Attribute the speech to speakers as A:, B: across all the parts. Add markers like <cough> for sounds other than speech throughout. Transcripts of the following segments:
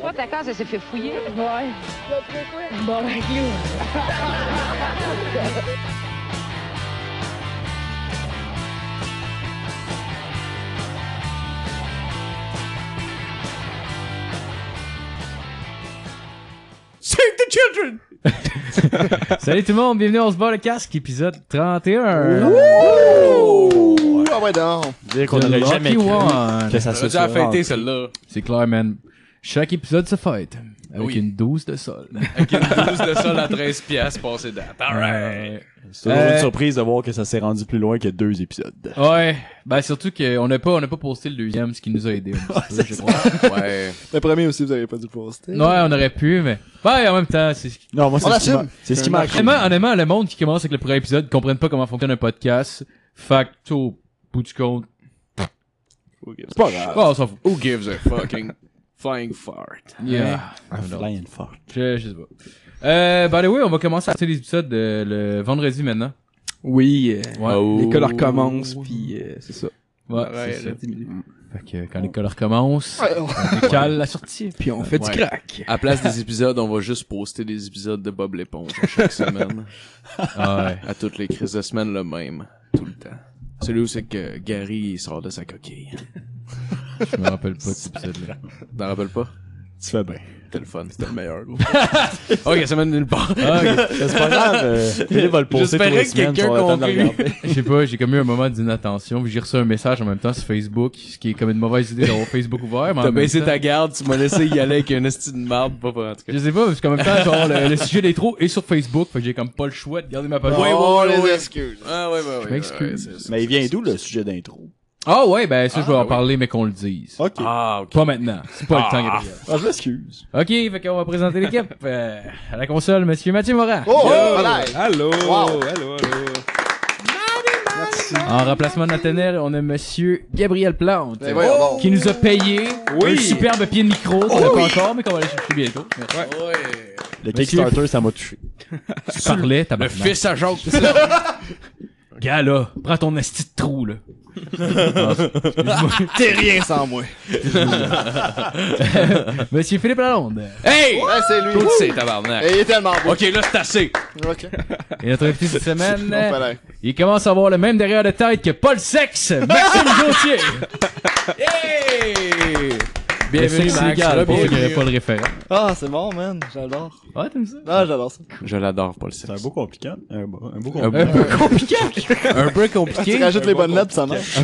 A: Toi, ta case, elle s'est fait fouiller.
B: Ouais. Bon, avec you.
C: Save the children!
D: Salut tout le monde, bienvenue on se bat le casque, épisode 31.
E: Ouh! Ah ouais, donc.
F: Dire qu'on
D: The
F: aurait
D: lucky
F: jamais cru
D: one.
F: que ça
C: Ça
F: se
C: a déjà
F: soit
C: fêté,
F: rentré.
C: celle-là.
D: C'est clair, man. Chaque épisode se fête avec
C: Oui.
D: une douce de sol.
C: <laughs> Avec une douce de sol à 13 piastres passée date. Alright.
F: C'est toujours
D: Euh,
F: une surprise de voir que ça s'est rendu plus loin que deux épisodes.
D: Ouais, ben surtout qu'on n'a pas, on n'a pas posté le deuxième, ce qui nous a aidé un petit peu, je crois.
C: Ouais.
E: Le premier aussi, vous avez pas dû poster.
D: Ouais, on aurait pu, mais. Ouais, en même temps, c'est ce qui-
F: Non, moi,
E: On
F: c'est ce qui
E: assume.
F: m'a- c'est ce qui m'a
D: Honnêtement, honnêtement, le monde qui commence avec le premier épisode ne comprennent pas comment fonctionne un podcast. Fait que, au bout du compte,
F: C'est pas grave.
D: oh, on s'en fout.
C: Who gives a fucking <laughs> flying fart?
D: Yeah.
F: Un flying fart.
D: Je, je sais pas. Euh, by the way, on va commencer à faire les épisodes euh, le vendredi maintenant.
G: Oui, euh,
D: Ouais.
C: Oh.
G: l'école recommence, puis euh, c'est ça.
D: Ouais,
C: Ouais,
D: c'est ça.
C: là.
D: Fait que quand l'école recommence,
E: Ouais,
D: on décale la sortie.
G: Puis on fait
C: Ouais.
G: du crack.
C: À place des épisodes, on va juste poster des épisodes de Bob l'éponge à chaque semaine.
D: Ouais.
C: À toutes les crises de semaine, le même. Tout le temps. Celui où c'est que Gary il sort de sa coquille.
D: Je me rappelle pas de cet épisode-là.
C: T'en rappelles pas?
F: Tu fais bien.
C: C'était le fun, c'était le meilleur. gros. <laughs> Ah, ok, ça mène nulle part.
F: <laughs>
D: Ah,
F: C'est pas grave. euh, Philippe va le poster tous
C: J'espérais
F: les
C: que
F: semaines.
C: quelqu'un
F: sur le temps de le
C: conclue.
F: regarder.
D: Je sais pas, j'ai comme eu un moment d'inattention, puis j'ai reçu un message en même temps sur Facebook, ce qui est comme une mauvaise idée d'avoir Facebook ouvert. mais en
C: <laughs> T'as
D: même
C: baissé
D: temps-
C: ta garde, tu m'as laissé y aller avec un esti de marde, pas pour en tout cas.
D: Je sais pas, parce qu'en même temps, genre, le, le sujet des trolls est sur Facebook, fait que j'ai comme pas le choix de garder ma page.
E: Oh,
C: Ouais, ouais, ouais,
E: les
C: ouais.
E: excuses.
C: Ah ouais, ouais, ouais.
D: Je m'excuse.
C: ouais, ouais, c'est-
F: Mais il vient d'où le sujet d'intro?
D: Ah ouais, ben ça, je vais
C: Ah,
D: en
C: oui.
D: parler, mais qu'on le dise.
F: Ok. Ah,
C: Ah, ok.
D: Pas maintenant, c'est pas le temps, Gabriel.
F: je m'excuse.
D: Ok, fait qu'on va présenter l'équipe. <laughs> euh, à la console, monsieur Mathieu Morin.
E: Oh, voilà.
G: Allô,
E: Wow.
G: allô, allô.
D: En remplacement de Nathaniel, on a monsieur Gabriel Plante.
E: Ben voyons Oh donc.
D: Qui nous a payé
G: Oui.
D: un superbe pied de micro qu'on n'a pas encore, mais qu'on va aller chercher bientôt. Merci.
C: Ouais.
F: Le
D: Monsieur-
F: Kickstarter, ça m'a touché.
D: Tu parlais, t'as
C: Le fils à Jacques.
D: Gars, là, prends ton asti de
E: <laughs>
D: trou, là. Excuse-moi.
E: T'es rien sans moi.
D: Monsieur Philippe Lalonde.
C: hey!
E: Ouais, Eh, c'est lui.
C: Tout le sait,
E: Wouh!
C: tabarnak.
E: Et il est tellement beau.
C: Ok, là, c'est assez.
E: Ok.
D: Et notre invité cette semaine,
E: Non, fallait.
D: il commence à avoir le même derrière de tête que Paul Sexe, Maxime
E: <laughs>
D: Gauthier.
C: Hey!
D: Le
C: Bienvenue,
D: sexe
C: Max.
D: légal, pour ceux qui n'avaient pas
C: Bienvenue.
D: le référent.
E: Ah, c'est bon, man.
G: <laughs>
E: J'adore.
D: Ouais, t'aimes ça?
E: Ah, j'adore ça.
C: Je l'adore, Paul Sex.
F: C'est un beau compliquant. Un beau, un beau
C: Un
F: compliquant.
C: peu, <laughs>
D: Un peu
E: Tu
D: compliqué.
E: rajoutes les bonnes lettres, ça marche.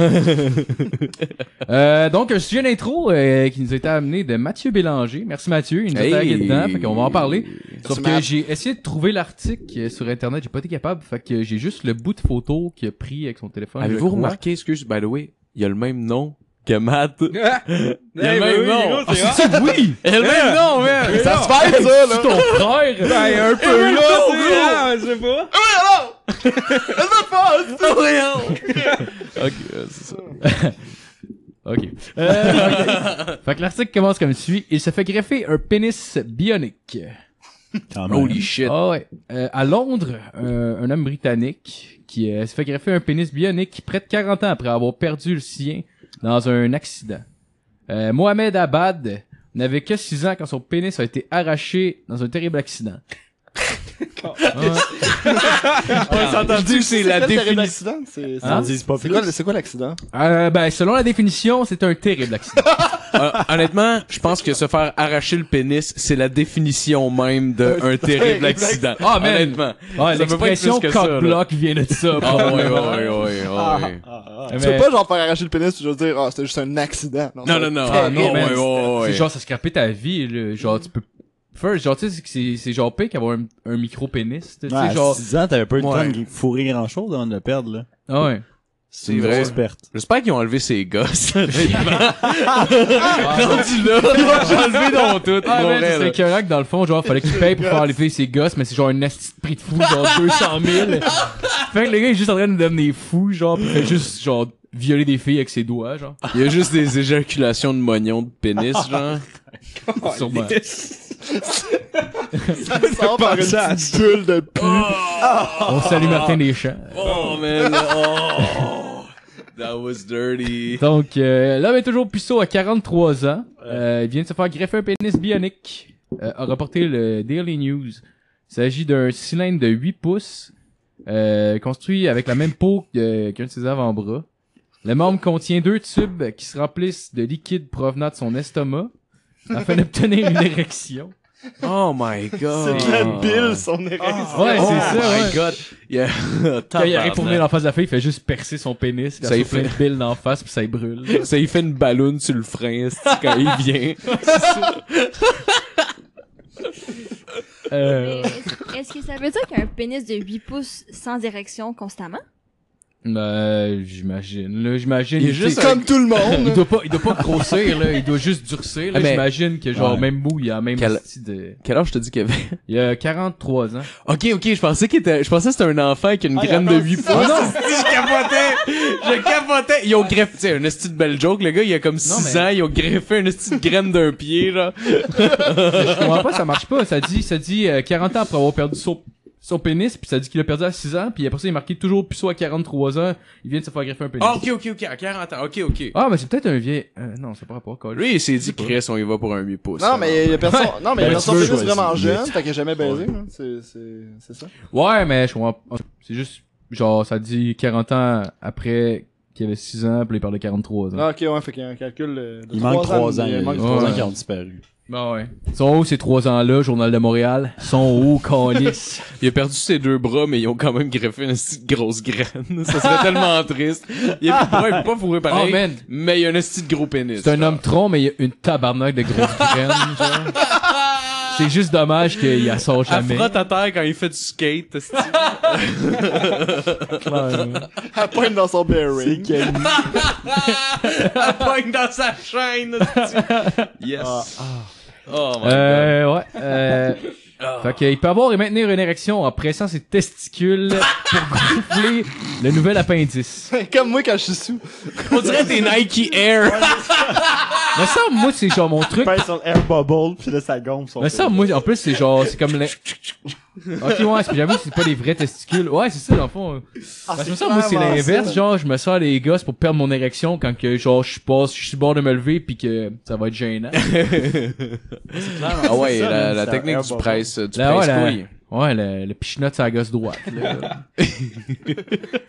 D: Euh, donc, un sujet d'intro euh, qui nous a été amené de Mathieu Bélanger. Merci Mathieu, il nous a tagué dedans, fait qu'on va en parler. Sauf que
E: Matt.
D: j'ai essayé de trouver l'article euh, sur internet, j'ai pas été capable, fait que j'ai juste le bout de photo qu'il a pris avec son téléphone. je
C: Avez-vous
D: crois.
C: remarqué, excuse, by the way, il y a le même nom que Matt. <laughs> Il
G: Il
C: y a le même nom.
G: c'est
D: Ah, c'est- <laughs> oui!
C: Il y a le même nom, man.
E: Ça se fait, ça, là.
D: C'est ton frère!
G: Ben, un peu là, c'est hein, je sais pas.
C: Ok, euh, c'est ça.
D: Ok. Euh, <laughs> fait que l'article commence comme suit. Il se fait greffer un pénis bionique.
F: Quand même.
C: Holy shit.
D: Ah ouais. Euh, à Londres, euh, un homme britannique qui euh, se fait greffer un pénis bionique près de 40 ans après avoir perdu le sien dans un accident. Euh, Mohamed Abad n'avait que 6 ans quand son pénis a été arraché dans un terrible
C: <laughs>
D: accident.
C: entendu, c'est la
E: quel terrible
C: définition.
E: accident? C'est c'est-
D: Hein?
F: T'en dis pas
E: c'est
F: plus.
E: quoi, le- c'est quoi l'accident?
D: Euh, ben, selon la définition, c'est un terrible accident.
C: Euh, honnêtement, je pense que se faire arracher le pénis, c'est la définition même d'un terrible accident.
D: Ah, man.
C: honnêtement.
D: Ah,
C: Ça peut pas être plus
D: l'expression
C: que ça, là.
D: cock block vient de ça.
C: Ah ouais, ouais, ouais, ouais,
E: Ah,
C: ouais.
F: Ah,
D: Mais-
E: Tu peux pas, genre, faire arracher le pénis et juste dire, ah, c'était juste un accident.
C: Non,
E: c'est
C: non, non.
D: Ah, non,
C: non,
D: man,
C: ouais, ouais, ouais.
D: C'est genre, ça scraper ta vie, là. Genre, tu peux. First, genre, tu sais, c'est que c'est, c'est genre pire qu'avoir un, un micro-pénis, tu sais,
F: ah. Ouais, à
D: genre.
F: 6 ans, t'avais pas eu le
C: Ouais.
F: temps de fourrer grand chose avant de le perdre, là.
D: Ah ouais.
F: C'est une
C: vrai.
F: grosse perte.
C: J'espère qu'ils ont enlevé ses gosses. <laughs> Ah, Rendu là, j'ai enlevé dans tout.
D: Ah,
C: pour
D: mais
C: vrai,
D: c'est
C: là.
D: écœurant que dans le fond, genre, fallait qu'il paye pour faire enlever ses gosses, mais c'est genre un asti de prix de fou,
C: <laughs>
D: genre 200 000. fait que le gars est juste en train de devenir fou, genre, pis fait juste, genre, violer des filles avec ses doigts, genre.
C: Il y a juste des éjaculations de moignons de pénis, genre.
D: Sûrement.
E: Ça sort par une
G: ça.
E: petite bulle de pu.
C: Ah.
D: On salue Martin Deschamps.
C: Oh, man. Oh. That was dirty.
D: Donc, euh, l'homme est toujours puceau à 43 ans. Euh, il vient de se faire greffer un pénis bionique, euh, a rapporté le Daily News. Il s'agit d'un cylindre de 8 pouces, euh, construit avec la même peau que- qu'un de ses avant-bras. Le membre contient deux tubes qui se remplissent de liquide provenant de son estomac afin d'obtenir
C: <laughs>
D: une érection.
C: Oh my god.
E: C'est de la bile, son érection.
D: Ouais,
C: oh
D: c'est ça.
C: my
D: ouais.
C: god. Yeah. <laughs>
D: Quand il arrive
C: Tabarnak.
D: pour venir en face de la fille, il fait juste percer son pénis, il
C: Ça
D: a
C: y
D: plein de piles d'en face, puis ça y brûle.
C: Ça, il fait une balloune sur le frein esti, quand il vient.
D: Euh,
A: Mais
C: Euh.
A: Est-ce est-ce que ça veut dire qu'un pénis de 8 pouces sans érection constamment?
D: Ben, j'imagine, là, j'imagine.
C: Il est
D: tu sais,
C: juste
D: comme-
E: Comme tout le
D: il <laughs>
E: monde.
D: doit pas, il doit pas grossir, là. Il doit juste durcir, là.
C: Ah, mais-
D: J'imagine que, genre,
F: Ouais.
D: même mou, il a même
C: Quel-
D: style de...
C: Quel âge je te dis qu'il avait?
D: Il a 43 ans.
C: Ok, ok, je pensais qu'il était, je pensais que c'était un enfant avec une graine de Oh, 8 pouces. <laughs> je capotais! Je capotais! Ils ont greffé, tu sais, un esti de belle joke, le gars, il a comme 6
D: mais-
C: ans, ils ont greffé un esti de graine d'un pied, là.
D: Je comprends pas, ça marche pas. Ça dit, ça dit, euh, 40 ans après avoir perdu son, son pénis, puis ça dit qu'il a perdu à 6 ans, puis après ça, il est marqué toujours puceau à 43 ans. Il vient de se faire greffer un pénis.
C: Ah, ok, ok, ok, à 40 ans, ok, ok.
D: Ah, mais c'est peut-être un vieil, euh, non, ça pas rapport, quoi.
C: Lui, il s'est dit, Chris, on y va pour un 8 pouces.
E: Non, mais il y a personne, non, mais il y a
F: Ben,
E: personne
F: tu
E: qui
F: veux
E: est juste
F: choisir.
E: vraiment jeune, fait qu'il a jamais baisé, hein. C'est, c'est, c'est ça.
D: Ouais, mais je comprends pas. C'est juste, genre, ça dit 40 ans après qu'il avait 6 ans, puis il parle de 43 ans.
E: Non, Ah, ok, ouais, fait qu'il y a un calcul euh, de
F: Il manque 3 ans.
E: Il manque
D: Ouais.
E: trois ans.
F: qui ont disparu.
D: Bah ouais. Ils sont hauts ces trois ans-là, Journal de Montréal. Ils sont hauts, <laughs> calice.
C: Il a perdu ses deux bras, mais ils ont quand même greffé une esti de grosse graine. <laughs> Ça serait tellement triste. Il est plus- ouais, il peut pas fourré pareil.
D: Oh, man.
C: Mais il a un esti de gros pénis.
D: C'est un homme tronc, mais il a une tabarnak de grosses graines, genre. C'est juste dommage qu'il la sort
C: Elle
D: jamais.
C: frotte à terre quand il fait du skate, esti.
E: <laughs> Elle pointe dans son bearing. <laughs>
C: Elle pogne dans sa chaîne, esti. Yes. Oh, my god.
D: Euh, ouais, euh...
C: Ah.
D: Fait qu'il peut avoir et maintenir une érection en pressant ses testicules pour gonfler le nouvel appendice.
E: Comme moi quand je suis sous. <laughs>
C: On dirait des Nike Air.
D: Mais ça, moi, c'est genre mon truc.
F: <laughs> Pince sur l'air bubble, puis là, ça gonfle son
D: Mais ça, moi, en plus, c'est genre, c'est comme le... Ok, ouais, c'est- j'avoue, que c'est pas des vrais testicules. Ouais, c'est ça, dans le fond. Parce que ça, moi, c'est
E: clairement
D: l'inverse.
E: ça.
D: Genre, je me sers les gosses pour perdre mon érection quand que, genre, je passe, je suis sur le bord de me lever pis que ça va être gênant.
C: Ah ouais,
F: C'est ça,
C: la,
F: man,
C: la
F: c'est
C: technique
F: un
C: du
F: bon
C: presse, euh, du
D: Là, ouais,
C: presse
D: la-
C: couille.
D: ouais, le, le pichenote sur la gosse droite,
C: <laughs>
D: là.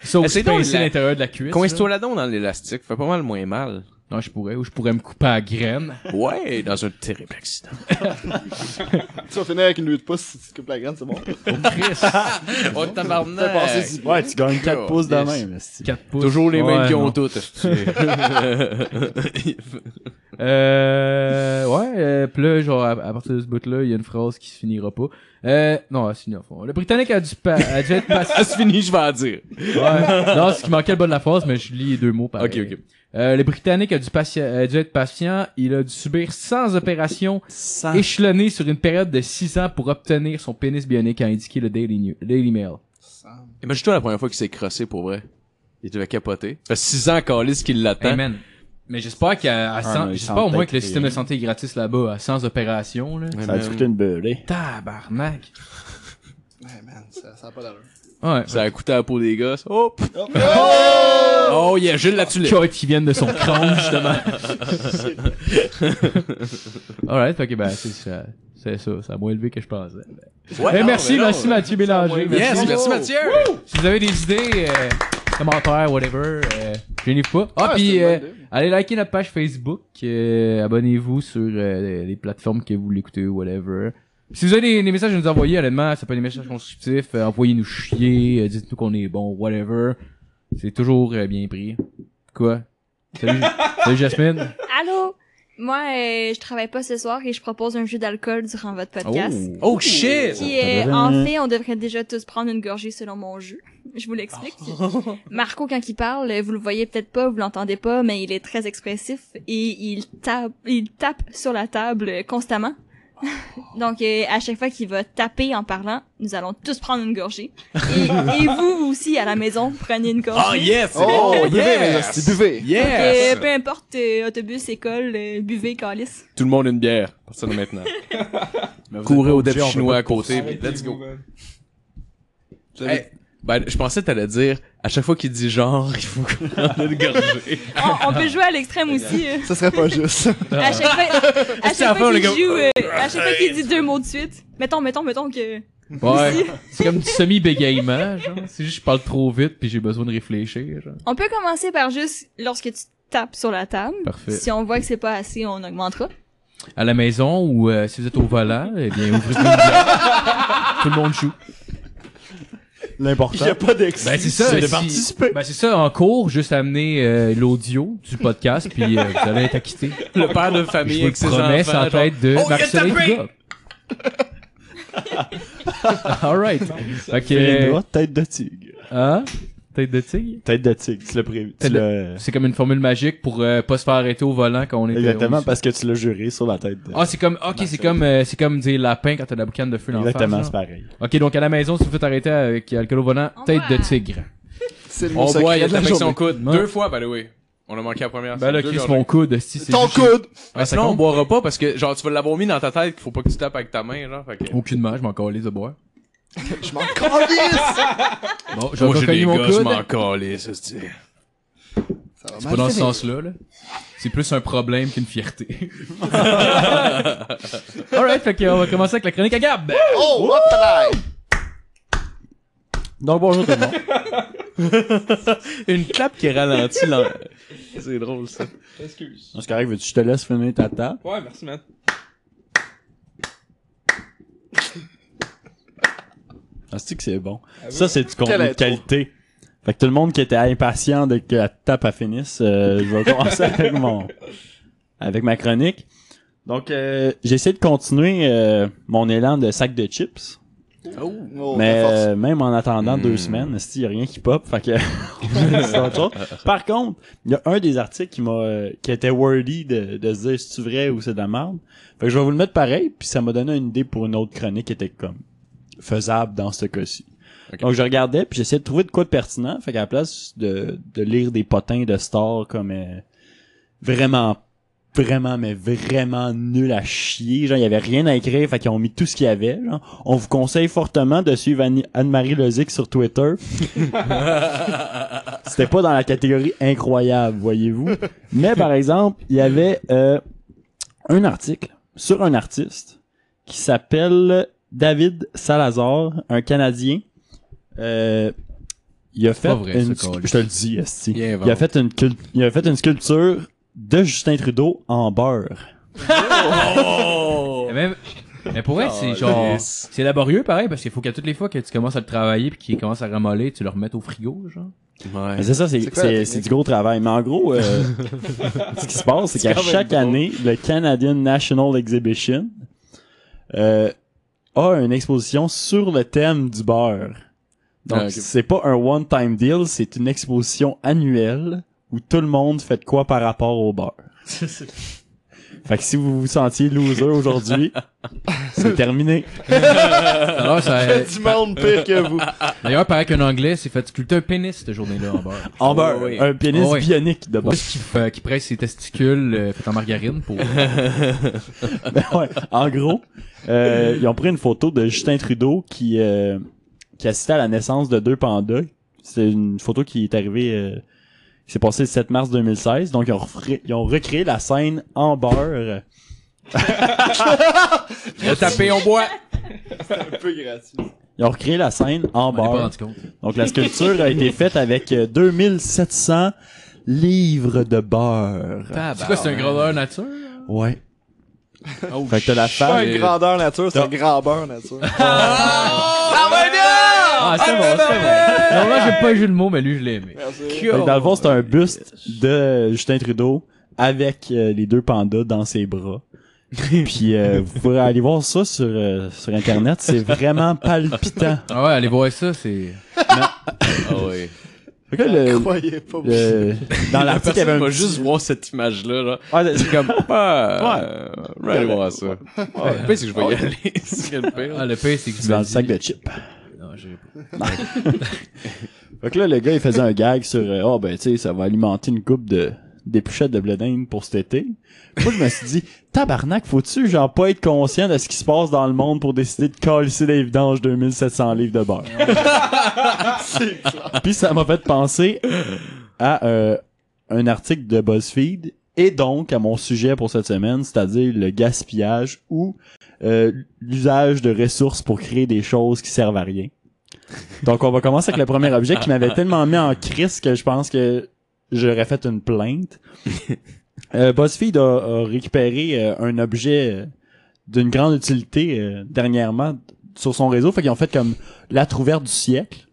D: ça, ou
C: Eh,
D: se
C: c'est donc
D: pincer
C: la-
D: l'intérieur de la cuisse.
C: Coince-toi là dans l'élastique, fait pas mal moins mal.
D: là. Non, je pourrais, ou je pourrais me couper à la
C: <laughs>
D: graine.
C: Ouais, dans un terrible accident.
E: Tu vas finir avec une 8 pouces si tu coupes la graine, c'est bon.
C: Oh
E: T'as passé
C: tabarnak.
E: si
F: Ouais, tu gagnes 4
C: Yes.
F: pouces de même. là, c'est-
D: Quatre pouces.
C: Toujours les mêmes
D: Ouais,
C: qui
D: non.
C: ont toutes. <laughs>
D: Euh, ouais, euh, pis là, genre, à, à partir de ce bout-là, il y a une phrase qui se finira pas. Euh, non, elle se finit, au fond. Le Britannique a dû, pa- a dû être
C: <laughs>
D: passé.
C: Ça se finit, Ah, je vais en dire.
D: Ouais. <laughs> Non, c'est qui manquait le bas de la phrase, mais je lis les deux mots pareil.
C: Ok, ok.
D: Euh, le Britannique a dû, patient- a dû être patient. Il a dû subir 100 opérations Ah. échelonnées sur une période de 6 ans pour obtenir son pénis bionique, a indiqué le Daily, New- Daily Mail.
C: Imagine-toi la première fois qu'il s'est crossé pour vrai. Il devait capoter. Ça fait 6 ans qu'Alis qui l'attend.
D: Amen. Mais j'espère qu'à à 100
F: mais ils
D: j'espère
F: sentent
D: au moins que le
F: peut-être
D: système de
F: rien.
D: santé est gratis là-bas à 100 opérations. Là.
F: Ça a dû coûter une beurrée.
D: Tabarnak.
E: Ouais, man, ça, ça a pas d'allure.
D: Ouais.
C: Ça a coûté à la peau des gosses. Oh! pff. Oh, il y a Gilles là-dessus. là.
D: Choc qui viennent de son crâne, justement. <laughs> Alright, ok, ben, c'est ça. C'est ça, ça m'a élevé que je pensais.
C: Ouais,
D: Eh,
C: non,
D: merci,
C: mais non,
D: merci
C: là.
D: Mathieu Bélanger.
C: Yes,
D: Merci.
C: merci Oh! Mathieu.
D: Si vous avez des idées, euh, commentaires, whatever, euh, gênez-vous pas. Ah,
E: Ouais, c'est
D: puis
E: une
D: euh,
E: bonne idée.
D: allez liker notre page Facebook, euh, abonnez-vous sur euh, les plateformes que vous l'écoutez, whatever. Si vous avez des, des messages à nous envoyer, honnêtement, ça peut être des messages constructifs, euh, envoyez-nous chier, euh, dites-nous qu'on est bon, whatever. C'est toujours euh, bien pris. Quoi? Salut, salut Jasmine.
A: <laughs> Allô? Moi, euh, je travaille pas ce soir et je propose un jeu d'alcool durant votre podcast.
C: Oh shit!
A: Puis, euh, en fait, on devrait déjà tous prendre une gorgée selon mon jeu. <laughs> Je vous l'explique. Marco, quand il parle, vous le voyez peut-être pas, vous l'entendez pas, mais il est très expressif et il tape, il tape sur la table euh, constamment. Donc, euh, à chaque fois qu'il va taper en parlant, nous allons tous prendre une gorgée. Et, et vous aussi, à la maison, prenez une gorgée.
C: Oh yes!
E: Oh, buvez, mes
C: yes!
E: hosties, buvez!
C: Yes!
A: Donc, euh, peu importe, euh, autobus, école, euh, buvez, calice.
C: Tout le monde une bière. Personne maintenant. <laughs> Courez au dep chinois à côté. puis Let's go.
G: man.
C: Hey, ben, je pensais que t'allais dire à chaque fois qu'il dit genre, il faut qu'on en ait une gorgée.
A: On, on peut jouer à l'extrême aussi. euh.
E: Ça serait pas juste.
A: À chaque fois, à
C: C'est la
A: chaque
C: fin,
A: fois
C: le
A: qu'il
C: gars.
A: joue, euh, à chaque fois qu'il dit deux mots de suite. Mettons, mettons, mettons que.
D: Ouais. C'est comme du semi-bégaiement, genre. C'est juste que je parle trop vite puis j'ai besoin de réfléchir, genre.
A: On peut commencer par juste lorsque tu tapes sur la table.
D: Parfait.
A: Si on voit que c'est pas assez, on augmentera.
D: À la maison ou euh, si vous êtes au volant, eh bien, ouvrez-vous une bière. <laughs> Tout le monde joue.
E: <laughs> Il y a
F: L'important.
E: pas d'excuse.
D: Ben, c'est ça.
F: C'est de
D: si-
F: participer.
D: Ben, c'est ça, en cours, juste amener euh, l'audio du podcast puis euh, vous allez être acquitté.
C: Le père de
D: Je
C: famille
D: vous le
C: avec ses
D: promets
C: enfants.
D: sans
C: genre,
D: tête de
C: Oh, il a
D: Marceline
C: tapé!
D: Dugas.
C: <laughs>
D: Alright. Ok.
F: Férénois, Tête de tigre.
D: euh, Hein? Tête de tigre?
F: Tête de tigre, tu l'as prévu. Tu
D: Tête
F: l'as...
D: C'est comme une formule magique pour euh, pas se faire arrêter au volant quand on est
F: Exactement, parce que tu l'as juré sur la tête de...
D: Ah, c'est comme, ok, c'est comme, euh, c'est comme dire lapin quand t'as de la boucane de feu dans la face,
F: Exactement,
D: là.
F: c'est pareil.
D: Ok, donc à la maison, si vous faites arrêter avec alcool au volant,
A: On
D: tête de
A: boit.
D: tigre.
E: C'est le mot
C: On
E: secret
C: voit, il a
E: de la
C: tapé avec son
E: journée.
C: coude.
D: Ouais.
C: Deux fois, by the way. On a manqué la première.
D: Ben là,
C: Deux
D: Chris,
C: gorgées.
D: mon coude, si c'est
E: Ton
D: juste-
E: coude!
C: Ah,
D: ça
C: sinon, on
D: compte?
C: boira pas parce que, genre, tu vas l'avoir mis dans ta tête qu'il faut pas que tu tapes avec ta main, genre. Fait que...
D: Aucunement, je m'en calise de boire.
E: Je m'en calisse!
D: Bon, je vais recueillir mon coude.
C: calisse, c'est
E: Ça va
D: C'est pas dans
E: mal
D: ce
E: finir.
D: sens-là, là. C'est plus un problème qu'une <laughs> fierté. Alright, fait qu'on va commencer avec la chronique à Gab.
E: Oh, what the hell?
F: Donc bonjour tout le monde.
C: Une clap qui ralentit l'en... C'est drôle, ça.
G: Excuse.
F: C'est correct, veux-tu que je te laisse finir ta table?
G: Ouais, merci, man.
F: Ah, c'est que c'est bon.
G: Ah
F: Ça,
G: oui.
F: c'est du contenu
E: Quelle
F: de
E: intro.
F: qualité. Fait que tout le monde qui était impatient de que la tape à finisse, euh, je vais commencer avec mon, avec ma chronique. Donc, euh, j'ai essayé de continuer euh, mon élan de sac de chips,
E: Oh,
F: mais
E: force.
F: euh, même en attendant
C: Mm.
F: deux semaines, il n'y a rien qui pop. Fait que <laughs> c'est autre chose. Par contre, il y a un des articles qui m'a, euh, qui était wordy de, de se dire si c'est vrai ou c'est de la merde. Fait que je vais vous le mettre pareil, puis ça m'a donné une idée pour une autre chronique qui était comme faisable dans ce cas-ci.
C: Ok.
F: Donc je regardais puis j'essayais de trouver de quoi de pertinent. Fait qu'à la place de, de lire des potins de stars comme euh, vraiment vraiment mais vraiment nul à chier, genre il y avait rien à écrire, fait qu'ils ont mis tout ce qu'il y avait. Genre. On vous conseille fortement de suivre Annie- Anne-Marie Lozic sur Twitter. C'était pas dans la catégorie incroyable, voyez-vous. Mais par exemple, il y avait euh, un article sur un artiste qui s'appelle David Salazar, un Canadien. Euh, il a fait
D: pas vrai,
F: une
D: ce câlisse.
F: je te le dis, esti.
D: Il
F: Il,
D: invente.
F: a fait une cul- il a fait une sculpture de Justin Trudeau en beurre.
E: Oh.
D: Et même, mais pour vrai, c'est genre, c'est laborieux pareil, parce qu'il faut qu'à toutes les fois que tu commences à le travailler puis qu'il commence à ramollir, tu le remettes au frigo,
E: <laughs>
D: genre.
C: Ouais.
F: Mais C'est ça, c'est
E: C'est quoi la
F: c'est-
E: technique?
F: c'est du gros travail. Mais en gros, euh, <laughs> ce qui se passe, c'est qu'à
E: quand même
F: chaque
E: drôle.
F: année, le Canadian National Exhibition euh, a une exposition sur le thème du beurre. Donc,
C: Ah, ok.
F: c'est pas un one-time deal, c'est une exposition annuelle où tout le monde fait de quoi par rapport au beurre. fait que si vous vous sentiez loser aujourd'hui, c'est terminé.
D: Alors, ça,
E: du monde pire que vous.
D: d'ailleurs, paraît qu'un anglais s'est fait sculpter un pénis cette journée-là en beurre.
F: En beurre,
C: oui.
F: un pénis
D: Oh, oui.
F: bionique de beurre.
D: Juste qu'il fait- qu'il presse ses testicules euh, fait en margarine
F: <laughs>
D: pour.
F: Ben <laughs> ouais. En gros, euh, ils ont pris une photo de Justin Trudeau qui euh, qui assistait à la naissance de deux pandas. C'est une photo qui est arrivée, euh, qui s'est passée le 7 mars 2016. Donc ils ont, refré- ils ont recréé la scène en beurre.
C: T'as tapé, on
F: <laughs>
C: boit.
E: Un peu gratuit.
F: Ils ont recréé la scène en
D: On est pas
F: beurre.
D: rendu compte.
F: Donc la sculpture a été faite avec euh, 2700 livres de beurre.
D: C'est quoi, c'est un gros beurre nature?
F: Ouais.
C: Oh,
F: Fait que t'as la
E: Pas
F: femme.
E: un grandeur nature, c'est
F: Ah, Non.
E: un grand beurre nature.
D: Ah, c'est bon, c'est bon. Non, là, j'ai pas eu le jeu de mots, mais lui, je l'ai aimé.
E: Merci.
F: Fait que dans le fond, c'est un
C: Oh,
F: buste de Justin Trudeau avec euh, les deux pandas dans ses bras.
C: <laughs>
F: Puis euh, vous pourrez aller voir ça sur, euh, sur Internet. C'est vraiment palpitant.
D: Ah ouais, allez voir ça, c'est.
C: Ah ouais.
F: Fait que là, le-
E: Croyez pas. vous.
F: le- dans
C: La
F: l'article, il y avait
C: personne
F: un
C: va
F: petit-
C: juste voir cette image-là, genre.
F: Ah, le-
C: C'est comme, pas, euh, ouais, aller voir ça. Le pire, c'est que je vais y aller. <laughs> C'est le pire.
D: Ah, le pire, c'est que je
F: c'est dans
D: me
F: le
D: dis-
F: sac de chips.
D: Non, j'ai pas.
F: Ah, Fait que là, le gars, il faisait un gag sur euh, « Oh, ben, tu sais, ça va alimenter une coupe de, d'épluchette de blé d'Inde pour cet été. Moi, je me suis dit, tabarnak, faut-tu, genre, pas être conscient de ce qui se passe dans le monde pour décider de colisser des vidanges 2700 livres de beurre? Puis ça m'a fait penser à euh, un article de BuzzFeed et donc à mon sujet pour cette semaine, c'est-à-dire le gaspillage ou euh, l'usage de ressources pour créer des choses qui servent à rien. Donc on va commencer avec le premier objet qui m'avait tellement mis en crise que je pense que j'aurais fait une plainte. Euh, BuzzFeed a, a récupéré euh, un objet euh, d'une grande utilité euh, dernièrement sur son réseau, fait qu'ils ont fait comme la trouverte du siècle.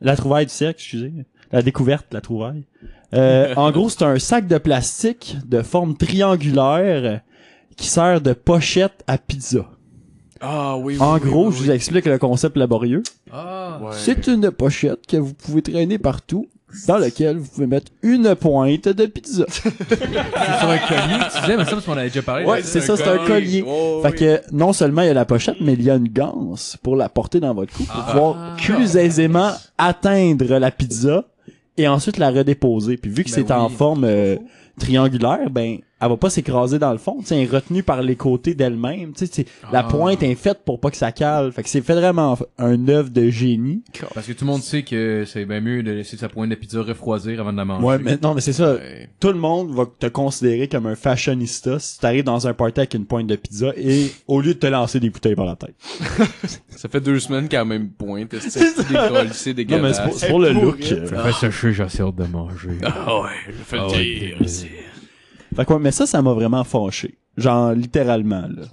F: La trouvaille du siècle, excusez. La découverte, la trouvaille. Euh, en gros, c'est un sac de plastique de forme triangulaire euh, qui sert de pochette à pizza.
C: Ah oui, oui,
F: En
C: oui,
F: gros,
C: oui,
F: je vous explique le concept laborieux.
D: Ah.
C: oui. Ouais.
F: C'est une pochette que vous pouvez traîner partout, dans laquelle vous pouvez mettre une pointe de pizza.
D: C'est sur un collier que tu disais, mais ça, parce qu'on avait déjà parlé.
F: Ouais,
D: là,
F: c'est ça, c'est un collier.
C: Oh,
F: Fait
C: oui.
F: que non seulement il y a la pochette, mais il y a une ganse pour la porter dans votre cou pour
D: Ah.
F: pouvoir plus aisément atteindre la pizza et ensuite la redéposer. Puis vu que
D: Ben
F: c'est en
D: oui.
F: forme euh, triangulaire, ben elle va pas s'écraser dans le fond, tu sais, elle est retenue par les côtés d'elle-même. Tu sais, c'est- la
D: Ah.
F: pointe est faite pour pas que ça cale. Fait que c'est vraiment un œuvre de génie.
D: Parce que tout le monde sait que c'est bien mieux de laisser sa pointe de pizza refroidir avant de la manger.
F: Ouais, mais non, mais c'est ça.
D: Ouais.
F: Tout le monde va te considérer comme un fashionista si t'arrives dans un party avec une pointe de pizza et au lieu de te lancer des bouteilles par la tête.
C: Ça fait deux semaines qu'à la même pointe.
F: <laughs>
C: C'est dégueulassé,
F: Non, mais
C: dégueulasse.
F: c'est pour, c'est pour le
E: C'est
F: look.
E: pourri.
F: euh.
D: Ça fait sécher, j'essaie de manger.
C: Ah ouais, je fais
D: Ah
C: le
D: ouais,
C: dire.
D: dégueu.
F: Fait quoi, mais ça, ça m'a vraiment fâché. Genre, littéralement, là.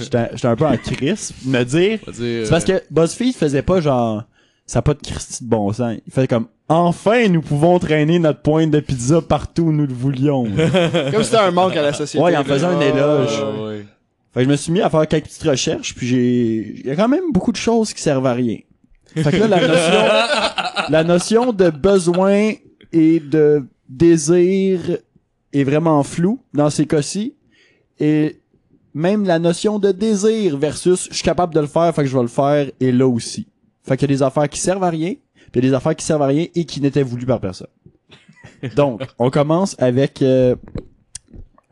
F: J'étais j'étais un peu en crise. <laughs> Me dire,
C: On va dire, euh,
F: c'est parce que BuzzFeed faisait pas genre, ça a pas de Christy de bon sens. Il faisait comme, enfin, nous pouvons traîner notre pointe de pizza partout où nous le voulions.
E: Comme si c'était un manque à la société.
F: Ouais, il en faisait un éloge.
E: Ah,
C: ouais.
F: Fait que je me suis mis à faire quelques petites recherches, puis j'ai... Il y a quand même beaucoup de choses qui servent à rien. Fait que là, la notion, la notion de besoin et de désir est vraiment floue dans ces cas-ci. Et même la notion de désir versus je suis capable de le faire, fait que je vais le faire, est là aussi. Fait qu'il y a des affaires qui servent à rien, puis il y a des affaires qui servent à rien et qui n'étaient voulues par personne. Donc, on commence avec euh,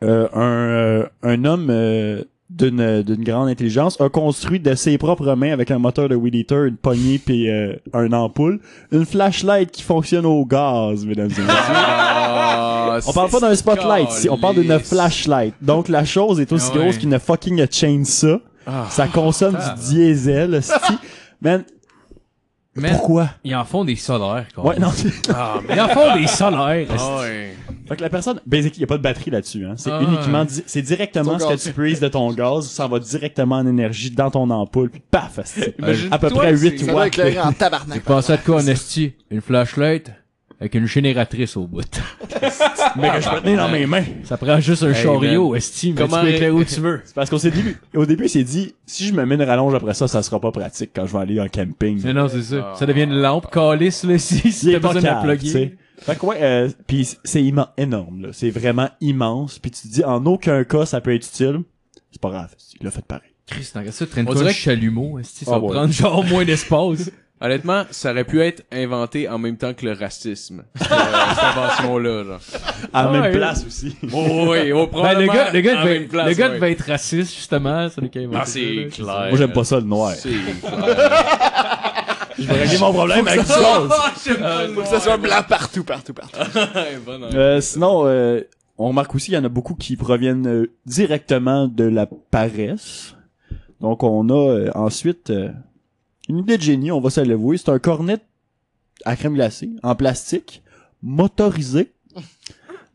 F: euh, un, euh, un homme euh, d'une d'une grande intelligence a construit de ses propres mains avec un moteur de Weed Eater, une poignée puis euh, un ampoule, une flashlight qui fonctionne au gaz, mesdames et messieurs.
C: Ah,
F: <laughs> On parle pas d'un spotlight ici, on parle d'une flashlight. Donc la chose est aussi
D: Ah ouais.
F: grosse qu'une fucking chainsaw.
C: Ah.
F: Ça consomme du diesel, esti. Man,
D: Mais
F: pourquoi?
D: ils en font des solaires, quoi.
F: Ouais, non.
C: Ah,
D: Ils en font des solaires. esti.
C: ah ouais.
F: Fait que la personne, basic, il y a pas de batterie là-dessus, hein. C'est
D: Ah,
F: uniquement,
D: ouais.
F: di- c'est directement
E: Ton
F: ce que
E: gaz.
F: tu prises de ton gaz, ça va directement en énergie dans ton ampoule, puis paf, esti.
C: Imagine-toi
F: à peu près
C: que c'est-
F: 8
E: Ça doit
F: watts.
E: éclairer en
D: J'ai
E: tabarnak.
F: <laughs>
D: pensé à de quoi en esti? Une flashlight avec une génératrice au bout.
F: Mais que je peux tenir dans mes mains.
D: <laughs> Ça prend juste un
C: Hey,
D: chariot, esti, mais
C: Comment-
D: tu peux éclairer où tu veux.
F: C'est parce qu'on s'est dit, au début, il s'est dit, si je me mets une rallonge après ça, ça sera pas pratique quand je vais aller en camping.
D: Mais non, c'est ça. Ah. Ça devient une lampe calice, là, si, si
F: Il
D: t'as
F: est pas
D: besoin de la
F: cave, tu
D: plugger.
F: sais. Fait que ouais, euh, pis c'est immen- énorme, là. C'est vraiment immense. Puis tu te dis, en aucun cas, ça peut être utile. C'est pas grave. Il l'a fait pareil.
D: Chris, t'en ça, traîne
C: On
D: toi
C: dirait
D: un
C: que-
D: chalumeau, esti, ça
F: Ah
D: va
F: ouais.
D: prendre genre moins d'espace.
C: Honnêtement, ça aurait pu être inventé en même temps que le racisme. Cette, euh, cette invention-là, là.
F: À la
D: Ouais.
F: même place aussi.
C: Oh, oui, oh,
D: Ben, le
C: probablement
D: gars, le gars,
C: en
D: devait-
C: même place,
D: le gars
C: ouais.
D: devait être raciste, justement, celui qui a inventé
C: Ah,
D: ça, là,
C: c'est
D: c'est
C: clair.
F: Moi, j'aime pas ça, le noir.
C: C'est clair.
F: Je vais régler mon problème avec du gaz.
E: Faut que ça soit blanc partout, partout, partout.
C: Ouais, bon, hein.
F: Euh, sinon, euh, on remarque aussi qu'il y en a beaucoup qui proviennent euh, directement de la paresse. Donc, on a euh, ensuite euh, une idée de génie, on va se l'avouer. C'est un cornet à crème glacée, en plastique, motorisé,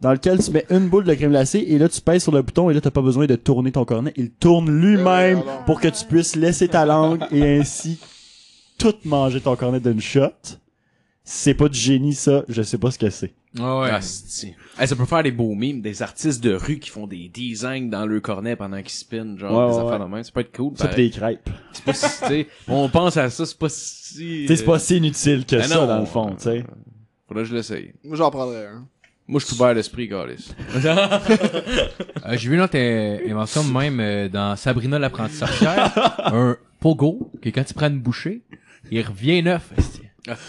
F: dans lequel tu mets une boule de crème glacée et là, tu pèses sur le bouton et là, t'as pas besoin de tourner ton cornet. Il tourne lui-même
E: alors.
F: pour que tu puisses laisser ta langue et ainsi tout manger ton cornet d'une shot. C'est pas du génie, ça. Je sais pas ce que c'est.
D: Ah ouais.
C: Ah, c'est- Eh, ça peut faire des beaux mimes, des artistes de rue qui font des designs dans le cornet pendant qu'ils spinent, genre
F: Ouais,
C: des
F: ouais,
C: affaires
F: ouais.
C: de même. Ça peut être cool.
F: Ça, pis
C: pareil.
F: des crêpes.
C: C'est pas si, tu sais, on pense à ça, c'est pas si.
F: Tu sais, c'est pas si inutile que
C: Ben
F: ça,
C: non. Euh,
F: dans le fond, tu sais.
C: Faudrait que je l'essaye.
E: Moi, j'en prendrais un.
C: Moi, je suis ouvert à l'esprit, Carlis.
F: Ah,
D: Euh, J'ai vu une autre euh, invention de même euh, dans Sabrina l'apprentie <laughs> sorcière. un pogo, que quand tu prends une bouchée, il revient neuf. esti.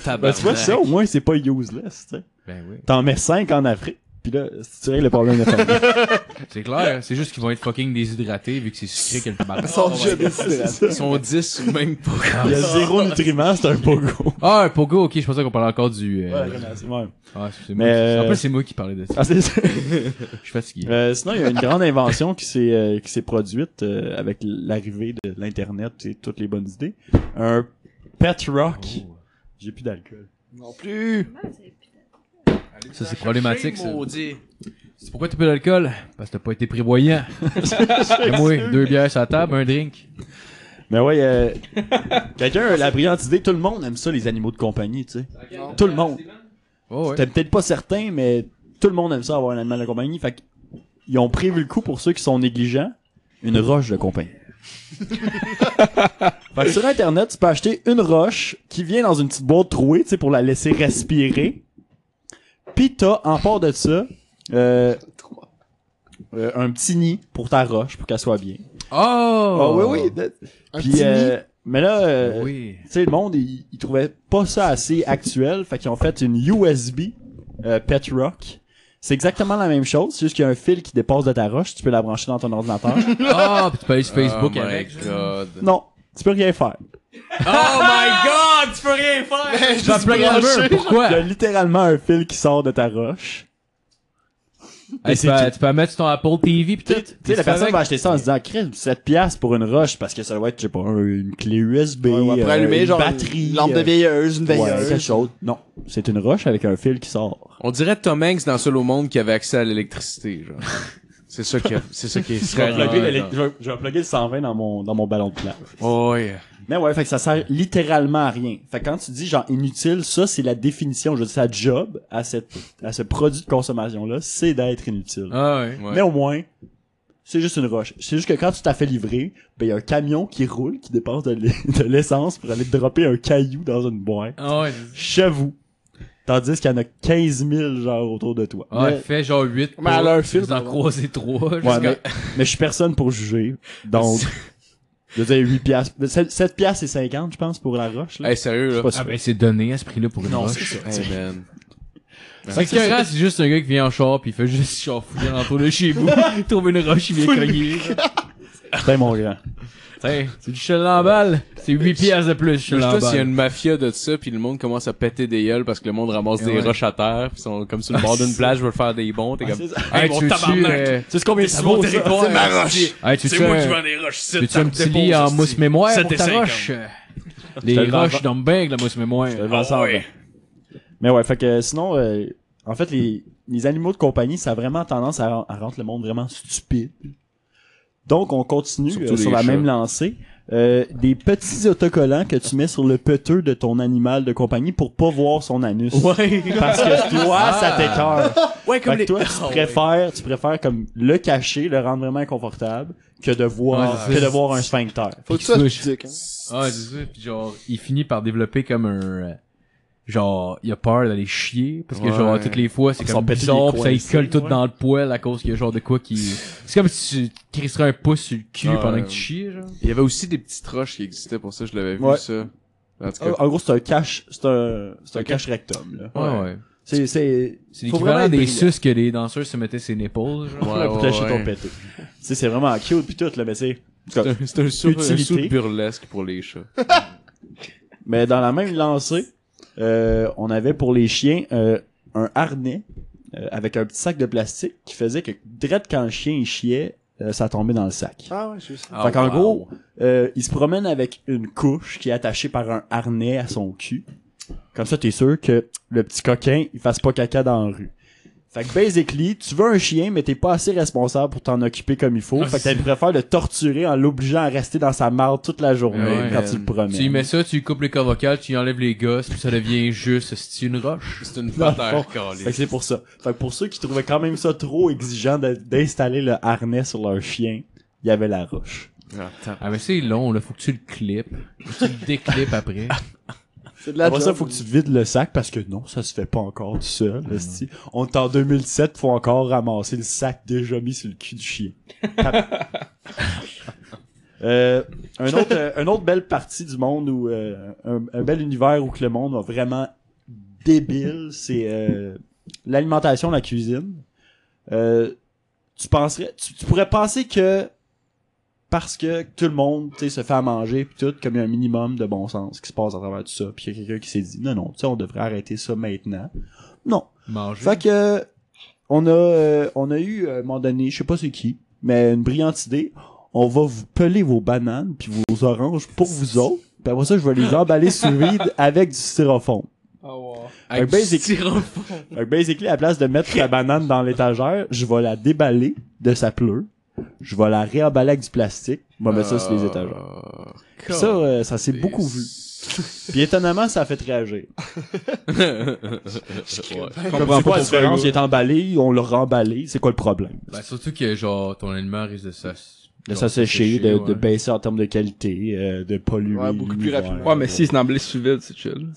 C: Ah,
F: Ben, tu vois, ça, au moins, c'est pas useless, tu sais.
D: Ben oui.
F: T'en mets 5 en Afrique. Puis là, si tu règles le problème de famille. <laughs>
D: C'est clair, hein, c'est juste qu'ils vont être fucking déshydratés vu que c'est sucré que le tabac.
E: Sans déjà décidé.
C: Ah, Ils sont 10 ou même pas.
F: Il y a zéro nutriments, c'est un pogo.
D: Ah, un pogo, ok, je pensais qu'on parlait encore du... euh,
F: Ouais.
D: ah, c'est moi qui-
F: Mais,
D: En
F: euh,
D: plus, c'est moi qui parlais de ça.
F: Ah, c'est ça.
D: Je suis fatigué.
F: Euh, sinon, il y a une grande invention qui s'est euh, qui s'est produite euh, avec l'arrivée de l'internet et toutes les bonnes idées. Un pet rock. Oh. J'ai plus d'alcool.
E: Non plus.
D: Ça, c'est problématique, ça. C'est pourquoi t'as plus d'alcool? Parce que t'as pas été
C: <laughs>
D: prévoyant. Et moi, deux bières sur la table, un drink.
F: Mais ouais, euh, <laughs> quelqu'un a la brillante idée. Tout le monde aime ça les animaux de compagnie, tu sais. Tout le monde.
D: Oh, ouais.
F: T'es peut-être pas certain, mais tout le monde aime ça avoir un animal de compagnie. Fait que, ils ont prévu le coup pour ceux qui sont négligents. Une roche
D: <laughs>
F: de compagnie. fait que sur Internet, tu peux acheter une roche qui vient dans une petite boîte trouée, tu sais, pour la laisser respirer. Pis t'as, en part de ça, euh, euh, un petit nid pour ta roche, pour qu'elle soit bien.
D: Oh!
F: Ah oui, oui. de-
E: Un
F: Puis,
E: petit
F: euh, mais là, euh,
D: Oui.
F: tu sais, le monde, il, il trouvait pas ça assez actuel. Fait qu'ils ont fait une USB euh, Pet Rock. C'est exactement la même chose, c'est juste qu'il y a un fil qui dépasse de ta roche, tu peux la brancher dans
E: <laughs>
F: ton ordinateur.
D: Ah, puis tu peux aller sur Facebook
C: oh
D: avec.
C: My God.
F: non, tu peux rien faire.
C: oh my God, tu peux rien faire.
E: Ben,
D: Jean
E: juste
D: Black Hammer,
E: branché.
D: pourquoi?
F: Il y a littéralement un fil qui sort de ta roche.
D: Hey, tu,
F: c'est
D: peux,
F: tout.
D: tu peux mettre sur ton Apple TV pis
F: Tu
D: tout.
F: sais, tu sais, la personne va acheter ça en se disant, crème, 7 piastres pour une roche, parce que ça doit être, je sais pas, une clé USB,
E: Ouais, on va
F: euh,
E: allumer
F: une
E: genre
F: batterie,
E: une lampe de
F: euh,
E: veilleuse, une
F: ouais, quelque
E: veilleuse.
F: chose. Non, c'est une roche avec un fil qui sort.
C: <laughs> On dirait Tom Hanks dans Seul au monde qui avait accès à l'électricité, genre. C'est ça qui, a- c'est ça qui est
F: Je vais,
C: serait
F: plugger
C: arrivé.
F: l'élec- je vais- je vais plugger le 120 dans mon, dans mon ballon de plage.
C: Oh, yeah.
F: Mais ouais, fait que ça sert littéralement à rien. Fait que quand tu dis genre inutile, ça c'est la définition, je dis sa job à cette à ce produit de consommation là, c'est d'être inutile.
D: Ah ouais.
C: Ouais.
F: Mais au moins c'est juste une roche. C'est juste que quand tu t'as fait livrer, ben y a un camion qui roule, qui dépense de l'e- <laughs> de l'essence pour aller te dropper un caillou dans une boîte.
D: Ah ouais.
F: Chez vous. Tandis qu'il y en a 15 000 genre autour de toi.
D: Ah,
F: mais,
D: fais genre 8
E: Mais elle a un fil,
D: Vous en
E: par
D: croisez 3
F: ouais, mais, mais je suis personne pour juger. Donc, je veux dire 8 piastres. 7 piastres et 50, je pense, pour la roche. Là.
C: Hey, sérieux,
F: Je
C: là.
F: suis pas
D: Ah
F: sûr.
D: ben c'est donné à ce prix-là pour une
F: Non,
D: roche.
C: Hey, man.
D: C'est que c'est juste un gars qui vient en char pis il fait juste genre fouiller l'entour de chez vous, il trouve une roche, il vient cogner.
F: Putain, mon grand.
D: Tiens, c'est du chel en balle. C'est 8 piastres de plus, chel en
C: Juste s'il y a
D: balle.
C: une mafia de ça, puis le monde commence à péter des gueules parce que le monde ramasse
D: Eh
C: des
D: ouais.
C: roches à terre, puis sont comme sur le bord d'une plage, veulent faire des bons, t'es
F: Ah,
C: comme...
D: Hey, tu veux-tu, euh,
F: Tu sais combien ça vaut, ça?
C: territoire,
E: C'est ma roche.
D: hey, tu veux-tu un-
G: des roches.
D: veux-tu un petit lit en mousse mémoire pour ta
G: 7,50.
D: roche?
F: Je te
D: Les
F: le
D: roches
F: vends.
D: dorment bien avec la mousse mémoire.
F: Je te le vends ça en
G: ouais.
F: vingt. Mais ouais, fait que sinon, euh, en fait, les, les animaux de compagnie, ça a vraiment tendance à, à rendre le monde vraiment stupide. Donc, on continue
C: Surtout
F: euh, sur
C: les
F: la
C: chats.
F: même lancée. Euh, des petits autocollants que tu mets sur le peteux de ton animal de compagnie pour pas voir son anus.
C: Ouais.
F: Parce que toi, ça t'écœure.
C: Ouais,
F: Fait
C: comme
F: que
C: les...
F: toi, tu préfères, tu préfères comme le cacher, le rendre vraiment inconfortable, que de voir,
D: Ouais,
F: que de
D: c'est-
F: voir un sphincter.
E: Faut que
D: Qui
E: ça
D: touche.
E: je dique, hein.
D: Ah, c'est ça. Puis genre, il finit par développer comme un... euh, Genre, il a peur d'aller chier, parce que
C: Ouais.
D: genre, toutes les fois, c'est
F: Ils sont
D: comme
F: pétés
D: bizarre,
F: les
D: pis ça
F: coins,
D: il colle
F: ici,
D: tout
F: ouais.
D: dans le poil à cause qu'il y a genre de quoi qui... C'est comme si tu crisserais un pouce sur le cul
C: Ouais.
D: pendant que tu chies, genre.
C: Il y avait aussi des petites roches qui existaient pour ça, je l'avais vu,
F: Ouais. Ah,
C: ça. En tout cas,
F: En en gros, c'est un cache, c'est un, c'est un cache rectum, là.
D: Ouais, ouais.
F: C'est, c'est,
D: C'est
F: faut vraiment
D: l'équivalent
F: être
D: des
F: brillant.
D: suces que les danseurs se mettaient ses nipples, genre.
C: Ouais,
F: pour
C: ouais,
F: cacher
C: ouais.
F: ton pété. Tu sais, c'est vraiment cute pis tout, là, mais c'est, en tout cas,
C: c'est un- c'est un sou- un
F: Utilité.
C: sou de burlesque pour les chats.
F: mais dans la même lancée, euh, on avait pour les chiens, euh, un harnais, euh, avec un petit sac de plastique qui faisait que, direct quand le chien il chiait, euh, ça tombait dans le sac.
E: Ah ouais, je sais.
C: Ah,
F: fait qu'en
C: wow.
F: gros, euh, il se promène avec une couche qui est attachée par un harnais à son cul. Comme ça, t'es sûr que le petit coquin, il fasse pas caca dans la rue. Fait que basically, tu veux un chien, mais t'es pas assez responsable pour t'en occuper comme il faut.
D: Ah,
F: fait que
D: c'est-
F: tu préfères le torturer en l'obligeant à rester dans sa marde toute la journée
D: Ouais,
F: quand
C: man.
F: tu le promènes.
D: Tu y mets ça, tu y coupes les cordes vocales, tu y enlèves les gosses, puis ça devient juste, c'est une roche.
C: C'est une
F: Dans le
C: patère,
F: fond.
C: calée.
F: Fait que c'est pour ça. Fait que pour ceux qui trouvaient quand même ça trop exigeant de- d'installer le harnais sur leur chien, il y avait la roche.
D: Ah, mais c'est long, là. Faut que tu le clips. Faut que tu le déclips
F: <laughs>
D: après.
E: C'est de la
F: Après ça,
E: job.
F: faut que tu vides le sac parce que non, ça se fait pas encore tout seul. esti. On est en 2007, faut encore ramasser le sac déjà mis sur le cul du chien. Euh, un autre, euh, un autre belle partie du monde où euh, un, un bel univers où que le monde va vraiment débile, c'est euh, l'alimentation, la cuisine. euh, tu penserais, tu, tu pourrais penser que parce que tout le monde, tu sais, se fait à manger puis tout, comme il y a un minimum de bon sens qui se passe à travers tout ça, puis il y a quelqu'un qui s'est dit non non, tu sais, on devrait arrêter ça maintenant. Non,
D: Manger.
F: fait que on a euh, on a eu à un moment donné, je sais pas c'est qui, mais une brillante idée. On va vous peler vos bananes puis vos oranges pour vous autres. Puis après ça, je vais les emballer sous vide avec du styrofoam.
G: Ah,
C: Avec
F: ben,
C: du
F: c'est-
C: styrofoam.
F: Fait que basically, à la place de mettre la banane dans l'étagère, je vais la déballer de sa pleure. Je vais la réemballer avec du plastique. Je vais mettre ça
C: Euh,
F: sur les étagères. Puis ça, euh, ça s'est beaucoup <laughs> vu. Puis étonnamment, ça a fait réagir.
C: Ouais.
F: Je comprends pas la différence. Il est emballé, on l'a remballé. C'est quoi le problème?
D: Ben, surtout que, genre, ton aliment risque de s'as-
F: de
D: genre,
F: s'assécher, de,
D: ouais.
F: de baisser en termes de qualité, euh, de polluer.
E: Ouais, beaucoup plus
F: l'univers.
E: rapidement.
G: Ouais, mais si c'est emballé sous vide, c'est chill.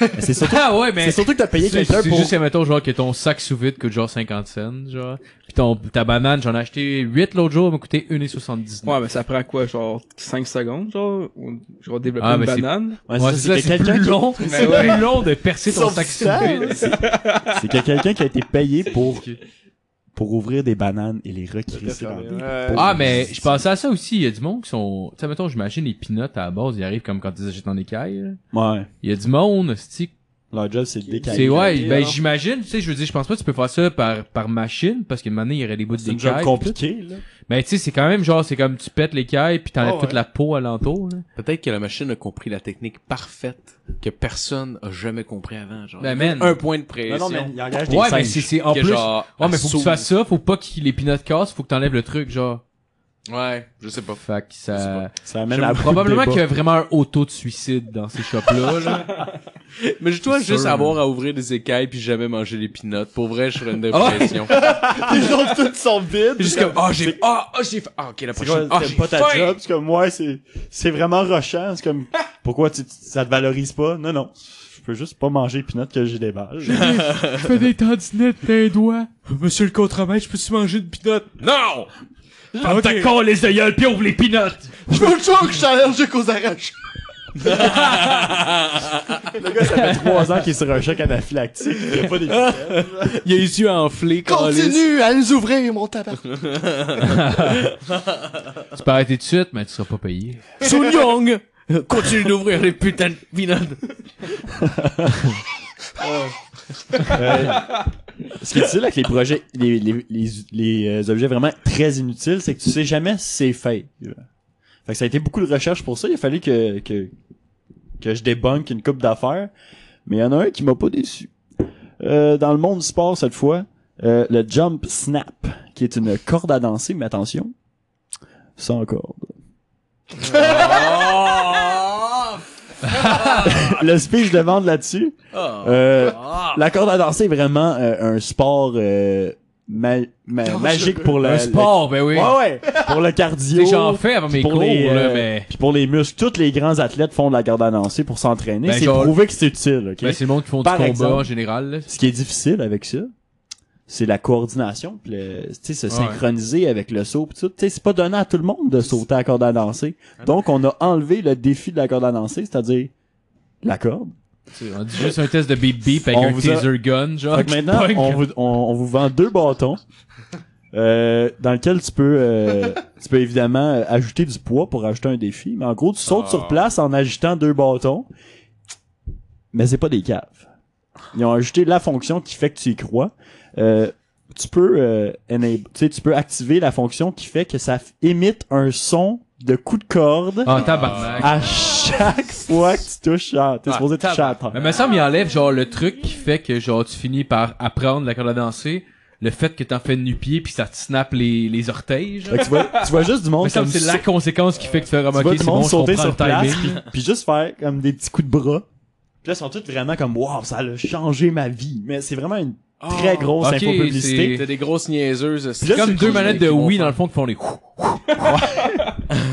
F: Mais C'est surtout,
D: <laughs> Ah ouais, mais
F: c'est surtout que t'as payé
D: C'est
F: quelqu'un
D: c'est
F: pour...
D: juste, mettons, genre, que ton sac sous vide coûte genre 50 cents, genre. Pis ton, ta banane, j'en ai acheté 8 l'autre jour, elle m'a coûté 1,79.
G: Ouais, mais ça prend quoi, genre 5 secondes, genre, ou- genre développer
D: Ah,
G: une
D: mais c'est-
G: banane?
F: Ouais,
D: Ouais,
F: c'est
D: c'est ça,
F: ça,
D: c'est
F: quelqu'un
D: plus
F: qui-
D: long.
G: Mais
D: C'est
G: ouais.
D: plus long de percer ton
F: Sauf
D: sac sous
F: ça.
D: vide.
F: C'est que quelqu'un qui a été payé pour, pour ouvrir des bananes et les recrisser dans des...
D: Ah, mais je pensais à ça aussi. Il y a du monde qui sont, tu sais, mettons, j'imagine les pinottes à la base, ils arrivent comme quand ils achètent en écaille, là.
F: Ouais.
D: Il y a du monde, hostie,
F: Leur job, c'est de décaler.
D: C'est ouais, ben
G: alors.
D: j'imagine, tu sais, je veux dire, je pense pas que tu peux faire ça par par machine parce qu'une manière il y aurait des bouts
F: C'est une job
D: d'écailles.
F: compliqué, là.
D: Mais Ben, tu sais, c'est quand même genre c'est comme tu pètes l'écaille puis t'enlèves
C: Oh,
E: Ah ouais.
D: toute la peau alentour. Là.
C: Peut-être que la machine a compris la technique parfaite que personne a jamais compris avant. Genre,
D: Ben, man.
C: un point de pression.
F: il engage
D: Ouais, mais c'est c'est en
C: que
D: plus.
C: genre,
D: ouais, mais faut que
C: assaut.
D: tu fasses ça, faut pas que les pinottes cassent, faut que t'enlèves le truc genre.
C: Ouais, je sais pas.
D: <laughs> Fait que
C: Je sais
D: ça
F: Ça amène
D: J'avoue,
F: à beaucoup de
D: probablement qu'il y
F: débats. <laughs>
D: a vraiment un auto de suicide dans ces shops là.
C: <laughs>
D: là.
C: Mais je dois
D: C'est
C: juste
D: sûr.
C: avoir à ouvrir des écailles puis jamais manger les pinottes. Pour vrai, je serais une dépression.
F: Les autres, toutes sont vides.
C: Puis juste comme, ah, j'ai, ah, ah, j'ai, fa- ah, ok, la
F: C'est
C: prochaine, ah,
F: comme,
C: j'ai
F: c'est pas ta <laughs>
C: faim.
F: job. C'est comme, ouais, c'est, c'est vraiment rochant. C'est comme, pourquoi tu, tu- ça te valorise pas? Non, non. Je peux juste pas manger les peanuts que j'ai des balles.
D: Je fais des tandinettes d'un doigt.
C: Monsieur le contre-maître, je peux-tu manger une Ah, pinotte? Non!
D: Ferme ta con les aïeuls puis ouvre les pinottes.
E: Je veux toujours que je suis allergique aux
F: <laughs>
E: arraches.
F: Le gars, ça fait trois ans qu'il est sur un choc anaphylactique. Il a pas des
C: Il a les yeux enflés, câlisse.
E: Continue à nous ouvrir, mon tabac.
D: Tu peux arrêter tout de suite, mais tu seras pas payé.
C: Sun Young! Continue d'ouvrir les putains de pinottes.
F: Euh, Ce qui est utile avec les projets, les, les, les, les, euh, objets vraiment très inutiles, c'est que tu sais jamais si c'est fake. là. Fait que ça a été beaucoup de recherches pour ça. Il a fallu que, que, que je débunk une coupe d'affaires. Mais il y en a un qui m'a pas déçu. Euh, dans le monde du sport, cette fois, euh, le jump snap, qui est une corde à danser, mais attention, sans corde. <laughs>
C: Oh!
F: le speech de vente là-dessus,
C: Oh!
F: euh,
C: Ah!
F: la corde à danser est vraiment euh, un sport euh, ma- ma- magique pour la,
D: Un sport, ben oui.
F: le- Ouais, ouais, pour le
D: Tu
F: cardio.
D: sais, j'en fais avant mes
F: pour
D: cours,
F: les,
D: là,
F: euh,
D: mais...
F: Puis pour les muscles, tous les grands athlètes font de la corde à danser pour s'entraîner.
D: Ben,
F: c'est
D: genre-
F: prouvé que c'est utile, ok?
D: ben, c'est le monde qui font
F: Par
D: du combat
F: exemple.
D: en général, là.
F: Ce qui est difficile avec ça, c'est la coordination, puis le- tu sais, se
D: Ouais.
F: synchroniser avec le saut, puis tout. Tu sais, c'est pas donné à tout le monde de sauter à la corde à danser.
D: Ah
F: Donc, on a enlevé le défi de la corde à danser, c'est-à-dire la corde.
D: Tu- On dit juste un test de beep beep avec
F: On
D: un
F: vous a-
D: taser gun, genre.
F: Fait que
D: qui
F: maintenant,
D: pogne.
F: on vous, on, on vous vend deux bâtons. Euh, dans lequel tu peux euh, tu peux évidemment euh, ajouter du poids pour ajouter un défi mais en gros tu sautes
C: Ah.
F: sur place en agitant deux bâtons mais c'est pas des caves ils ont ajouté la fonction qui fait que tu y crois Euh, tu peux euh, enable- tu sais, tu peux activer la fonction qui fait que ça f- émite un son de coup de corde
D: Ah, tabarnak.
F: à chaque fois que tu touches à- t'es
D: Ah,
F: supposé toucher à terre.
D: Mais me semble, il enlève, genre, le truc qui fait que, genre, tu finis par apprendre la corde à danser, le fait que t'en fais de nu-pied puis ça te snappe les, les orteils, genre.
F: Fait que tu vois tu vois juste du
D: Me
F: monde
D: semble
F: comme
D: que c'est la conséquence qui fait que tu fais
F: tu vois
D: remarquer,
F: du
D: c'est
F: monde
D: bon, je
F: sauter
D: comprends le
F: sur place,
D: timing.
F: puis, puis juste faire comme des petits coups de bras. Puis là, ils sont tous vraiment comme « Wow, ça a changé ma vie! » Mais c'est vraiment une
C: Ah,
F: très grosse
D: ok,
F: infopublicité.
D: c'est-
C: T'as des grosses niaiseuses.
F: Ah. Puis là,
D: C'est comme
F: c'est
D: deux
F: qui,
D: manettes de Wii, dans le fond, qui font les coups.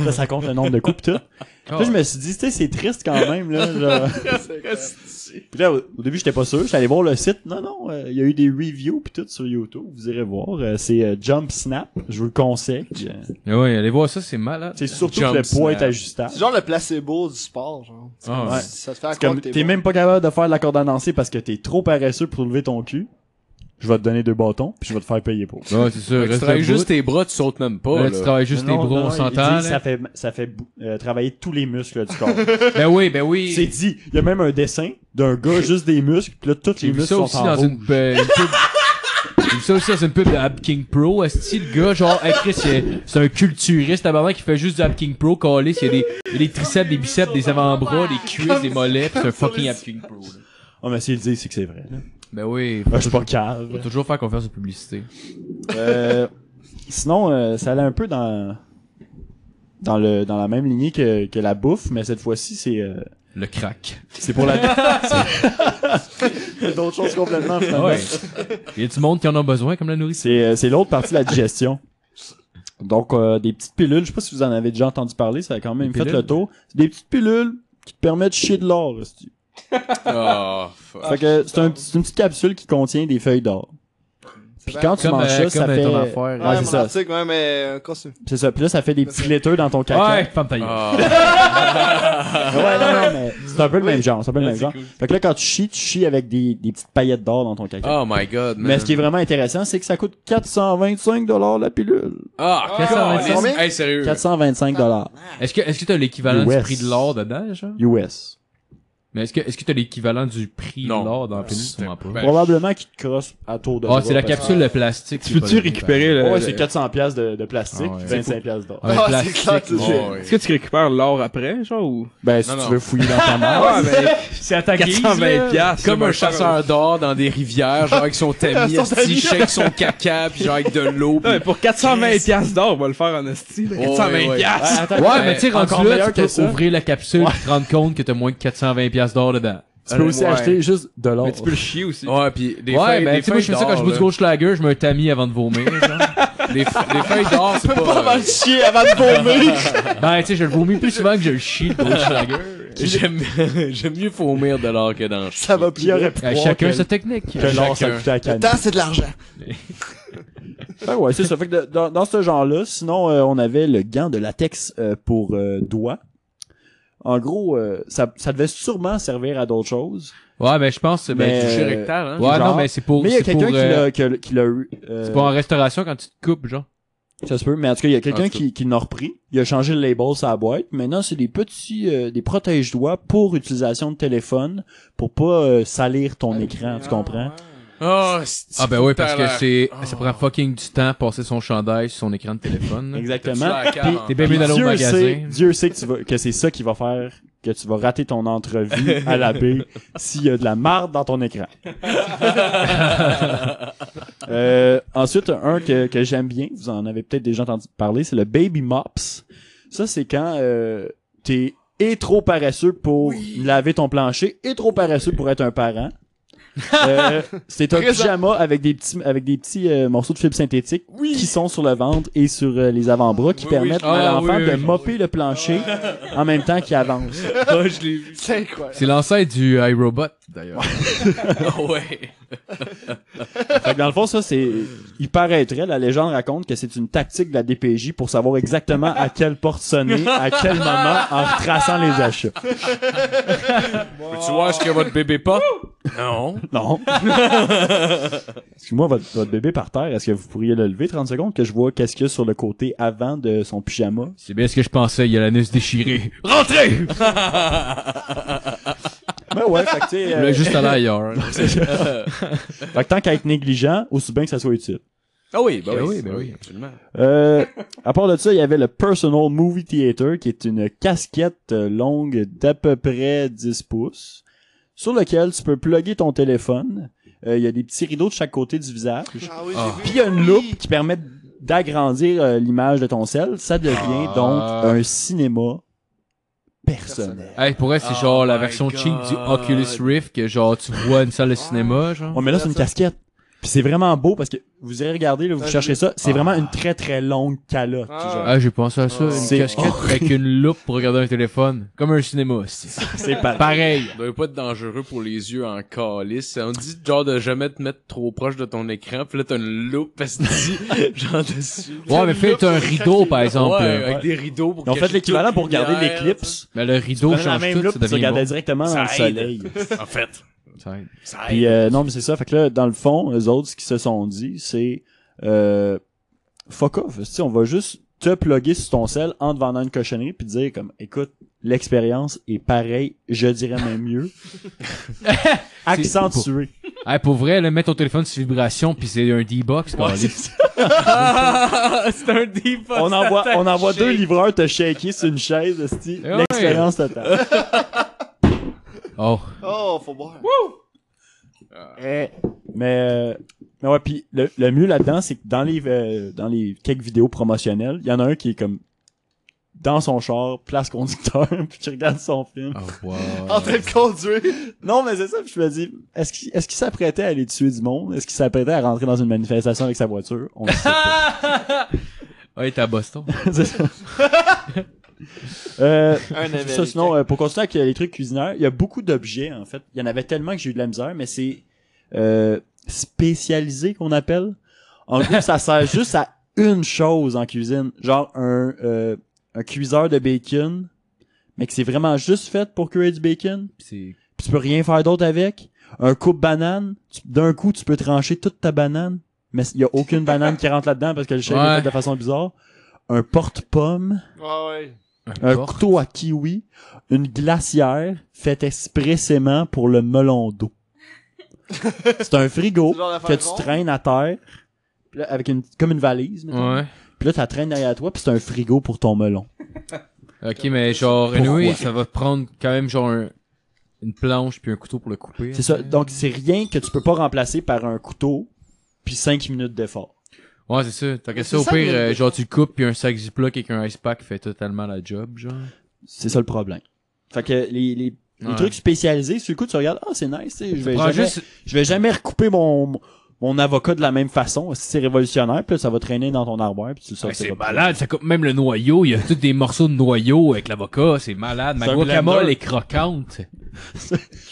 F: Là, ça compte le nombre de coups pis tout. Puis là, je me suis dit, tu sais, c'est triste quand même, là. genre. Puis là, au au début, j'étais pas sûr. J'étais allé voir le site. Non, non, euh, il y a eu des reviews pis tout sur YouTube. Vous irez voir. Euh, c'est euh, Jump Snap. Je vous le conseille. Euh,
D: Ah Ouais, allez voir ça, c'est malade.
F: C'est surtout
C: Jump
F: que le poids
C: Snap.
F: est ajustable.
E: C'est genre le placebo du sport, genre.
D: Ah, ouais.
F: Ouais.
E: Ça te fait à
F: C'est
E: croire
F: comme,
E: que t'es
F: t'es
E: bon.
F: même pas capable de faire de la corde à danser parce que t'es trop paresseux pour lever ton cul. je vais te donner deux bâtons, puis je vais te faire payer pour.
D: Ouais, c'est ça.
C: Fait que tu
D: Reste
C: travailles
D: debout.
C: juste tes bras, tu sautes même pas.
D: Là,
C: Là,
D: tu travailles juste
F: Non,
D: tes bras,
F: non,
D: on
F: il
D: s'entend.
F: dit,
D: là.
F: Ça fait, ça fait bou- euh, travailler tous les
D: <laughs>
F: muscles du corps.
D: Ben oui, ben
F: C'est
D: oui.
F: dit. Il y a même un dessin
D: <laughs>
F: d'un gars, juste des muscles, puis là, tous
D: J'ai
F: les
D: vu
F: muscles
D: ça
F: sont
D: aussi
F: en
D: dans
F: rouge.
D: une, euh, une pub. J'ai vu ça aussi dans une pub de Ab King Pro. Est-ce le gars, genre, hey, Chris, il est- c'est un culturiste avant qui fait juste du Ab King Pro, calé, il y a des, il y a des triceps, des biceps, des avant-bras, des cuisses, des mollets, pis c'est un fucking Ab King Pro. là.
F: Ah, mais s'il le dit, c'est que c'est vrai. là.
D: Ben oui.
F: Ah, je suis pas
D: Faut <laughs>
F: cave.
D: toujours faire confiance aux publicités.
F: Euh, sinon, euh, ça allait un peu dans dans le dans la même lignée que, que la bouffe, mais cette fois-ci, c'est euh,
D: Le crack.
F: c'est pour la...
D: <laughs>
F: <laughs> c'est d'autres choses complètement, finalement.
D: Ah Ouais. Il y a du monde qui en a besoin, comme la nourriture.
F: C'est, euh, c'est l'autre partie de la digestion. Donc, euh, des petites pilules, je sais pas si vous en avez déjà entendu parler, ça a quand même
D: Des
F: fait
D: pilules?
F: le tour. C'est des petites pilules qui te permettent de chier de l'or. hostie.
C: Ah, fuck.
F: fait que c'est, un petit- c'est une petite capsule qui contient des feuilles d'or. Puis quand tu
D: Comme,
F: manges
D: euh,
F: ça, ça
D: comme, euh,
F: fait...
D: ton affaire.
F: Ouais, c'est ça.
H: article, ouais, mais euh, continue.
F: C'est ça. Puis là, ça fait des petits laiteux dans ton caca. Ah,
D: Ouais, femme ta gueule.
C: Ah.
F: Ouais, non, non,
C: <laughs>
F: mais c'est un peu le même genre. C'est un peu le même genre. Fait que là, quand tu chies, tu chies avec des, des petites paillettes d'or dans ton caca.
C: Oh my god, man.
F: mais ce qui est vraiment intéressant, c'est que ça coûte 425 dollars la pilule.
C: Ah,
D: Qu'est-ce qu'on dit?
C: combien? Hey, sérieux.
F: 425 dollars
D: Est-ce que, est-ce que t'as l'équivalent du
F: US.
D: prix de l'or dedans, genre?
F: US.
D: Mais est-ce que, est-ce que t'as l'équivalent du prix de
C: Non.
D: l'or dans la pénis?
C: C'était-
D: pas.
C: ben,
F: Probablement qu'il te crosse à tour de
D: Ah,
F: bras,
D: c'est la
F: parce-
D: capsule de plastique.
G: Tu peux-tu récupérer le...
F: Ouais, c'est 400 pièces de, de plastique,
D: Ah ouais.
F: 25 pièces d'or.
D: Ah,
H: Ah, c'est clair,
D: plastique.
H: c'est
C: Oh,
H: sûr.
C: ouais.
G: Est-ce que tu récupères l'or après, genre, ou...
F: Ben, si
C: Non, non.
F: tu veux fouiller dans ta <laughs> main.
G: Ah, mais
D: C'est attaqué.
G: 420 piastres.
C: Comme un chasseur d'or dans des rivières, genre avec <laughs> son tamis,
G: Son
C: esti,
G: tamis.
C: shake son caca, puis genre avec de l'eau.
G: Non,
C: puis-
G: mais pour 420 piastres d'or, on va le faire en esti. là.
C: Ouais,
G: 420
C: ouais.
G: piastres!
F: attends,
D: Ouais, mais tu sais,
F: encore
D: rendu là,
F: meilleur
D: tu
F: que
D: peux
F: ça.
D: ouvrir la capsule pis te rendre compte que t'as moins de 420 piastres d'or dedans.
F: Tu peux aussi
G: Ouais.
F: acheter juste de l'or.
G: Mais tu peux le chier aussi.
C: Ouais, ben, puis des
D: ouais,
C: feuilles,
D: mais
C: des
D: tu sais, moi,
C: feuilles
D: je fais ça quand je
C: d'or,
D: bois du
C: <laughs> là.
D: gros Schlager, je mets un tamis avant de vomir,
F: <laughs>
D: genre.
C: Des, des feuilles d'or, c'est pas... euh,
F: chier avant de vomir.
D: ben, tu sais, je le vomis plus souvent que je le chie, le gros
F: <laughs>
D: Schlager.
C: J'aime euh, j'aime <laughs> mieux vomir de l'or que d'en chier.
H: Ça va
F: Il
H: plus.
F: aurait pu
D: Euh,
F: croire
D: chacun
F: que-
D: sa technique.
F: que l'or, ça
C: Chacun.
F: coûtait à
H: Le
F: canne.
H: temps, c'est de l'argent.
F: Ben ouais, c'est ça. Fait que de- dans, dans ce genre-là, sinon, euh, on avait le gant de latex euh, pour euh, doigts. En gros, euh, ça, ça devait sûrement servir à d'autres choses.
D: Ouais, mais je pense, ben,
F: Mais-
D: tu-
C: Toucher
F: euh,
C: rectal, hein?
D: ouais,
F: genre.
D: non, mais c'est pour,
F: Mais il y a
D: c'est pour,
F: quelqu'un qui
D: euh,
F: l'a- qui l'a- qui l'a eu. euh,
D: c'est pas en restauration quand tu te coupes, genre.
F: Ça se peut, mais en tout cas, il y a quelqu'un
C: En tout cas.
F: qui, qui l'a repris. Il a changé le label sur la boîte. Maintenant, c'est des petits, euh, des protège-doigts pour utilisation de téléphone, pour pas euh, salir ton écran, tu comprends?
C: Oh,
D: Ah, ben oui, parce que c'est,
F: Ah.
C: Oh.
D: ça prend fucking du temps passer son chandail sur son écran de téléphone. là.
F: Exactement.
C: Ah.
D: T'es bien mieux d'aller au
F: Ah, Dieu sait,
D: magasin.
F: Dieu sait que, tu vas- que c'est ça qui va faire que tu vas rater ton entrevue à la
C: <laughs>
F: baie s'il y a de la marde dans ton écran. <laughs> Euh, ensuite, un que, que j'aime bien, vous en avez peut-être déjà entendu parler, c'est le baby mops. Ça, c'est quand euh, t'es et trop paresseux pour laver ton plancher et trop paresseux pour être
D: <laughs>
F: un parent. Euh, c'est un
H: Présent.
F: pyjama avec des petits avec des petits euh, morceaux de fibres synthétiques qui sont sur le ventre et sur euh, les avant-bras qui
C: Oui, oui,
F: permettent
D: je-
F: à
D: Ah,
F: l'enfant
D: oui,
F: de
D: oui.
F: mopper le
D: <laughs>
F: plancher en même temps qu'il avance.
H: C'est incroyable.
D: C'est l'ancêtre du euh, iRobot, d'ailleurs.
C: ouais.
F: Fait que dans le fond, ça, c'est, il paraîtrait, la légende raconte que c'est une tactique de la DPJ pour savoir exactement à quelle porte sonner, à quel moment, en retraçant les achats.
C: Peux-tu voir ce que votre bébé porte? Non.
F: Non. <laughs> Excuse-moi, votre, votre bébé par terre, est-ce que vous pourriez le lever 30 secondes que je vois qu'est-ce qu'il y a sur le côté avant de son pyjama?
D: C'est bien ce que je pensais, il y a l'anus déchiré.
C: Rentrez!
F: Ben ouais, fait que, <laughs> tu sais,
D: Il
F: euh,
D: voulait juste aller ailleurs.
F: fait que tant qu'à être négligent, aussi bien que ça soit utile.
C: <laughs> Ah oui, bah
D: Ben
C: oui,
D: oui, ben
C: bah
D: oui.
C: absolument.
F: Euh, à part de ça, il y avait le Personal Movie Theater, qui est une casquette euh, longue d'à peu près 10 pouces, sur lequel tu peux plugger ton téléphone. Euh, Il y a des petits rideaux de chaque côté du visage. Puis
H: Ah oui,
C: Ah.
H: j'ai vu.
F: il y a une loupe qui permet d'agrandir euh, l'image de ton sel. Ça devient
D: Ah.
F: donc un cinéma personnel.
D: Hey, pour elle, c'est
C: Oh
D: genre la
C: my
D: version
C: God.
D: cheap du Oculus Rift que genre tu vois une salle de cinéma, genre.
F: Ouais, mais là, c'est une casquette. Puis c'est vraiment beau parce que vous irez regarder, là, vous
H: Ah,
F: cherchez ça. C'est
D: Ah.
F: vraiment une très très longue calotte.
H: Ah.
F: genre.
D: Ah, j'ai pensé à ça, une
F: C'est
D: casquette avec une loupe pour regarder un téléphone, comme un cinéma aussi.
F: C'est pas
D: Pareil.
C: Ça doit pas être dangereux pour les yeux en calice. On dit genre de jamais te mettre trop proche de ton écran, pis là t'as une loupe parce que tu dis, <laughs> genre dessus.
D: Ouais, mais faites un rideau par exemple.
C: Ouais,
D: là.
C: avec des rideaux pour
F: Ils ont fait
C: cacher
F: l'équivalent
C: toute
F: pour regarder
C: lumière,
F: l'éclipse.
D: Mais le rideau
F: Prenez la
D: change
F: même
D: tout,
F: loupe,
D: ça
F: tu
D: devient
F: regardais
D: bon.
F: directement
C: Ça
F: dans le
C: aide.
F: soleil.
C: tu sais. En fait.
D: Ça aide.
C: Ça
F: Puis euh, non, mais c'est ça. Fait que là, dans le fond, eux autres, ce qu'ils se sont dit, c'est euh, fuck off. Tu sais, on va juste te plugger sur ton sel en te vendant une cochonnerie puis te dire comme écoute l'expérience est pareille je dirais
D: <laughs>
F: même mieux accentué
D: Hey, pour vrai, là, mets ton téléphone sur vibration puis c'est un D-Box. quoi.
C: c'est un deep
F: on envoie on envoie deux livreurs te shaker sur une chaise esti.
D: Eh ouais.
F: l'expérience totale
D: oh.
E: Oh, faut boire.
F: Eh, mais, euh, mais ouais, puis le, le mieux là-dedans, c'est que dans les euh, dans les quelques vidéos promotionnelles, il y en a un qui est comme dans son char, place conducteur, <laughs> puis tu regardes son film.
D: Oh, wow.
E: En train de conduire.
F: Non, mais c'est ça, puis je me dis, est-ce qu'il est-ce qu'il s'apprêtait à aller tuer du monde? Est-ce qu'il s'apprêtait à rentrer dans une manifestation avec sa voiture? On le <laughs> sait pas.
D: Ouais, t'es Ah, à Boston.
F: C'est ça. Euh,
H: Un
F: ça, sinon, euh, pour continuer avec euh, les trucs culinaires, il y a beaucoup d'objets, en fait. Il y en avait tellement que j'ai eu de la misère, mais c'est euh, spécialisé qu'on appelle. En gros, ça sert juste à une chose en cuisine. Genre un, euh, un cuiseur de bacon, mais que c'est vraiment juste fait pour cuire du bacon.
D: Pis c'est-
F: Puis tu peux rien faire d'autre avec. Un coupe banane, tu- d'un coup, tu peux trancher toute ta banane, mais il y a aucune banane qui rentre là-dedans parce que le chef
D: Ouais.
F: est fait de façon bizarre. Un porte-pomme
H: Ah ouais.
D: Oh,
F: un
D: porc.
F: couteau à kiwi, une glacière faite expressément pour le melon d'eau.
D: <laughs>
F: c'est un frigo
H: C'est genre
F: que
H: d'affaire
F: tu
H: ronde?
F: traînes à terre, pis là, avec une comme une valise, mettons.
D: Ouais.
F: puis là tu la traînes derrière toi, puis c'est un frigo pour ton melon.
D: Ok, mais genre, anyway, ça va te prendre quand même genre un- une planche puis un couteau pour le couper. hein.
F: C'est ça. Donc c'est rien que tu peux pas remplacer par un couteau, puis cinq minutes d'effort.
D: Ouais, c'est ça. T'as qu'à
H: Mais
D: ça,
H: c'est
D: au
H: ça,
D: pire,
H: mais-
D: euh, genre, tu le coupes puis un sac Ziploc avec un ice pack fait totalement la job, genre.
F: C'est ça le problème. Fait que les les, les
D: Ouais.
F: trucs spécialisés, sur le coup tu regardes, ah c'est nice, tu sais, je vais
D: Prends
F: jamais
D: juste
F: je vais jamais recouper mon mon avocat de la même façon. Si c'est révolutionnaire, puis là, ça va traîner dans ton armoire, puis tu le
D: Ouais,
F: sortiras
D: Ah, c'est
F: plus.
D: malade, ça coupe même le noyau, il y a tous des morceaux de noyau avec l'avocat, c'est malade. Ma
F: C'est un
D: guacamole
F: blender.
D: est croquante.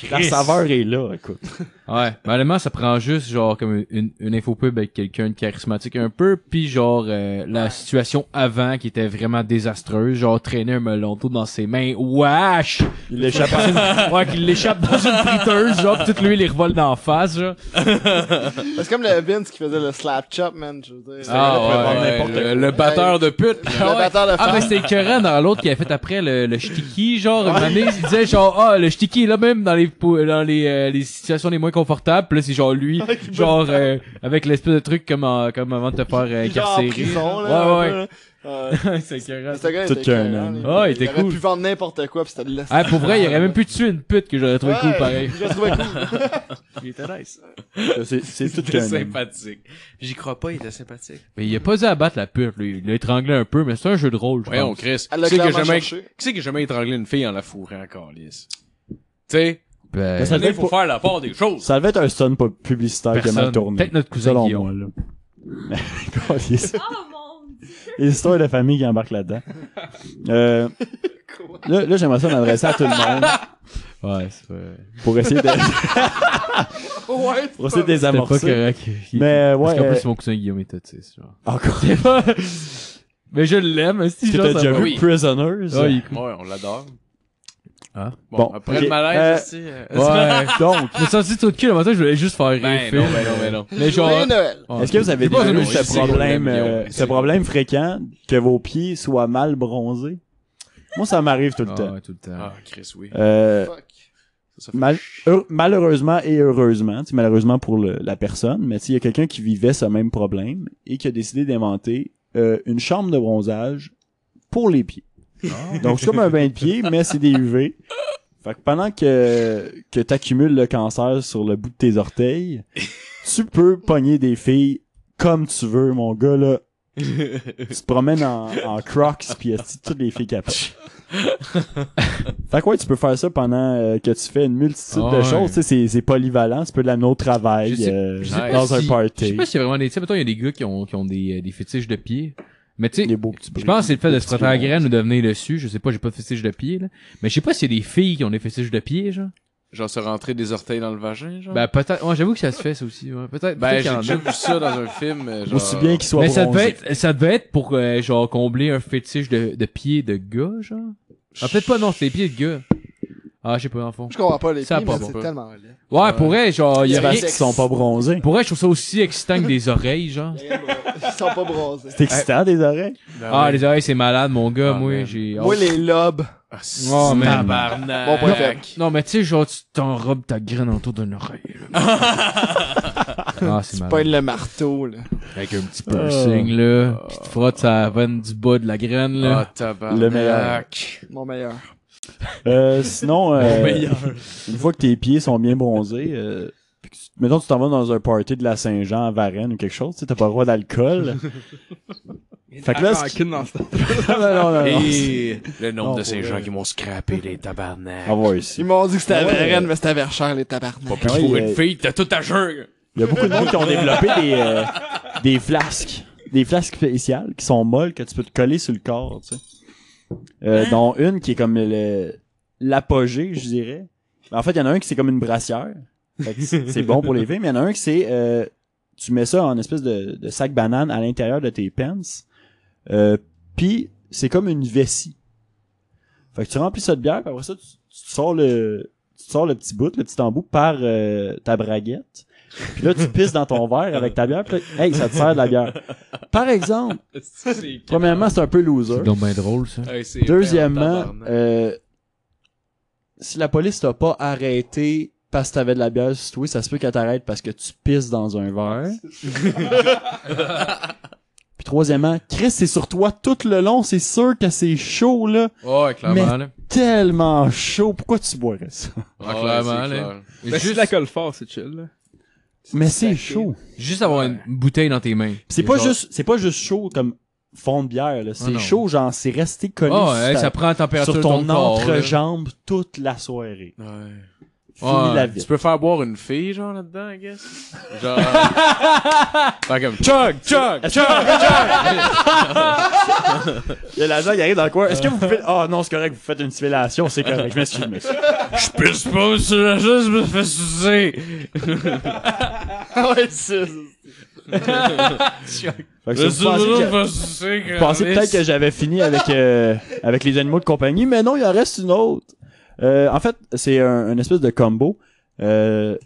F: La saveur est là, écoute.
D: Ouais, malheureusement, ça prend juste genre comme une, une infopub avec quelqu'un de charismatique un peu, puis genre euh, la situation avant qui était vraiment désastreuse, genre traîner un melon d'eau dans ses mains, wesh!
F: Il l'échappe.
D: <laughs>
E: <laughs>
D: ouais, qu'il l'échappe dans une friteuse, genre, pis toute l'huile il revole d'en face, genre.
E: C'est comme le Vince qui faisait le slap chop, man. Je veux dire.
D: Ah,
E: Le gars pouvait prendre
D: ouais,
E: n'importe
C: le,
E: quoi.
C: le batteur
D: <laughs>
C: de pute.
E: Le batteur de
D: Ah,
E: femme.
D: mais c'était écœurant dans l'autre qui a fait après le, le shtiki, genre, une année, il disait genre, ah, le shtiki, là, même dans les, pou- dans les, euh, les situations les moins confortables, pis là, c'est genre lui, genre, euh, avec l'espèce de truc comme, en- comme avant de te faire euh,
E: Genre en
D: incarcérer.
E: prison, là.
D: ouais, <laughs> ouais.
E: un peu, là. Ouais.
D: c'est écœurant.
E: Ce gars
F: Tout
E: était
F: qu'un
E: écœurant,
F: homme.
E: là.
D: Ah, il était
E: aurait
D: cool.
E: pu vendre n'importe quoi, puis c'était de la
D: Ah, pour vrai, il aurait même pu tuer une pute que j'aurais trouvé
E: Ouais,
D: cool pareil.
E: Je le trouvais
D: <laughs>
E: cool.
H: Il était nice.
F: C'est c'est euh, tout
C: C'était
F: qu'un homme.
C: sympathique.
H: J'y crois pas, il était sympathique.
D: Mais il a pas dû abattre la pute, lui. Il l'a étranglé un peu, mais c'est un jeu de rôle, je
C: Voyons,
D: pense.
C: Chris.
E: Elle
C: Qui
E: l'a
C: c'est que
E: clairement
C: jamais, qui
E: cherché. <laughs>
C: c'est que jamais étranglé une fille en la fourrant encore, lisse? Tu sais,
D: Ben,
F: Ça devait
C: il faut
F: pas-
C: faire la part des choses.
F: Ça devait être un stun pub- publicitaire qui a mal
D: personne.
F: tourné.
D: Peut-être notre cousin
F: Selon
D: Guillaume.
F: moi, là. Mais, câlisse.
A: Oh mon
F: <laughs> les histoires de famille qui embarquent là-dedans. Euh, là, là j'aimerais ça m'adresser à tout le monde
D: Ouais, c'est vrai.
F: pour essayer de... pour essayer de
D: C'était pas
F: désamorcer.
D: correct. Il-
F: Mais
D: Parce
F: ouais,
D: qu'en
F: euh,
D: plus, mon cousin Guillaume est autiste, genre.
F: encore.
D: Mais je l'aime, si
F: Tu
D: genre,
F: t'as
D: ça
F: déjà
D: va.
F: vu
C: oui.
D: <laughs>
F: Prisoners?
D: Ah, il-
C: Ouais, on l'adore.
D: Ah.
C: Bon,
F: Bon,
C: après
F: ok.
C: le
F: Euh,
C: malaise, aussi.
D: Ouais.
F: Donc,
D: Je me suis sorti de trou de cul le matin, je voulais juste faire
C: Ben
D: rire.
C: non, ben non, ben non.
D: Mais genre...
E: Joyeux Noël.
D: ouais.
F: Est-ce que vous avez
D: J'ai pas
F: déjà
D: vu
F: eu
D: le-
F: ce
D: Ah, c'est-
F: problème,
C: c'est-
F: euh,
C: c'est-
F: ce problème fréquent que vos pieds soient mal bronzés? Moi, ça m'arrive tout le
D: Ah,
F: temps.
D: ouais, tout le temps.
C: Ah, Chris, oui.
F: Euh,
E: Fuck.
C: Ça, ça fait
F: mal-
C: chier.
F: heure- malheureusement et heureusement, tu sais, malheureusement pour le- la personne, mais tu sais, il y a quelqu'un qui vivait ce même problème et qui a décidé d'inventer euh, une chambre de bronzage pour les pieds.
D: Ah.
F: Donc, c'est comme un bain de pieds, mais c'est des UV. Fait que pendant que, que t'accumules le cancer sur le bout de tes orteils, tu peux pogner des filles comme tu veux, mon gars, là. tu te promènes en, en crocs pis esti, toutes les filles capables. fait que ouais, tu peux faire ça pendant euh, que tu fais une multitude
D: Ah
F: de
D: ouais.
F: choses. Tu sais, c'est- c'est polyvalent. Tu peux l'amener au travail,
D: Je sais-
F: euh,
D: je sais pas
F: dans
D: si-
F: un
D: Je sais
F: party.
D: pas s'il y a vraiment des... Tu sais, mettons, il y a des gars qui ont, qui ont des, euh, des fétiches de pieds. Mais tu sais,
F: Des beaux petits
D: je pense que c'est le fait de se
F: Des petits
D: frotter à la
F: pieds.
D: graine ou de venir dessus. Je sais pas, j'ai pas de fétiche de pieds, là. Mais je sais pas s'il y a des filles qui ont des fétiches de pieds, genre.
C: Genre se rentrer des orteils dans le vagin, genre.
D: Ben, peut-être, ouais, j'avoue que ça se fait, ça aussi, ouais. Peut-être,
C: Ben,
D: peut-être
C: j'ai
D: qu'il y
C: déjà
D: en a.
C: vu ça dans un film. euh, Genre...
F: Aussi bien qu'ils soient
D: Mais ça devait
F: bronzés.
D: être, ça devait être pour, euh, genre, combler un fétiche de, de pieds de gars, genre. Ah, peut-être pas, non, c'est les pieds de gars. Ah, je sais pas, en fond.
E: Je comprends pas les
D: Ça a
E: prix,
D: pas
E: mais
D: bon.
E: c'est tellement laid.
D: Ouais, pour vrai, genre, il y a
F: parce
D: rien.
F: qu'ils sont pas bronzés.
D: Pour vrai, je trouve ça aussi excitant que des oreilles, genre.
E: Ils sont pas bronzés.
F: C'est excitant, des oreils.
C: Ben
D: Ah, les oreilles, c'est malade, mon gars,
C: Ah,
D: moi,
C: man.
D: j'ai...
E: Moi, les lobes.
C: Ah,
D: Oh, man.
C: Tabarnak.
E: Bon point faible.
D: Non, mais tu sais, genre, tu t'enrobes ta graine autour d'une oreille, là. Ah, c'est
E: Tu
D: malade.
E: pognes le marteau, là.
D: Avec un petit piercing, là, pis tu te frottes à la veine du bas de la graine, là.
C: Ah, tabarnak.
F: Le meilleur.
E: Mon meilleur.
F: Euh, sinon, euh, une fois que tes pieds sont bien bronzés, euh, pis que tu- mettons tu t'en vas dans un party de la Saint-Jean à Varennes ou quelque chose, tu sais, t'as pas le droit d'alcool. fait que là, ce qui-
G: Rancune dans ce <laughs> temps.
F: <laughs> non, non, non, non.
C: Et le
F: Non,
C: nombre de
F: pour
C: ces
F: vrai. Ah
C: gens qui m'ont scrappé les tabarnak.
F: On va ici.
E: Ils m'ont dit que c'était à
F: Ouais.
E: Varennes, mais c'était à Verchères, les tabarnak.
F: Ah ouais,
C: Pour
F: il y a-
C: une fille, t'as tout à jeun.
F: Il y a beaucoup de monde qui ont développé des, euh, des flasques. Des flasques spéciales qui sont molles que tu peux te coller sur le corps, tu sais. Euh, Dont une qui est comme le- l'apogée, je dirais. Mais En fait, il y en a un qui c'est comme une brassière. Fait que C'est c'est bon pour les filles, mais il y en a un qui c'est euh, tu mets ça en espèce de, de sac banane à l'intérieur de tes pants. Euh, Puis c'est comme une vessie. Fait que tu remplis ça de bière, puis après ça, tu, tu te sors le. Tu te sors le petit bout, le petit embout par euh, ta braguette. Puis <laughs> là, tu pisses dans ton verre avec ta bière. Puis là, hey, ça te sert de la bière. <laughs> Par exemple,
C: C'est
F: premièrement, c'est un peu loser.
D: C'est donc bien drôle, ça.
F: Deuxièmement, euh, si la police t'a pas arrêté parce que t'avais de la bière sur toi, ça se peut qu'elle t'arrête parce que tu pisses dans un verre. Puis troisièmement, Chris, c'est sur toi tout le long. C'est sûr que c'est chaud, là.
D: Ouais, clairement,
F: euh, Mais-
D: là.
F: Tellement chaud. Pourquoi tu boirais ça?
D: Ah, clairement, là.
G: Mais si
D: Juste,
G: tu la colle fort, c'est chill, là.
F: Mais c'est chaud.
D: juste avoir une bouteille dans tes mains.
F: C'est pas
D: Genre-
F: juste, c'est pas juste chaud comme fond de bière, là. C'est
D: non.
F: chaud, genre, c'est resté collé
D: Ah,
F: sur
D: ouais,
F: ta-
D: ça prend la température
F: sur
D: de
F: ton,
D: ton corps, là.
F: entrejambe toute la soirée. Fini
D: Ouais.
F: la
C: Tu
F: vie.
C: peux faire boire une fille, genre, là-dedans, I <laughs> guess? Genre... Faire comme...
F: Chug, chug, chug, <laughs> Il y a l'agent qui arrive dans le coin. Est-ce que vous pouvez... Ah non, c'est correct, vous faites une fellation, c'est correct. Je m'excuse, monsieur.
C: Je pisse pas sur la chaise, je me fais
F: <laughs>
C: sucer!
E: Ah ouais, c'est
F: Fait que
C: Je
F: ça, vous pensez que-
C: me fais sucer,
F: vous pensez peut-être que j'avais fini avec, euh, avec les animaux de compagnie, mais non, il en reste une autre. Euh, en fait, c'est un, une espèce de combo. Euh,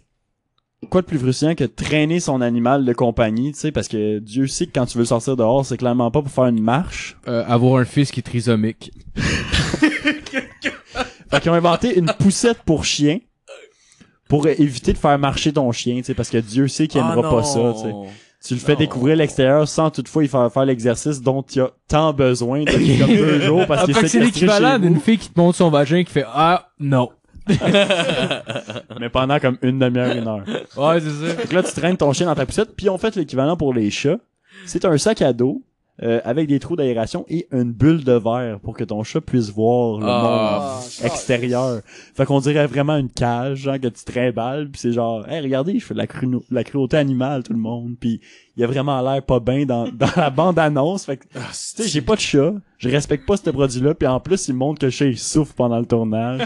F: quoi de plus frustrant que traîner son animal de compagnie, tu sais, parce que Dieu sait que quand tu veux le sortir dehors, c'est clairement pas pour faire une marche.
D: Euh, avoir un fils qui est trisomique.
F: Fait qu'ils ont inventé une poussette pour chien pour euh, éviter de faire marcher ton chien, tu sais, parce que Dieu sait qu'il
D: Ah
F: aimera pas ça, tu sais. Tu le fais
C: Non.
F: découvrir l'extérieur sans toutefois y faire faire l'exercice dont il a tant besoin depuis
D: <laughs>
F: comme deux jours parce
D: Ah,
F: qu'il
D: fait
F: s'est
D: que c'est
F: séquestré
D: l'équivalent
F: chez
D: d'une
F: vous.
D: fille qui te montre son vagin et qui fait Ah, non.
F: Mais pendant comme une demi-heure, une heure.
D: Ouais, c'est ça.
F: Fait que là, tu traînes ton chien dans ta poussette, puis on fait l'équivalent pour les chats. C'est un sac à dos euh, avec des trous d'aération et une bulle de verre pour que ton chat puisse voir le monde
E: Ah,
F: extérieur. Fait qu'on dirait vraiment une cage, genre que tu trimbales, pis c'est genre, hey, regardez, je fais de la, cruno- la cruauté animale, tout le monde, pis il a vraiment l'air pas bien dans, <laughs> dans la bande-annonce. Fait que, tu
C: Ah,
F: sais, j'ai pas de chat, je respecte pas ce produit-là, pis en plus, il montre que le chat, il souffre pendant le tournage.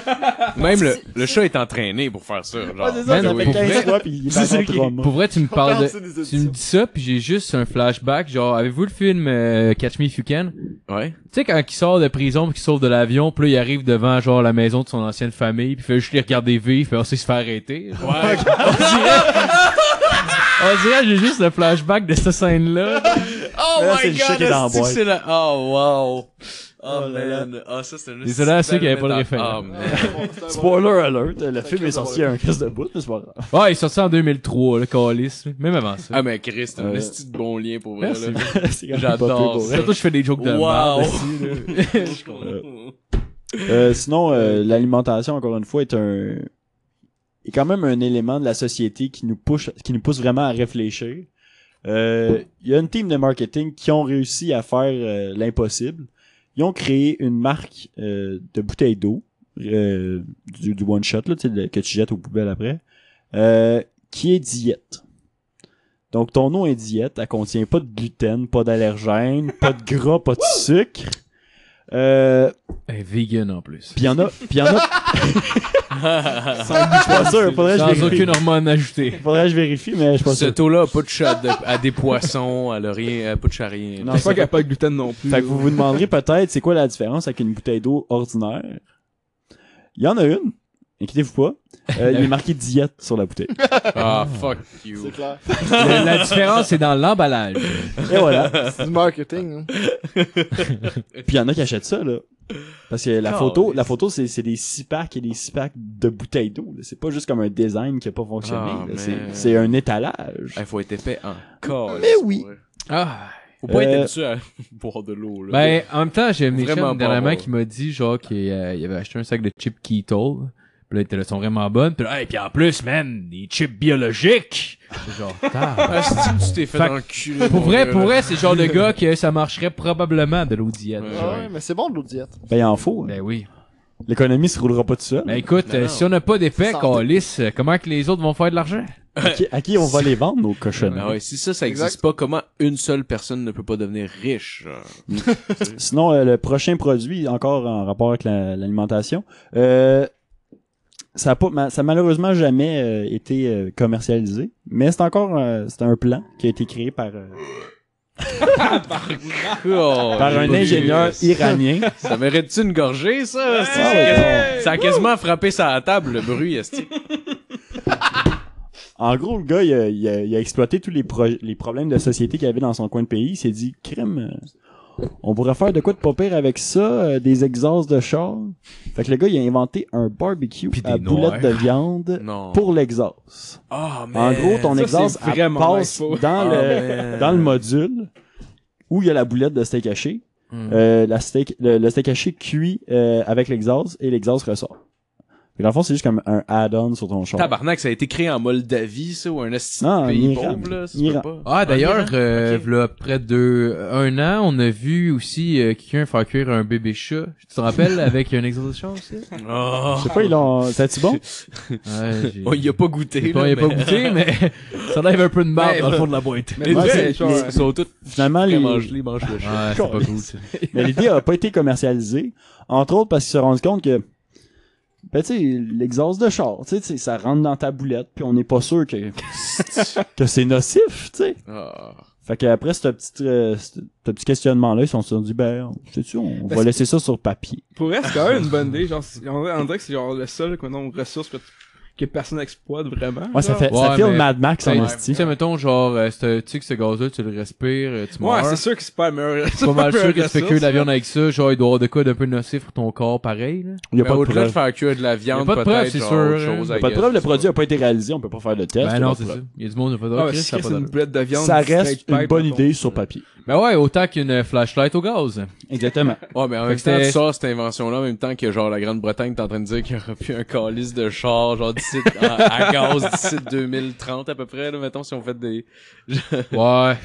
C: Même le, le chat est entraîné pour faire ça, genre.
F: Ah, c'est
D: ça,
F: ça,
D: ça
F: ça
D: non, fait
F: fait
D: pour 15 vrai.
F: 15 fois, pis il est
D: ça
F: en
D: qui-
F: trauma.
D: Pour vrai, tu me parles de.
E: des
D: Tu me dis ça, puis j'ai juste un flashback. Genre, avez-vous le film euh, Catch Me If You Can?
C: Ouais.
D: Tu sais, quand il sort de prison, puis qu'il sauve de l'avion, puis là, il arrive devant, genre, la maison de son ancienne famille, puis il fait juste les regarder vivre, puis on sait se faire arrêter. <laughs> Ouais. on dirait... On dirait, Ah, j'ai juste le flashback de cette scène-là.
C: Oh
F: Mais là, c'est le chat qui est dans la
C: est-ce que
F: boîte.
C: c'est la... Oh, wow. Oh,
F: là
C: man. Ah, ça, c'est un...
D: Désolé à ceux qui avaient pas le référent.
E: Ah,
C: référent.
F: Spoiler alert, le film est sorti à un crise de bout, mais c'est
D: <laughs>
F: pas grave.
D: Ouais, il est sorti en 2003, le Calis. Même avant ça.
C: Ah, mais Chris, t'as un
F: Euh,
C: esti de bon lien pour vrai,
D: Merci.
C: là.
F: C'est quand même pas peu
D: J'adore
F: pour
D: ça.
F: vrai.
D: Surtout, je fais des jokes de
C: Wow.
D: merde.
F: Euh, sinon, euh, l'alimentation, encore une fois, est un est quand même un élément de la société qui nous pousse, qui nous pousse vraiment à réfléchir. Euh, Il y a une team de marketing qui ont réussi à faire euh, l'impossible. Ils ont créé une marque euh, de bouteilles d'eau, euh, du, du one shot là, tu sais, le- que tu jettes aux poubelles après, euh, qui est diète. Donc ton eau est diète, elle contient pas de gluten, pas d'allergènes, pas de gras, pas de sucre. Euh,
D: Eh, vegan en plus.
F: Pis y en a, pis y en a.
C: <laughs>
F: Je suis pas sûr, faudrait que je
D: Sans
F: vérifie.
D: aucune hormone ajoutée.
F: Faudrait que je vérifie, mais je suis pas sûr.
C: Ce taux-là a pas de chat de- à des poissons, elle a rien, elle a pas de chat à rien.
F: Non,
G: Je crois
F: c'est
G: qu'il n'y a pas de gluten non plus.
F: Fait que vous vous demanderez peut-être c'est quoi la différence avec une bouteille d'eau ordinaire. Il y en a une. Inquiétez-vous pas. Euh, il est marqué diète sur la bouteille.
C: Ah, fuck you.
E: C'est clair.
D: La, la différence, c'est dans l'emballage.
F: Et voilà.
E: C'est du marketing. hein.
F: Puis il y en a qui achètent ça, là. Parce que la
H: Calisse.
F: photo, la photo, c'est, c'est des six packs et des six packs de bouteilles d'eau. là. C'est pas juste comme un design qui a pas fonctionné.
H: Ah,
F: là.
H: mais-
F: c'est, c'est un étalage.
C: Il Eh, faut être épais en
F: Mais oui.
D: Ah.
C: Faut pas être
F: Euh,
C: habitué à <laughs> boire de l'eau, là.
D: Ben, en même temps, j'ai une
C: Vraiment
D: Michel
C: pas
D: dernièrement
C: bon.
D: qui m'a dit, genre, qu'il euh, il avait acheté un sac de chips keto. Puis là, elles sont vraiment bonnes. Puis là, hey, puis en plus, man, des chips biologiques. C'est
C: <laughs>
D: genre, tard.
C: Ah, si tu t'es fait
D: Fait-
C: dans le cul, là,
D: Pour
C: mon
D: vrai,
C: gars,
D: pour
C: là.
D: vrai, c'est le genre de gars que ça marcherait probablement de l'eau diète.
C: Ouais.
E: Ah ouais, mais c'est bon de l'eau de diète.
F: Ben, il en faut. hein.
D: Ben oui.
F: L'économie se roulera pas tout seul.
D: Ben écoute,
C: Ben
D: euh,
C: non.
D: si on n'a pas d'effet,
E: Santé.
D: qu'on lisse, comment que les autres vont faire de l'argent?
F: À, qui, à qui on va les vendre, nos cochonneries?
C: Ah ouais, si ça, ça
E: Exact.
C: existe pas, comment une seule personne ne peut pas devenir
D: <laughs>
C: riche? Oh, genre?
F: Sinon, euh, le prochain produit, encore en rapport avec la- l'alimentation, euh, ça a pas, ma- ça a malheureusement jamais euh, été euh, commercialisé, mais c'est encore euh, c'est un plan qui a été créé par, euh, par
D: <laughs>
F: un ingénieur iranien.
C: Ça mérite-tu une gorgée, ça? C'est-
F: Ah ouais,
C: Ça a quasiment frappé ça à la table, le bruit, esti.
F: non. En gros, le gars, il a, il a- il a exploité tous les, proj- les problèmes de société qu'il avait dans son coin de pays. Il s'est dit, crème, euh, on pourrait faire de quoi de pas pire avec ça, euh, des exhausts de char. Fait que le gars, il a inventé un barbecue
D: Puis des
F: à
D: noirs.
F: boulettes de viande
C: Non.
F: pour l'exhaust.
C: Ah, mais...
F: En gros, ton
G: ça,
F: exhaust
G: c'est
F: elle
G: vraiment nice,
F: passe
G: faut-
F: dans, le, <laughs> dans le module où il y a la boulette de steak haché. Euh, la steak, le, le steak haché cuit euh, avec l'exhaust et l'exhaust ressort. Mais dans le fond, c'est juste comme un add-on sur ton char.
C: Tabarnak, ça a été créé en Moldavie, ça, ou un esti
F: Non, en
C: de pays
F: Iran.
C: pauvre, là. ça se
F: Iran.
C: peut pas.
D: Ah d'ailleurs,
C: Ok.
D: euh,
C: Ok.
D: v'là près de euh, un an, on a vu aussi euh, quelqu'un faire cuire un bébé chat. Tu te <laughs> rappelles avec un exhaust de chat aussi euh,
C: Oh.
F: Je sais pas, ils l'ont... C'est-tu
C: <laughs>
F: bon?
D: <laughs> Ouais, j'ai-
C: Oh, il a pas goûté,
D: J'ai pas,
C: là,
D: j'ai pas
C: mais- <laughs>
D: goûté, mais <laughs> ça lève un peu de barbe
C: Ouais,
D: dans le fond de la boîte.
G: Mais
C: Les
G: moi,
F: Ouais,
C: vrais,
G: c'est
C: ils
G: genre, euh,
C: ils sont tous
F: Finalement,
C: prêts à
F: les-
C: manger, ils mangent le chien.
D: Ouais, c'est pas cool ça.
F: <laughs> Mais l'idée a pas été commercialisée. Entre autres parce qu'ils se rendent compte que ben, tu sais, l'exhaust de char, tu sais, tu sais, ça rentre dans ta boulette, puis on n'est pas sûr que, <laughs> que c'est nocif, tu sais.
C: Ah.
F: Fait qu'après ce petit, euh, ce ce petit questionnement-là, ils se sont dit, ben, sais-tu, on
G: Parce
F: va laisser ça sur papier.
G: Pour vrai, c'est quand même une bonne idée. Genre, c'est- on, on dirait que c'est genre le seul qu'on a ressource que, que personne n'exploite vraiment.
F: Ouais, ça
G: genre.
F: fait, ça
D: Ouais,
F: fait
D: mais-
F: Mad Max en
D: Tu sais, Tu
F: esti.
D: sais, mettons, genre, euh, c'est- tu sais que ce gaz-là, tu le respires, euh, tu
G: Ouais,
D: meurs.
G: c'est sûr que c'est pas la meilleure. <laughs>
D: C'est pas mal sûr que tu fais cuire de la viande avec ça, genre, il doit y avoir de quoi d'un peu nocif pour ton corps, pareil, là.
F: Il y a
C: Mais
F: pas de
C: au-delà de
F: preuve.
C: faire cuire de la viande,
D: pas de preuve,
C: peut-être,
D: c'est
C: genre,
D: sûr,
C: autre
D: hein.
C: chose,
D: Y a
C: I
F: Il y a pas de
C: guess,
F: preuve, le
C: je sais
F: produit a pas été réalisé, on peut pas faire de test.
D: Ben
F: il y a
D: non,
F: pas
D: c'est
F: de
D: ça.
F: preuve.
D: Il y a du monde, qui va dire,
G: Ah,
D: Ah,
G: ouais,
D: Chris,
G: si
D: ça a
G: c'est
D: pas
G: une
D: d'allure.
G: boulette de viande.
F: Ça
G: du
F: reste
G: steak
F: une
G: pipe,
F: bonne
G: mettons.
F: idée sur papier.
D: Ben ouais, autant qu'une flashlight au gaz.
F: <laughs> Exactement.
C: Ouais, mais en même
D: que
C: temps,
D: c'était-
C: tu sors cette invention-là, en même temps que, genre, la Grande-Bretagne est en train de dire qu'il y aura plus un calice de char, genre, d'ici, à, à gaz, d'ici 2030, à peu près, là, mettons, si on fait des, <laughs>
D: Ouais.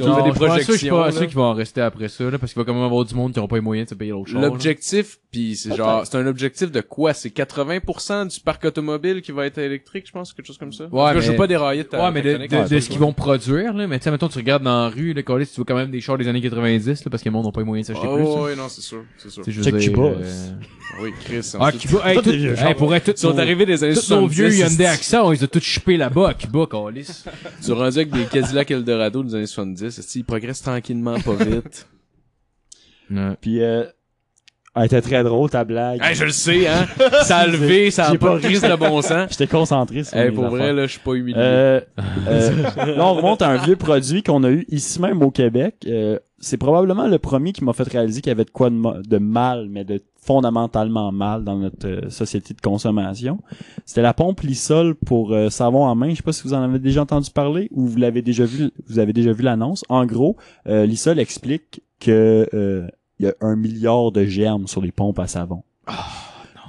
D: Non, je suis pas
C: on fait des
D: sûr- Je suis
C: projections.
D: pas sûr
C: là.
D: qu'ils vont en rester après ça, là, parce qu'il va quand même avoir du monde qui n'aura pas les moyens de se payer l'autre chose.
C: L'objectif, puis c'est genre, c'est un objectif de quoi? C'est 80% du parc automobile qui va être électrique, je pense, quelque chose comme ça?
D: Ouais,
C: en tout cas, je
D: mais-
C: veux pas dérailler de ta
D: Ouais, mais de,
C: technique,
D: de-
C: ouais,
D: de
C: c'est
D: ce
C: pas
D: qu'ils vont produire, là. Mais tu sais, mettons, tu regardes dans la rue, le collège, tu vois quand même des chars des années 90, là, parce que le monde n'a pas les moyens de
C: ça.
D: s'acheter
C: Ah
D: plus. hein. là.
C: ouais, non, c'est sûr, c'est sûr.
D: Tu sais, je veux
F: Check
D: dire,
F: Cuba.
D: euh,
C: Ah Oui, Chris,
D: Ah,
C: ensuite,
D: Cuba, hey,
F: tous
D: tout,
F: des vieux
D: hey,
F: chars.
D: pour être
C: ils sont
D: tous
C: arrivés des années
D: tous nos
C: 70.
D: vieux Hyundai Accent, ils ont tous chipé là-bas, à Cuba,
C: <laughs>
D: câlisse.
C: Tu es rendu avec des Cadillac Eldorado des années 70. Est-ce qu'ils progressent tranquillement, pas
D: <laughs>
C: vite?
F: Puis, euh, elle était très drôle, ta blague.
C: hey, je le sais, hein?
F: <laughs>
C: Ça a levé, ça a
F: J'ai
C: pas
F: pas
C: de risque de bon sens.
F: J'étais concentré sur
C: Hey,
F: mes
C: pour vrai,
F: affaires.
C: là, je suis pas humilié.
F: Euh, euh, là, on remonte à un vieux produit qu'on a eu ici même au Québec. Euh, c'est probablement le premier qui m'a fait réaliser qu'il y avait de quoi de, mo- de mal, mais de fondamentalement mal dans notre euh, société de consommation. C'était la pompe Lysol pour euh, savon en main. Je sais pas si vous en avez déjà entendu parler ou vous l'avez déjà vu. Vous avez déjà vu l'annonce. En gros, euh, Lysol explique que euh, il y a un milliard de germes sur les pompes à savon.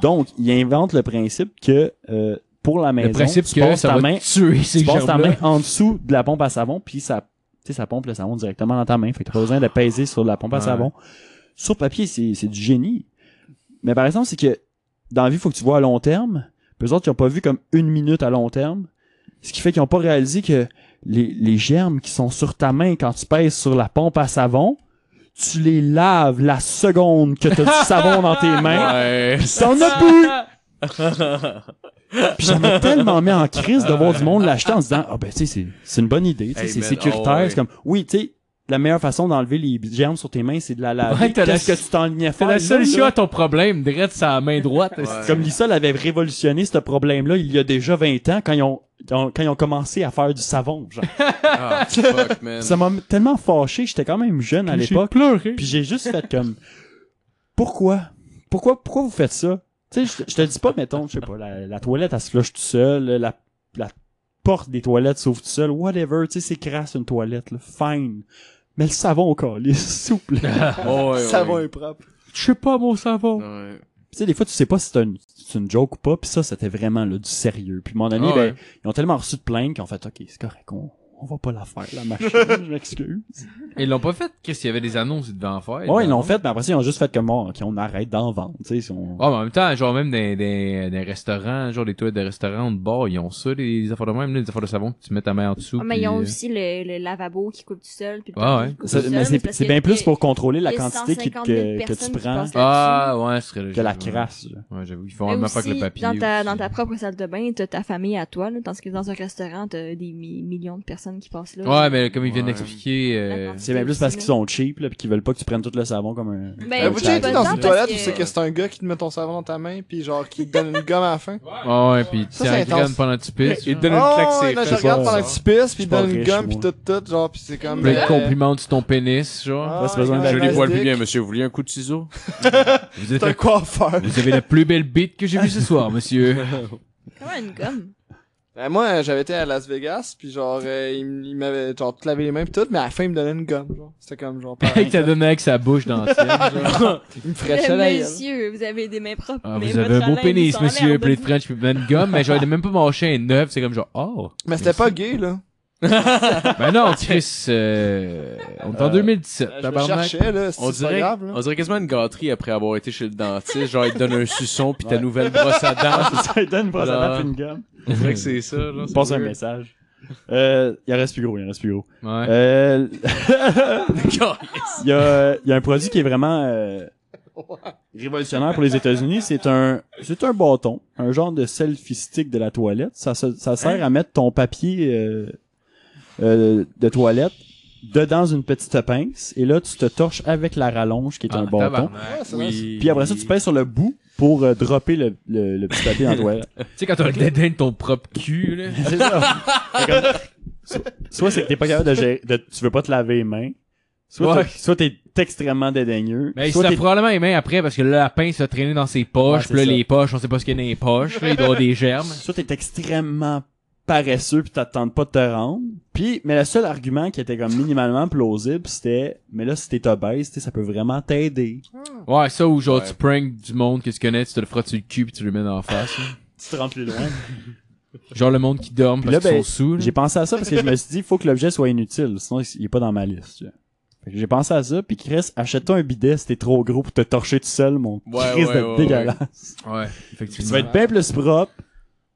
F: Donc, il invente le principe que euh, pour la maison,
D: Le principe
F: tu
D: que
F: passes
D: ça
F: ta
D: va
F: main
D: tuer ces
F: tu passes ta
D: germes-là.
F: main en dessous de la pompe à savon, puis ça, tu sais, ça pompe le savon directement dans ta main. Fait que t'as pas besoin de peser sur la pompe à
D: Ouais.
F: savon. Sur papier, c'est, c'est du génie. Mais par exemple, c'est que dans la vie, faut que tu vois à long terme. Puis eux autres, ils ont pas vu comme une minute à long terme. Ce qui fait qu'ils ont pas réalisé que les, les germes qui sont sur ta main quand tu pèses sur la pompe à savon, tu les laves la seconde que t'as du savon dans tes mains.
C: Ouais.
F: Pis t'en as plus!
D: <laughs>
F: Puis j'en ai tellement mis en crise de voir du monde l'acheter en se disant, ah ben, tu sais, c'est- c'est une bonne idée, tu sais,
C: Hey,
F: c'est
C: man,
F: sécuritaire,
C: oh, ouais.
F: c'est comme, oui, tu sais, la meilleure façon d'enlever les germes sur tes mains, c'est de la laver.
D: Ouais, t'as la-
F: Qu'est-ce que tu t'enlignes à
D: C'est
F: faire?
D: la
F: Ah, là,
D: solution
F: là?
D: à ton problème, direct sa main droite.
H: Ouais.
F: Comme Lisa l'avait révolutionné ce problème-là il y a déjà 20 ans quand ils ont, ont- quand ils ont commencé à faire du savon. Genre.
C: Ah, <laughs> fuck, man.
F: Ça m'a tellement fâché, j'étais quand même jeune à
D: J'ai
F: l'époque.
D: pleuré.
F: Puis j'ai juste fait comme pourquoi pourquoi pourquoi vous faites ça Tu sais je je te dis pas mettons je sais pas la, la toilette elle se flush tout seul, la la porte des toilettes s'ouvre tout seul, whatever, tu sais c'est crasse une toilette là, fine. Mais le savon au calice, <laughs> s'il vous plaît.
C: Oh, ouais, ouais,
E: Ça va
C: ouais.
E: impropre.
F: Je sais pas mon savon.
C: Ouais.
F: Tu sais des fois tu sais pas si c'est une, c'est une joke ou pas, puis ça c'était vraiment là du sérieux. Puis mon ami
C: Ah
F: ben
C: ouais.
F: ils ont tellement reçu de plaintes qu'ils ont fait OK, c'est correct, on, on va pas la faire la machine, je m'excuse.
D: Ils l'ont pas fait. Qu'est-ce qu'il y avait des annonces, ils devaient en faire.
F: Ouais, ils l'ont
D: ben non?
F: fait, mais après ça ils ont juste fait comme bon, OK, on arrête d'en vendre, tu sais, si on-
D: Ouais, Ah, mais en même temps, genre même des, des, des restaurants, genre des toilettes de restaurants, de bars, ils ont ça, des, des affaires de même, là, des affaires de savon que tu mets ta main en dessous.
A: Ah, mais ils ont
D: puis, euh,
A: aussi le, le lavabo qui coule tout seul. Puis le
D: Ouais,
A: tapis
D: ouais.
A: qui coule
F: euh, Ça,
A: tout
F: mais
A: seul,
F: c'est
A: parce
F: c'est
A: que
F: bien plus
A: les-
F: pour contrôler la
A: les
F: quantité qui-
A: 150 000
F: que, que tu
A: personnes qui
F: prends
D: euh,
A: passent
D: Ah, ouais, ce serait
F: que
D: logique,
F: la
D: ouais.
F: crasse. là.
D: Ouais, j'avoue, ils font la
A: Mais
D: même affaire que le
A: aussi,
D: papier.
A: Dans ta,
D: aussi.
A: dans ta propre salle de bain, t'as ta famille à toi, là, tandis que dans un restaurant, t'as des mi- millions de personnes qui passent là.
D: Ouais, mais comme ils viennent
H: Ouais.
D: d'expliquer, euh,
A: Attends.
F: C'est bien plus parce qu'ils sont cheap là, pis qu'ils veulent pas que tu prennes tout le savon comme un. <laughs>
A: Ben,
E: Avez-vous déjà été Euh, dans
A: Pas
E: une
A: tant
E: toilette
A: parce
E: où
A: que-
E: c'est que c'est un gars qui te met ton savon dans ta main puis genre qui te donne une gomme à la fin?
D: ouais, ouais, pis tu
E: Ça, c'est
D: t'engraines
E: intense.
D: pendant que tu pisses.
C: Il
D: genre.
C: te donne une claque,
E: Oh,
C: c'est
E: là,
C: fait.
E: je regarde
F: pas-
E: pendant que tu pisses
F: je suis
E: puis donne
F: pas
E: une
F: riche,
E: gomme puis
F: moi.
E: tout, tout, genre puis c'est comme...
D: Plein de
E: euh,
D: compliments sur ton pénis, genre.
E: ah,
F: Pas besoin
E: ouais,
F: d'aller-
C: Je
E: un
C: les vois le plus
E: dick.
C: bien, monsieur. Vous voulez un coup de ciseau?
D: Vous êtes
E: T'as
D: la-
E: un coiffeur.
D: vous avez la plus belle bite que j'ai vue ce soir, monsieur.
A: Comment une
E: <laughs>
A: gomme?
E: Ben, moi, j'avais été à Las Vegas, puis genre, euh, il, m- il m'avait genre te lavé les mains pis tout, mais à la fin, il me donnait une gomme, genre. C'était comme genre, pareil.
D: <laughs> Avec ta donné avec sa bouche dans le ciel, genre.
E: il me fraîchait la gueule.
A: Monsieur, vous avez des mains propres.
D: Ah,
A: mais
D: vous avez un
A: votre
D: beau
A: haleine, il
D: pénis,
A: s'en
D: monsieur.
A: l'air
D: Puis
A: de
D: de French, puis plein de gomme, mais genre, il a même pas mâché un neuf. C'est comme genre, oh.
E: Mais c'était pas gay, là.
D: Ben
A: <laughs>
D: non, Chris, euh, on est en 2017,
E: Je le
D: tabarnak.
E: cherchais, là, c'est
C: On
E: c'est pas
C: dirait,
E: grave, là.
C: on dirait quasiment une gâterie après avoir été chez le dentiste. Genre, il te donne un suçon pis ta nouvelle brosse à dents.
F: ça lui donne une brosse à
C: Là.
F: dents pis une gomme.
C: <laughs> On dirait que c'est ça, là. c'est
F: Passe un
C: weird.
F: message. Euh, il en reste plus gros, il en reste plus gros.
D: Ouais. <laughs>
F: Euh, <laughs> il y a, il y a un produit qui est vraiment euh, révolutionnaire pour les États-Unis. C'est un, c'est un bâton, un genre de selfie stick de la toilette. Ça, se- ça sert
D: Hein?
F: à mettre ton papier euh, euh, de toilette dedans une petite pince et là tu te torches avec la rallonge qui est
D: Ah,
F: un bâton.
E: Ouais, c'est nice.
C: Oui.
F: Puis après ça tu pèses sur le bout pour euh, dropper le, le, le petit papier dans la toilette.
D: Tu sais, quand t'as le dédain de ton propre cul, là.
F: C'est ça. Fait comme- so- soit c'est que t'es pas capable de gérer, de, tu veux pas te laver les mains. Soit
D: Ouais.
F: t'as- soit t'es extrêmement dédaigneux.
D: Mais Ben, il se
F: soit
D: lave
F: t'es-
D: probablement les mains après parce que là, la pince se traîner dans ses
F: Ouais,
D: poches.
F: c'est
D: puis là,
F: ça.
D: les poches, on sait pas ce qu'il y a dans les poches. Là, il doit y avoir des germes.
F: soit t'es extrêmement paresseux pis t'attends pas de te rendre. Puis, mais le seul argument qui était comme minimalement plausible, c'était, mais là, si t'es obèse, tu sais, ça peut vraiment t'aider.
D: Ouais, ça, ou genre,
C: Ouais.
D: tu prank du monde que tu connais, tu te le frottes sur le cul puis tu le mets dans la face. là.
F: Tu te rends plus loin.
D: Genre, le monde qui dorme
F: Puis
D: parce
F: là,
D: qu'ils
F: ben,
D: sont sous, là.
F: J'ai pensé à ça parce que je me suis dit, faut que l'objet soit inutile, sinon il est pas dans ma liste. tu vois. Fait que J'ai pensé à ça, puis Chris, achète-toi un bidet si t'es trop gros pour te torcher tout seul, mon
C: Ouais,
F: Chris
C: ouais,
F: de
C: ouais, ouais.
F: dégueulasse.
D: Ouais,
F: Puis tu
D: effectivement.
F: vas être bien plus propre,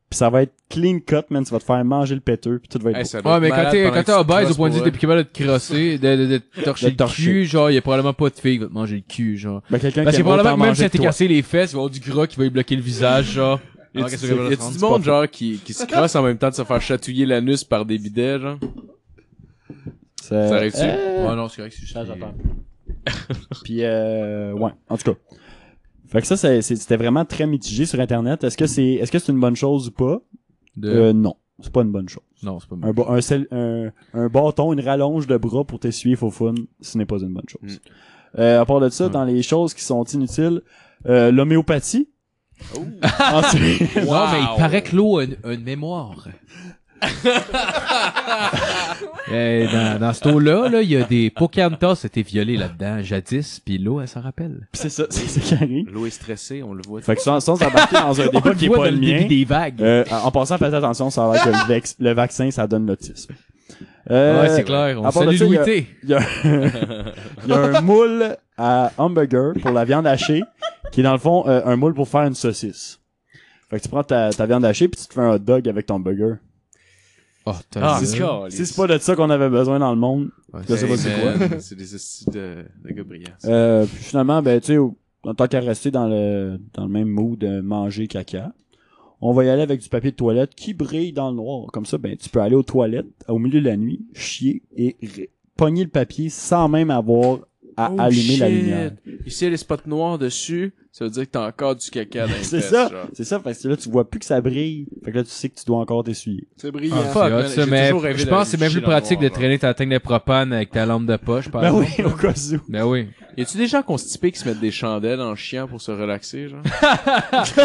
F: puis ça va être clean cut, man, tu vas te faire manger le péteux, puis tout va être
C: Hey,
F: beau.
C: ça doit
D: Ouais,
C: être
D: mais quand
C: malade
D: t'es,
C: pendant
D: quand
C: que
D: t'es
C: tu
D: obèse au
C: crosses
D: point de vue,
C: pour
D: t'es plus capable de te crosser, de, de, de te torcher
F: De torcher.
D: le cul, genre, y a probablement pas de fille qui va te manger le cul, genre.
F: Ben, quelqu'un
D: Parce
F: qui
D: que
F: aime autant
D: probablement que même si
F: manger
D: elle
F: que
D: t'est
F: toi.
D: cassé les fesses, il va y avoir du gras qui va lui bloquer le visage, genre.
C: elle.
D: Alors,
C: Y
D: qu'est-ce
C: a-tu
D: qu'elle va
C: y
D: leur
C: a-tu
D: prendre?
C: du monde, genre, qui, qui se crosse en même temps de se faire chatouiller l'anus par des bidets, genre?
F: Ça-
C: Ça arrive-tu?
F: Euh,
D: Ouais, non, c'est correct, c'est juste-
F: Ça, j'entends. <laughs> Puis, euh, ouais, en tout cas. Fait que ça, c'est- c'est- c'était vraiment très mitigé sur Internet. Est-ce que c'est est -ce que c'est une bonne chose ou pas?
D: De-
F: Euh, non, c'est pas une bonne chose.
D: Non, c'est pas
F: Un,
D: mal.
F: ba- un, sel- un, un bâton, une rallonge de bras pour t'essuyer faux fun, ce n'est pas une bonne chose. Euh, à part de ça,
D: Ouais.
F: dans les choses qui sont inutiles, euh, l'homéopathie. <laughs> Ensuite, <laughs>
D: Non, mais il paraît que l'eau a une, a une
C: <laughs>
D: mémoire. Euh, dans, dans cette eau-là, là, il y a des Pocantas étaient violés là-dedans jadis, puis l'eau, elle s'en rappelle.
F: c'est ça, c'est ça qui arrive.
C: L'eau est stressée, on le voit.
F: Fait que sans, sans embarquer dans
D: <laughs>
F: un débat qui est
D: voit
F: pas
D: dans
F: le
D: débit
F: mien,
D: des vagues.
F: euh, en en passant, faites attention, ça va que le, vex- le vaccin, ça donne l'autisme. Euh,
D: ouais, c'est clair. On
F: à part de
D: salue
F: ça, il y a-
D: Louis T.
F: Il y, a, <laughs> il y a un moule à hamburger pour la viande hachée, qui est dans le fond euh, un moule pour faire une saucisse. Fait que tu prends ta, ta viande hachée puis tu te fais un hot dog avec ton burger.
D: Oh,
C: Ah,
D: t'as-
C: c'est
F: Si c'est pas de ça qu'on avait besoin dans le monde,
D: Ouais,
F: Je sais pas
C: Hey,
F: c'est
C: man, C'est des hosties de, de Gabriel.
F: euh, puis finalement, ben tu sais, au- en tant qu'à rester dans le dans le même mood euh, manger caca, on va y aller avec du papier de toilette qui brille dans le noir. Comme ça, ben tu peux aller aux toilettes au milieu de la nuit, chier et ré- pogner le papier sans même avoir à
C: Oh,
F: allumer la
C: shit.
F: lumière.
C: Ici, il y a les spots noirs dessus. Ça veut dire que t'as encore du caca dans les
F: Ben, C'est
C: fesses,
F: ça,
C: genre.
F: c'est ça, parce que là, tu vois plus que ça brille. Fait que là, tu sais que tu dois encore t'essuyer.
E: C'est brillant.
C: Ah, fuck,
D: C'est hot,
C: man,
D: ça,
C: j'ai
D: mais
C: toujours rêvé
D: je
C: de
D: pense que c'est même
C: chier
D: plus
C: dans le
D: pratique de
C: noir,
D: traîner ta teigne de propane avec ta lampe de poche. par
F: Ben
D: exemple.
F: oui, au cas <laughs> où.
D: Ben oui.
C: Y a-tu des gens constipés qui se mettent des chandelles en chiant pour se
D: <laughs>
C: relaxer, genre?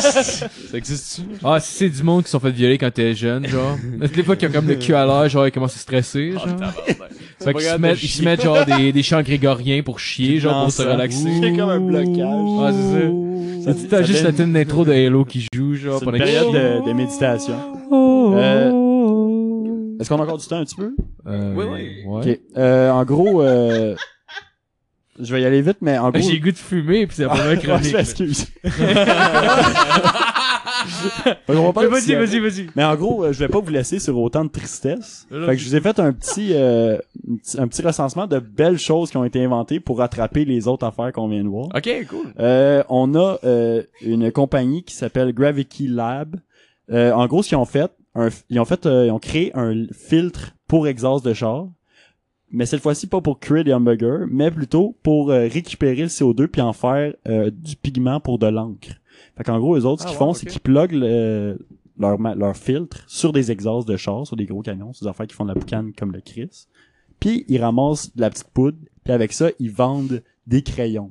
C: ça existe-tu?
D: Ah, si c'est du monde qui se sont fait violer quand t'es jeune, genre. Des fois, qui ont comme le cul à l'air, genre, ils commencent à stresser, genre. fait qu'ils se mettent, ils se mettent, genre, des, des chants grégoriens pour chier, genre, pour se relaxer.
F: C'est comme un blocage.
D: Ah,
F: Ça-
D: c'est ça. T'as
F: ça
D: juste
F: donne-
D: la tune d'intro de Halo qui joue, genre,
F: C'est une
D: pendant
F: période
D: que
F: de, de méditation. Euh, Est-ce qu'on a encore du temps un petit peu?
D: Euh,
G: Oui, oui.
D: ouais.
F: Ok. Euh, en gros, euh, je vais y aller vite, mais en gros...
D: J'ai le goût de fumer, pis c'est pas mal
F: <laughs> Ouais, je
D: chronique.
F: <laughs> m'excuse. Fait qu'on va parler du
D: Vas-y,
F: cinéma.
D: vas-y, vas-y.
F: Mais en gros, euh, je vais pas vous laisser sur autant de tristesse. Fait que je vous ai fait un petit, euh, un petit- un petit recensement de belles choses qui ont été inventées pour rattraper les autres affaires qu'on vient de voir.
C: Ok, cool.
F: Euh, on a euh, une compagnie qui s'appelle Gravity Lab. Euh, en gros, ce qu'ils ont fait, un, ils ont fait, euh, ils ont créé un filtre pour exhaust de char, mais cette fois-ci pas pour créer des hamburgers, mais plutôt pour euh, récupérer le CO2 puis en faire euh, du pigment pour de l'encre. Fait qu'en gros, eux autres, ce
H: Ah, ouais,
F: qu'ils font,
H: ok.
F: c'est qu'ils pluguent le- leur, ma- leur filtre sur des exhausts de char, sur des gros camions, sur des affaires qui font de la boucane comme le Chris. Puis ils ramassent de la petite poudre, puis avec ça, ils vendent des crayons.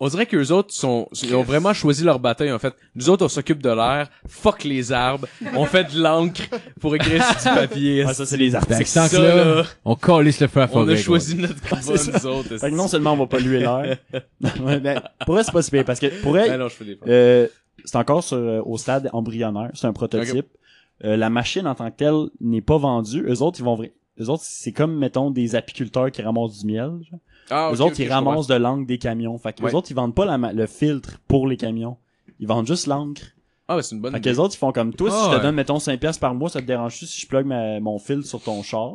C: On dirait qu'eux autres sont, ils ont vraiment choisi leur bataille, en fait. Nous autres, on s'occupe de l'air, fuck les arbres, on fait de l'encre pour écrire sur du papier.
F: Ah, ça, c'est les
D: Fait que
F: artistes.
D: sans que
C: ça,
D: là,
C: là.
D: on calisse le feu à forêt.
C: On a
D: gros.
C: choisi notre combat, nous autres.
F: Ah, Fait que non seulement on va polluer
C: <laughs>
F: l'air. Ouais, ben, pour elle, c'est pas si pire, parce que pour
C: Ben
F: elle,
C: non, je fais des fois.
F: euh, c'est encore sur, euh, au stade embryonnaire, c'est un prototype. Euh, la machine en tant que telle n'est pas vendue. Eux autres, ils vont vra- eux autres, c'est comme, mettons, des apiculteurs qui ramassent du miel. genre.
C: Ah, ok,
F: eux autres,
C: ok,
F: ils
C: je
F: ramassent de l'encre des camions. Fait qu'eux
C: Ouais.
F: autres, ils vendent pas la ma- le filtre pour les camions. Ils vendent juste l'encre.
C: comprends. Ah, ben, c'est une bonne
F: Fait que
C: idée.
F: les autres, ils font comme toi, si
D: Ah
F: je te
D: ouais.
F: donne, mettons, 5$ piastres par mois, ça te dérange-tu si je plug ma- mon fil sur ton char?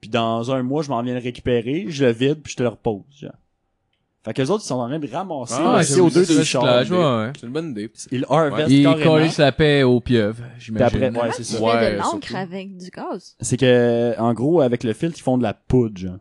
F: Puis dans un mois, je m'en viens le récupérer, je le vide, puis je te le repose. Genre. Fait que les autres, ils sont en train de ramasser
C: Ah,
F: le
C: j'aime
F: CO2
C: ça,
F: du
C: le
F: char.
D: recyclage, ouais, ouais.
C: C'est une bonne idée.
F: Ils harvestent
D: Il
F: carrément.
D: calisse la paix aux pieuvres,
F: Puis
D: j'imagine.
F: après, ouais, c'est
A: Tu
F: ça.
C: Ouais.
A: fais de
C: surtout.
A: l'encre avec du gaz.
F: C'est que, en gros, avec le filtre, ils font de la poudre, genre.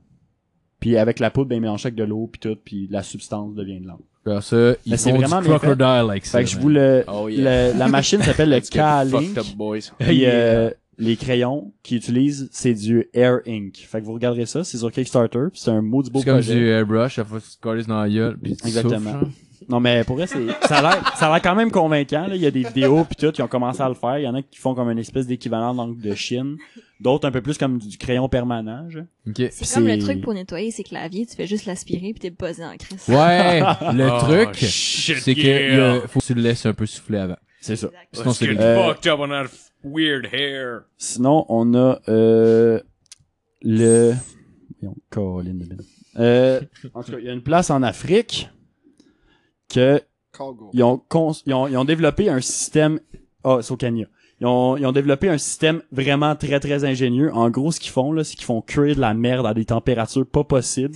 F: Puis avec la poudre, ben, ils mélangent ça avec de l'eau, puis tout, puis la substance devient de l'encre.
D: Faire ça, ils
F: Mais c'est
D: font du
F: vraiment bien fait.
D: crocodile avec ça.
F: Fait que je
D: man.
F: vous le...
C: Oh, yeah.
F: le- la machine s'appelle
C: <laughs>
F: le K-Link.
C: Fucked up boys.
F: Puis euh, les crayons qu'ils utilisent, c'est du Air Ink. Fait que vous regarderez ça, c'est sur Kickstarter, puis c'est un mot du beau
D: C'est comme
F: projet.
D: du airbrush, à fois tu te collises dans la gueule, puis tu
F: Exactement.
D: souffles, genre.
F: Non mais pour vrai, c'est ça a l'air ça a l'air quand même convaincant là, il y a des vidéos puis tout, qui ont commencé à le faire, il y en a qui font comme une espèce d'équivalent donc de Chine, d'autres un peu plus comme du crayon permanent. genre.
D: Ok.
A: C'est
F: Puis
A: comme le
F: c'est-
A: truc pour nettoyer ses claviers, tu fais juste l'aspirer puis t'es buzzé en crise.
C: <laughs>
D: Ouais, le
C: Oh,
D: truc,
C: shit,
D: c'est que
C: yeah.
D: le- faut que tu le laisses un peu souffler avant.
F: C'est ça.
D: Sinon, c'est
C: Let's
D: dégueu.
C: get
F: Euh,
C: fucked up on our weird hair.
F: Sinon, on a euh, le voyons, Colin de Bin. Euh, en tout cas, il y a une place en Afrique que
E: Cargo.
F: ils ont, cons- ils ont, ils ont développé un système. Ah, c'est au Kenya. Ils ont, ils ont développé un système vraiment très très ingénieux. En gros, ce qu'ils font là, c'est qu'ils font cuire de la merde à des températures pas possibles.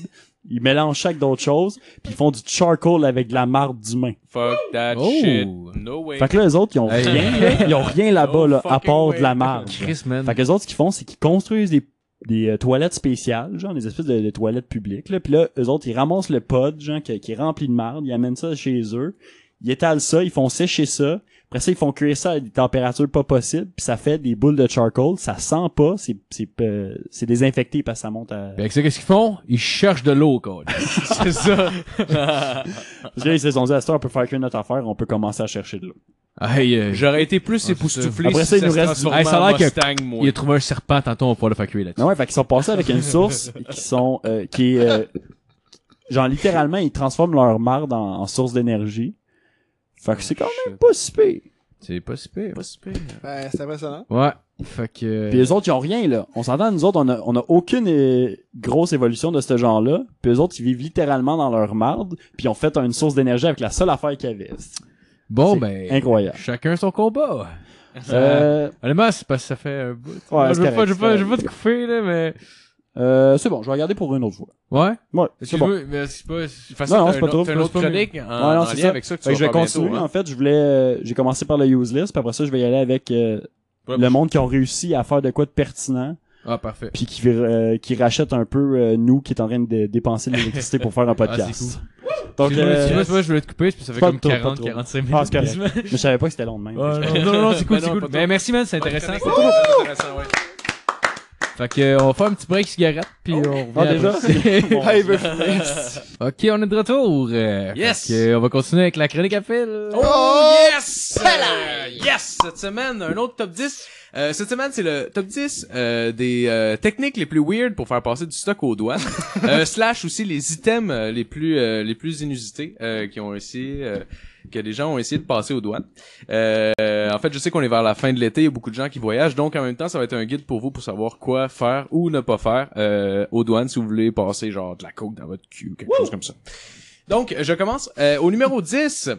F: Ils mélangent chaque d'autres choses, puis ils font du charcoal avec de la marde d'humain.
C: Fuck that
D: Oh.
C: shit. No way.
F: Fait que là, les autres, ils ont
D: Hey.
F: rien, là. ils ont rien là-bas
C: No
F: là, à
C: Oh, fucking
F: part
C: way.
F: de la marde.
D: Chris, man.
F: Fait que les autres, ce qu'ils font, c'est qu'ils construisent des, des euh, toilettes spéciales, genre des espèces de, de toilettes publiques. Là. Puis là, eux autres, ils ramassent le pod, genre, qui, qui est rempli de marde, ils amènent ça chez eux, ils étalent ça, ils font sécher ça. Après ça, ils font cuire ça à des températures pas possibles, puis ça fait des boules de charcoal, ça sent pas, c'est c'est euh, c'est désinfecté parce que ça monte à...
D: Fait que ça, qu'est-ce qu'ils font? Ils cherchent de l'eau, quoi.
C: <laughs> c'est ça.
F: Parce que là, ils se sont dit, à cette heure, on peut faire cuire notre affaire, on peut commencer à chercher de l'eau.
D: Hey, euh,
C: J'aurais été plus
D: Ah,
C: époustouflé
F: Après
C: si
F: ça, il nous
C: se
F: reste-
C: transformait
D: Hey, ça a
C: en
D: l'air que-
C: Mustang, moi.
D: il a trouvé un serpent, tantôt, on va pouvoir le faire cuire là-dessus.
F: Non, ouais, fait qu'ils sont passés avec une source qui sont euh, qui est euh, genre littéralement ils transforment leur marde en, en source d'énergie. Fait que c'est quand même pas si pire.
D: C'est pas si pire.
E: Ben, c'est impressionnant.
D: Ouais. Fait que... euh,
F: Puis les autres ils ont rien là. On s'entend nous autres on a, on a aucune euh, grosse évolution de ce genre-là. Puis les autres ils vivent littéralement dans leur marde, puis ils ont fait une source d'énergie avec la seule affaire qu'ils avaient.
D: bon,
F: c'est
D: ben...
F: Incroyable.
D: Chacun son combat.
F: Euh,
D: Honnêtement, c'est parce que ça fait un bout.
F: Ouais,
D: je
F: c'est
D: veux pas,
F: correct,
D: je veux pas,
F: c'est
D: je veux pas te couper, là, mais...
F: euh, c'est bon, je vais regarder pour une autre fois.
D: Ouais?
F: Ouais, c'est bon.
D: Excuse-moi, mais c'est pas... De toute façon,
F: Non, non,
D: t'as
F: c'est
D: un
F: pas
D: autre-
F: trop,
D: t'as un
F: c'est
D: autre
F: pas trop.
D: chronique
C: hein,
D: en,
F: Ouais, non,
D: en
F: c'est
D: lien
F: ça.
D: avec ça que tu
F: Fait que je
C: vas
F: vais
C: faire
F: continuer.
C: bientôt, hein.
F: En fait, je voulais, euh, j'ai commencé par le useless, puis après ça, je vais y aller avec euh,
C: Ouais,
F: le monde qui ont réussi à faire de quoi de pertinent.
D: Ah, parfait.
F: puis qui, euh, qui rachète un peu euh, nous qui est en train de dépenser de l'électricité pour
C: <laughs>
F: faire un
C: Ah,
F: podcast.
D: Excuse-moi,
F: Donc, euh,
D: excuse-moi, excuse-moi, je voulais te couper, puis ça fait
F: pas
D: comme
F: de trop, pas de
D: 40,
F: trop.
D: 45 minutes.
F: Ah, c'est correct. je savais pas que c'était long de même.
D: Ouais, <laughs>
F: <laughs>
D: non, non, non, c'est cool, c'est
C: non,
D: cool.
C: pas de
F: Ben,
D: Mais merci, man, c'est intéressant.
C: C'est intéressant, ouais.
D: Fait que, euh, on va faire un petit break cigarette, puis on revient.
F: Ah, déjà?
D: après. <laughs>
F: Bon,
E: Ah, il veut fumer.
D: ok, on est de retour. euh,
C: Yes.
D: fait que, on va continuer avec la chronique à fil.
C: Oh,
E: Oh,
C: yes! Euh, yes! Cette semaine, un autre top 10. Euh, cette semaine, c'est le top 10 euh, des euh, techniques les plus weird pour faire passer du stock aux douanes. euh, slash aussi les items euh, les plus euh, les plus inusités euh, qui ont essayé euh, que les gens ont essayé de passer aux douanes. Euh, euh, en fait, je sais qu'on est vers la fin de l'été, il y a beaucoup de gens qui voyagent, donc en même temps, ça va être un guide pour vous pour savoir quoi faire ou ne pas faire euh, aux douanes si vous voulez passer genre de la coke dans votre cul, quelque chose comme ça. Donc, je commence euh, au numéro 10.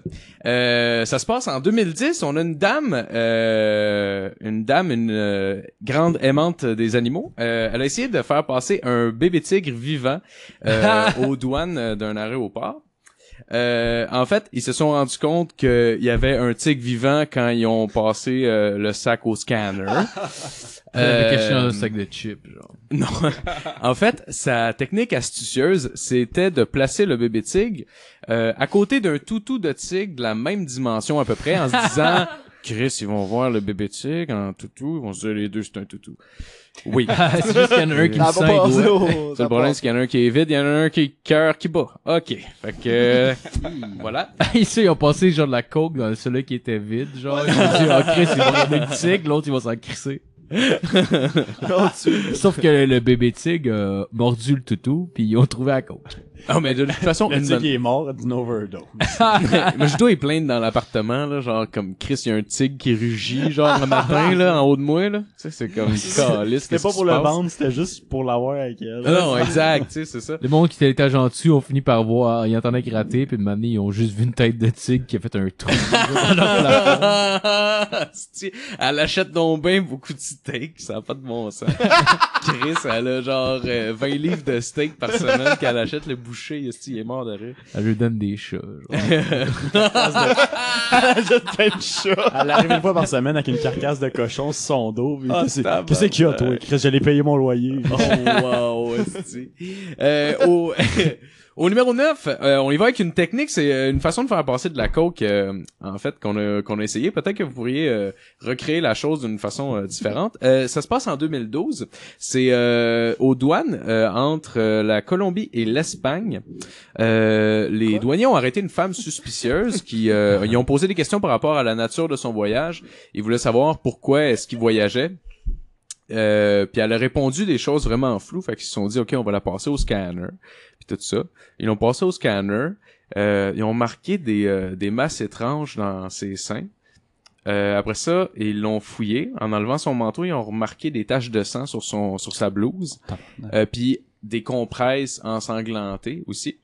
C: Euh, ça se passe en 2010. On a une dame, euh, une dame, une euh, grande aimante des animaux. Euh, elle a essayé de faire passer un bébé tigre vivant
D: <laughs>
C: euh, aux douanes euh, d'un aéroport. Euh, en fait, ils se sont rendus compte qu'il y avait un tigre vivant quand ils ont passé euh, le sac
D: <laughs>
C: au scanner.
D: Avec quelque chose
C: Euh,
D: dans un sac de chips, genre.
C: non. en fait, sa technique astucieuse, c'était de placer le bébé tigre euh, à côté d'un toutou de tigre de la même dimension à peu près, en
F: <laughs>
C: se disant... Chris, ils vont voir le bébé tigre en toutou, ils vont se dire les deux, c'est un toutou.
F: <laughs>
C: Oui.
D: <laughs> c'est juste qu'il y en a un qui me
E: Ça
D: sent
E: va
D: les
E: passer
D: doigts.
E: au...
C: C'est le problème, c'est qu'il y en a un qui est vide, il y en a un qui cœur qui bat. OK. Fait que...
F: <laughs>
C: euh, voilà.
D: <laughs> Ici, ils ont passé genre de la coke dans celui qui était vide, genre. Ils ont dit, ah, Chris, ils vont regarder le tigre, l'autre, il va s'en crisser. Sauf que le bébé tigre a mordu le toutou, puis ils ont trouvé la coke.
C: Non, Ah, mais de toute façon,
F: Le
C: une bonne-
F: tigre est mort d'une overdose.
C: <laughs> mais je dois y plaindre dans l'appartement, là, genre, comme Chris, il y a un tigre qui rugit, genre, le matin, là, en haut de moi, là. Tu sais,
F: <laughs>
C: c'est comme, caliste,
F: C'était
C: qu'est-ce
F: pas
C: qui
F: pour
C: se
F: le
C: passe?
F: vendre, c'était juste pour l'avoir avec elle.
C: Non,
F: <laughs>
C: non, exact, tu sais,
D: <laughs>
C: c'est ça.
D: Le monde qui était étage en dessous ont fini par voir, ils entendaient gratter, puis de m'amener, ils ont juste vu une tête de tigre qui a fait un trou.
C: <laughs> Sti- elle achète donc bien beaucoup de steak, ça n'a pas de bon sens. Chris, elle a genre euh, 20 livres de steak par semaine qu'elle achète le boucher, esti, il est mort de rire.
D: Elle lui donne des chats, genre.
F: Elle arrive une fois par semaine avec une carcasse de cochon sur son dos. puis Qu'est-ce que- qu'est-ce qu'il y a, toi? Chris, j'allais payer mon loyer.
C: Oh wow, esti. euh, au, <laughs> au numéro 9, euh, on y va avec une technique, c'est euh, une façon de faire passer de la coke euh, en fait qu'on a qu'on a essayé, peut-être que vous pourriez euh, recréer la chose d'une façon euh, différente. Euh, ça se passe en 2012, c'est euh, aux douanes euh, entre euh, la Colombie et l'Espagne. Euh, les douaniers ont arrêté une femme suspicieuse qui euh, ils ont posé des questions par rapport à la nature de son voyage, ils voulaient savoir pourquoi est-ce qu'il voyageait. Euh, puis elle a répondu des choses vraiment floues, fait qu'ils se sont dit ok on va la passer au scanner, puis tout ça. Ils l'ont passé au scanner, euh, ils ont marqué des, euh, des masses étranges dans ses seins. Euh, après ça, ils l'ont fouillé. En enlevant son manteau, ils ont remarqué des taches de sang sur son sur sa blouse, euh, puis des compresses ensanglantées aussi.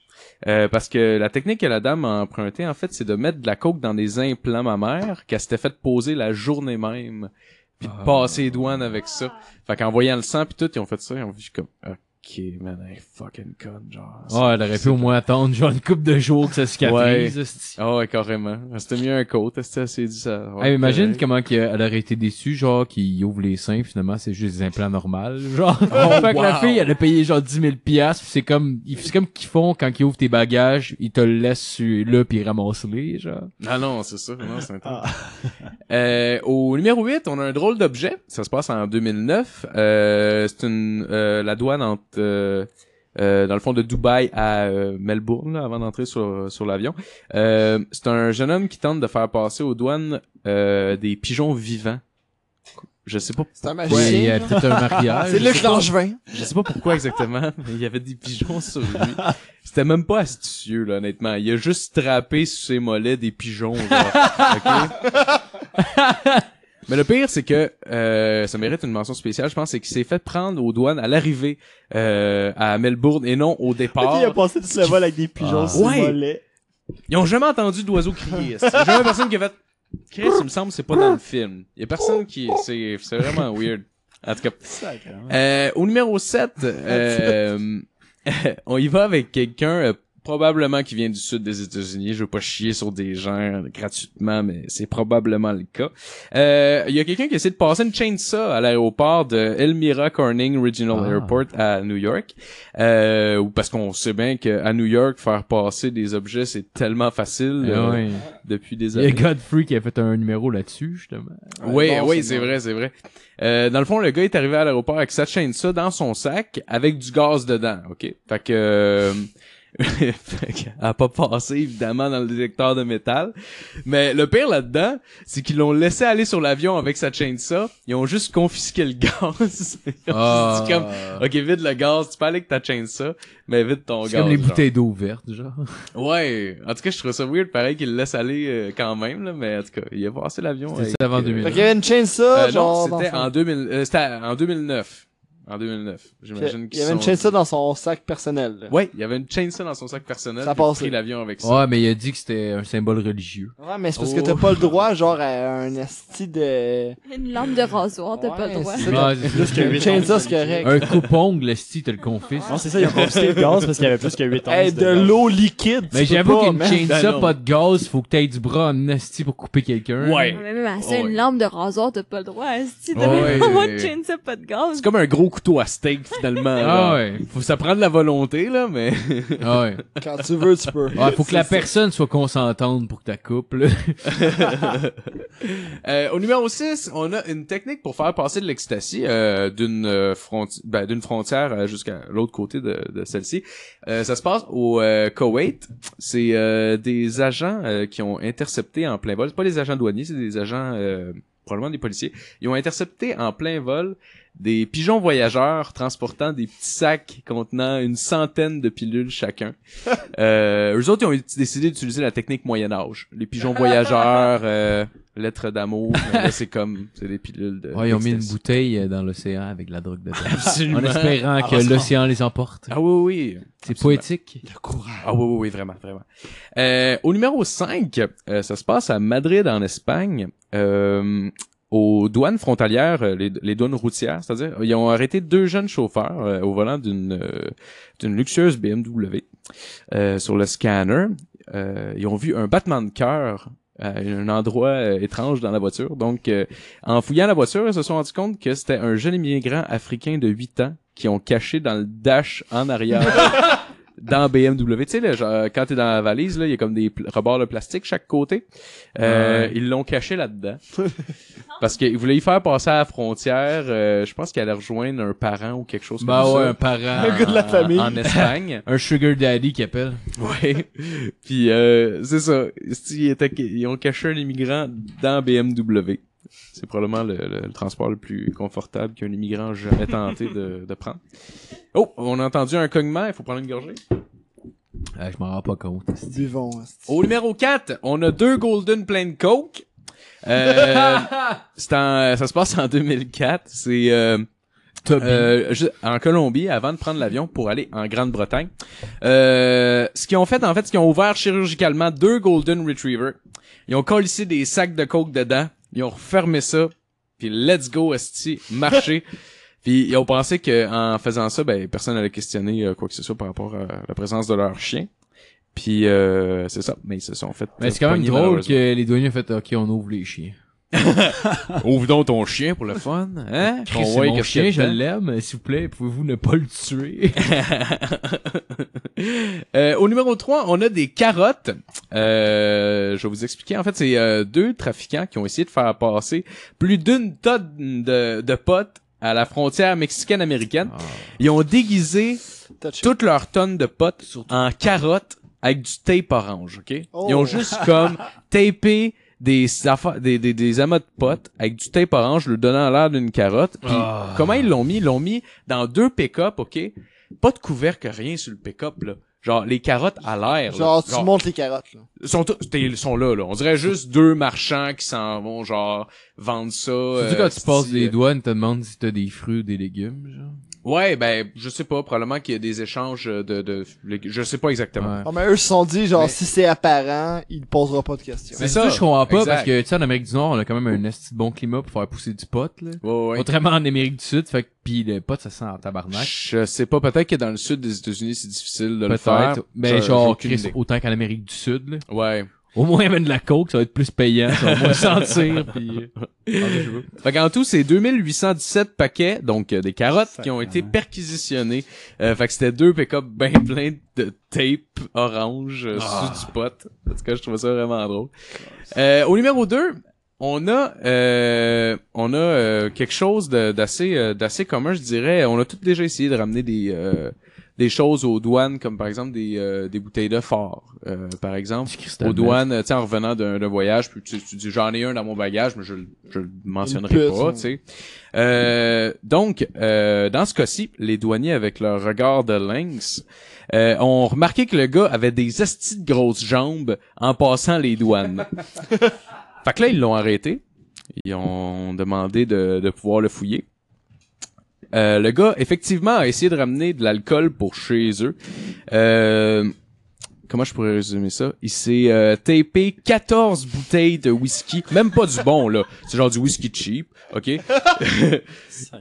C: Euh, parce que la technique que la dame a empruntée, en fait, c'est de mettre de la coke dans des implants mammaires qu'elle s'était fait poser la journée même, puis de passer les douanes avec ça. Fait qu'en voyant le sang puis tout, ils ont fait ça, ils ont vu comme euh, OK, man, elle est fucking conne genre.
D: Oh, elle aurait pu au moins attendre, genre, une couple de jours que ça cicatrise, hostie.
C: Ah ouais, carrément. Elle s'était mis un côte, elle s'était assez dit ça.
D: Hey,
C: Ouais,
D: imagine
C: correct.
D: comment que- elle aurait été déçue, genre, qu'il ouvre les seins, puis finalement, c'est juste des implants normaux. <laughs> Genre, fait que la
C: Oh, wow.
D: fille, elle a payé genre 10 000 piastres, puis c'est comme, ils- c'est comme qu'ils font quand ils ouvrent tes bagages, ils te le laissent sur- là, puis ramasse-les, genre.
C: Ah non, c'est ça. Non, c'est intense.
D: Ah.
C: <laughs> Euh, au numéro 8, on a un drôle d'objet. Ça se passe en 2009. Euh, c'est une euh, la douane entre euh, euh, dans le fond de Dubaï à euh, Melbourne là, avant d'entrer sur sur l'avion. Euh, c'est un jeune homme qui tente de faire passer aux douanes euh, des pigeons vivants. Je sais pas
E: C'est un
D: Et
E: magicien.
D: elle
C: <laughs>
D: fait un mariage.
E: C'est Luc Langevin.
C: Je sais pas pourquoi exactement, <laughs> mais il y avait des pigeons sur lui. C'était même pas astucieux, là, honnêtement. Il a juste trappé sur ses mollets des
F: <laughs>
C: pigeons, genre. OK? Mais le pire, c'est que euh, ça mérite une mention spéciale, je pense, c'est qu'il s'est fait prendre aux douanes à l'arrivée euh, à Melbourne et non au départ.
F: <laughs> Il a passé tout le vol avec des pigeons
D: Ah.
F: sur
C: Ouais.
F: le volet.
C: Ils ont jamais entendu d'oiseau crier. esti. J'ai jamais personne qui a fait Chris, il me semble que c'est pas dans le film. Il y a personne qui c'est c'est vraiment weird. En tout cas,
F: Sacrément.
D: <laughs>
C: <laughs> euh, au numéro 7, euh, on y va avec quelqu'un euh, probablement qu'il vient du sud des États-Unis. Je veux pas chier sur des gens euh, gratuitement, mais c'est probablement le cas. Euh, Il y a quelqu'un qui essaie de passer une chainsaw à l'aéroport de Elmira Corning Regional
D: Ah.
C: Airport à New York. Euh, ou parce qu'on sait bien qu'à New York, faire passer des objets, c'est tellement facile euh,
D: Ouais.
C: depuis des
D: Eh Il y a
C: années.
D: Godfrey qui a fait un numéro là-dessus,
C: <laughs>
D: justement.
C: Oui,
E: bon, c'est
C: oui, c'est
E: bon.
C: vrai, c'est vrai. Euh, dans le fond, le gars est arrivé à l'aéroport avec sa chaîne ça dans son sac avec du gaz dedans, OK? Fait que... euh, <laughs> fait que, elle a pas passé, évidemment, dans le détecteur de métal. Mais le pire là-dedans, c'est qu'ils l'ont laissé aller sur l'avion avec sa chaîne ça. Ils ont juste confisqué le <laughs> gaz. Ils ont juste dit comme...
E: Ah.
C: OK, vide le gaz, tu peux aller avec ta chaîne ça, mais vide ton gaz.
D: C'est comme les
C: genre.
D: bouteilles d'eau vertes, genre.
C: Ouais. En tout cas, je trouve ça weird, pareil, qu'ils le laissent aller euh, quand même, là, mais en tout cas, il a passé l'avion
D: C'était
C: avec,
D: ça avant
C: euh,
D: 2000.
E: Fait qu'il y avait une chainsaw,
C: euh,
E: genre.
C: non, c'était
E: dans son-
C: en 2000, euh, c'était en 2009. En 2009. J'imagine
E: Il
C: qu'ils
E: y avait une
C: sont-
E: chainsaw dans son sac personnel. là.
C: Ouais, il y avait une chainsaw dans son sac personnel.
E: Ça
C: puis il a
E: passe.
C: pris l'avion avec ça.
D: Ouais, mais il a dit que c'était un symbole religieux.
E: Ouais, mais c'est parce que
C: Oh.
E: t'as pas le droit, genre, à un asti de.
A: <laughs> Une lampe de rasoir, t'as pas le
E: Ouais,
A: droit.
E: c'est ça.
D: Ah, c'est
F: Plus que
E: Une
F: huit
E: chainsaw,
F: onces
E: c'est
F: de liquide.
E: correct.
D: Un coupongle, si te le confisque.
F: Non, c'est ça, ils ont confisqué le gaz parce qu'il y avait plus que 8 onces.
E: Hey, de l'eau liquide!
D: Mais
E: tu peux
D: j'avoue
E: pas,
D: qu'une
E: man.
F: Ben
D: chainsaw,
F: non.
D: pas de gaz, faut que t'aies du bras en esti pour couper quelqu'un.
A: Ouais,
C: Ouais.
A: Mais même à ça,
C: Ouais.
A: une lampe de rasoir, t'as pas le droit. Si
C: Ouais, ouais,
A: <laughs> t'avais pas
C: ouais.
A: de chainsaw, pas de gaz.
C: C'est comme un gros couteau à steak, finalement.
D: Ah
C: là.
D: ouais.
C: Faut, ça prend de la volonté, là, mais... <laughs>
D: Ah ouais.
E: Quand tu veux, tu peux.
D: Ouais, faut que la personne soit consentante pour que t'as coupes, là.
C: Euh, au numéro 6, on a une technique pour faire passer de l'ecstasy euh, d'une euh, fronti- ben, d'une frontière euh, jusqu'à l'autre côté de, de celle-ci. Euh, ça se passe au euh, Koweït. C'est euh, des agents euh, qui ont intercepté en plein vol. C'est pas des agents douaniers, c'est des agents euh, probablement des policiers. Ils ont intercepté en plein vol des pigeons voyageurs transportant des petits sacs contenant une centaine de pilules chacun. Euh, eux autres, ils ont ut- décidé d'utiliser la technique Moyen-Âge. Les pigeons voyageurs, euh, lettres d'amour, mais là, c'est comme, c'est des pilules de...
D: Ouais, ils ont mis une
C: d'ecstasy.
D: bouteille euh, dans l'océan avec de la drogue dedans.
C: Absolument.
D: En espérant que l'océan les emporte.
C: Ah oui, oui.
D: C'est
C: absolument.
D: poétique.
C: Ah oui, oui, oui, vraiment, vraiment. Euh, au numéro 5, euh, ça se passe à Madrid, en Espagne. Euh, aux douanes frontalières, euh, les, les douanes routières, c'est-à-dire, euh, ils ont arrêté deux jeunes chauffeurs euh, au volant d'une euh, d'une luxueuse BMW euh, sur le scanner. Euh, ils ont vu un battement de cœur à un endroit euh, étrange dans la voiture. Donc, euh, en fouillant la voiture, ils se sont rendus compte que c'était un jeune immigrant africain de 8 ans qui ont caché dans le dash en arrière
D: <laughs>
C: dans BMW. Tu sais, là, genre, quand t'es dans la valise, là, il y a comme des pl- rebords de plastique chaque côté. Euh,
D: Ouais.
C: Ils l'ont caché
D: <laughs>
C: là-dedans. Parce qu'ils voulaient y faire passer à la frontière. euh, je pense qu'elle allait rejoindre un parent ou quelque chose comme
D: Bah ouais,
C: ça.
D: un parent.
E: Le gars de la famille.
D: <laughs>
C: En Espagne.
D: Un sugar daddy qui appelle.
C: Ouais. <laughs> Puis euh, c'est ça. Si, Ils, étaient- ils ont caché un immigrant dans BMW. C'est probablement le, le- le transport le plus confortable qu'un immigrant a jamais tenté de, de prendre. Oh, on a entendu un cognement, il faut prendre une gorgée.
D: Ah, je m'en rends pas compte.
E: Buvons. asti.
C: Au numéro 4, on a deux Golden Plain Coke. Euh, c'est en- euh, ça se passe en 2004. C'est euh,
D: Toby.
C: Euh, ju- en Colombie, avant de prendre l'avion pour aller en Grande-Bretagne, euh, ce qu'ils ont fait, en fait, c'est qu'ils ont ouvert chirurgicalement deux Golden Retriever. Ils ont collissé des sacs de coke dedans. Ils ont refermé ça. Puis let's go, esti, marcher.
D: <laughs>
C: puis ils ont pensé que en faisant ça, ben personne n'allait questionner euh, quoi que ce soit par rapport à la présence de leur chien. Puis euh, c'est ça, mais ils se sont fait.
D: Mais c'est
C: euh,
D: quand même
C: pogner,
D: drôle
C: malheureusement.
D: que les douaniers ont fait, ok, on ouvre les chiens.
C: Ouvre donc ton chien pour le fun,
D: <laughs>
C: hein?
D: Chris,
C: Qu'on
D: c'est
C: voit
D: mon
C: qu'est-ce qu'il y
D: chien,
C: a
D: je
C: dedans.
D: l'aime. S'il vous plaît, pouvez-vous ne pas le tuer?
C: Euh, au numéro 3, on a des carottes. Euh, je vais vous expliquer. En fait, c'est euh, deux trafiquants qui ont essayé de faire passer plus d'une tonne de, de potes à la frontière mexicaine-américaine.
D: Ah.
C: Ils ont déguisé
E: Touché.
C: toutes leurs tonnes de potes en carottes avec du tape orange, OK? Ils ont
E: Oh.
C: juste
E: <laughs>
C: comme tapé des, affa- des, des, des amas de potes avec du tape orange, le donnant l'air d'une carotte. Puis
D: Ah.
C: comment ils l'ont mis? Ils l'ont mis dans deux pick-up, OK? Pas de couvercle, rien sur le pick-up, là. Genre, les carottes à l'air. là.
E: Genre, tu
C: Genre,
E: montes les carottes, là.
C: sont tous- ils sont là, là. On dirait juste deux marchands qui s'en vont, genre, vendre ça.
D: Surtout
C: euh,
D: quand tu passes
C: si-
D: des douanes, ils te demandent si t'as des fruits ou des légumes, genre.
C: Ouais, ben, je sais pas, probablement qu'il y a des échanges de, de, je sais pas exactement.
E: Ah, mais eux se sont dit, genre,
C: Mais-
E: si c'est apparent, ils ne poseront pas de questions.
C: C'est
D: C'est ça,
C: ça,
D: je comprends pas,
C: exact.
D: parce que, tu sais, en Amérique du Nord, on a quand même un esti de bon climat pour faire pousser du pot, là.
C: Ouais, ouais.
D: Contrairement en Amérique du Sud, fait que, pis le pot, ça sent en tabarnak.
C: Je sais pas, peut-être que dans le sud des États-Unis, c'est difficile de le faire.
D: Peut-être. Mais
C: Ça, j'ai
D: genre,
C: aucune
D: Chris,
C: idée.
D: autant qu'en Amérique du Sud, là.
C: Ouais.
D: Au moins, même de la coke, ça va être plus payant, ça va <laughs> moins sentir, pis...
C: Fait qu'en tout, c'est 2817 paquets, donc euh, des carottes, qui ont été perquisitionnés. Euh, fait que c'était deux pick-up <laughs> bien pleins de tape orange euh, sous du pot. En tout cas, je trouvais ça vraiment drôle. Euh, au numéro 2, on a euh, on a euh, quelque chose de- d'assez euh, d'assez commun, je dirais. On a tous déjà essayé de ramener des euh, des choses aux douanes, comme par exemple des, euh, des bouteilles de fort, euh, par exemple aux douanes, euh, tu sais, en revenant d'un d'un voyage, puis tu, tu dis j'en ai un dans mon bagage, mais je, le- je le mentionnerai
E: Une puce,
C: pas,
E: hein.
C: tu sais. Euh, donc, euh, dans ce cas-ci, les douaniers avec leur regard de lynx euh, ont remarqué que le gars avait des astis de grosses jambes en passant les douanes. fait que là, ils l'ont arrêté. Ils ont demandé de, de pouvoir le fouiller. Euh, le gars, effectivement, a essayé de ramener de l'alcool pour chez eux. Euh, comment je pourrais résumer ça? Il s'est euh, tapé 14 bouteilles de whisky, même pas du bon, là. C'est genre du whisky cheap,
E: <laughs>
C: OK?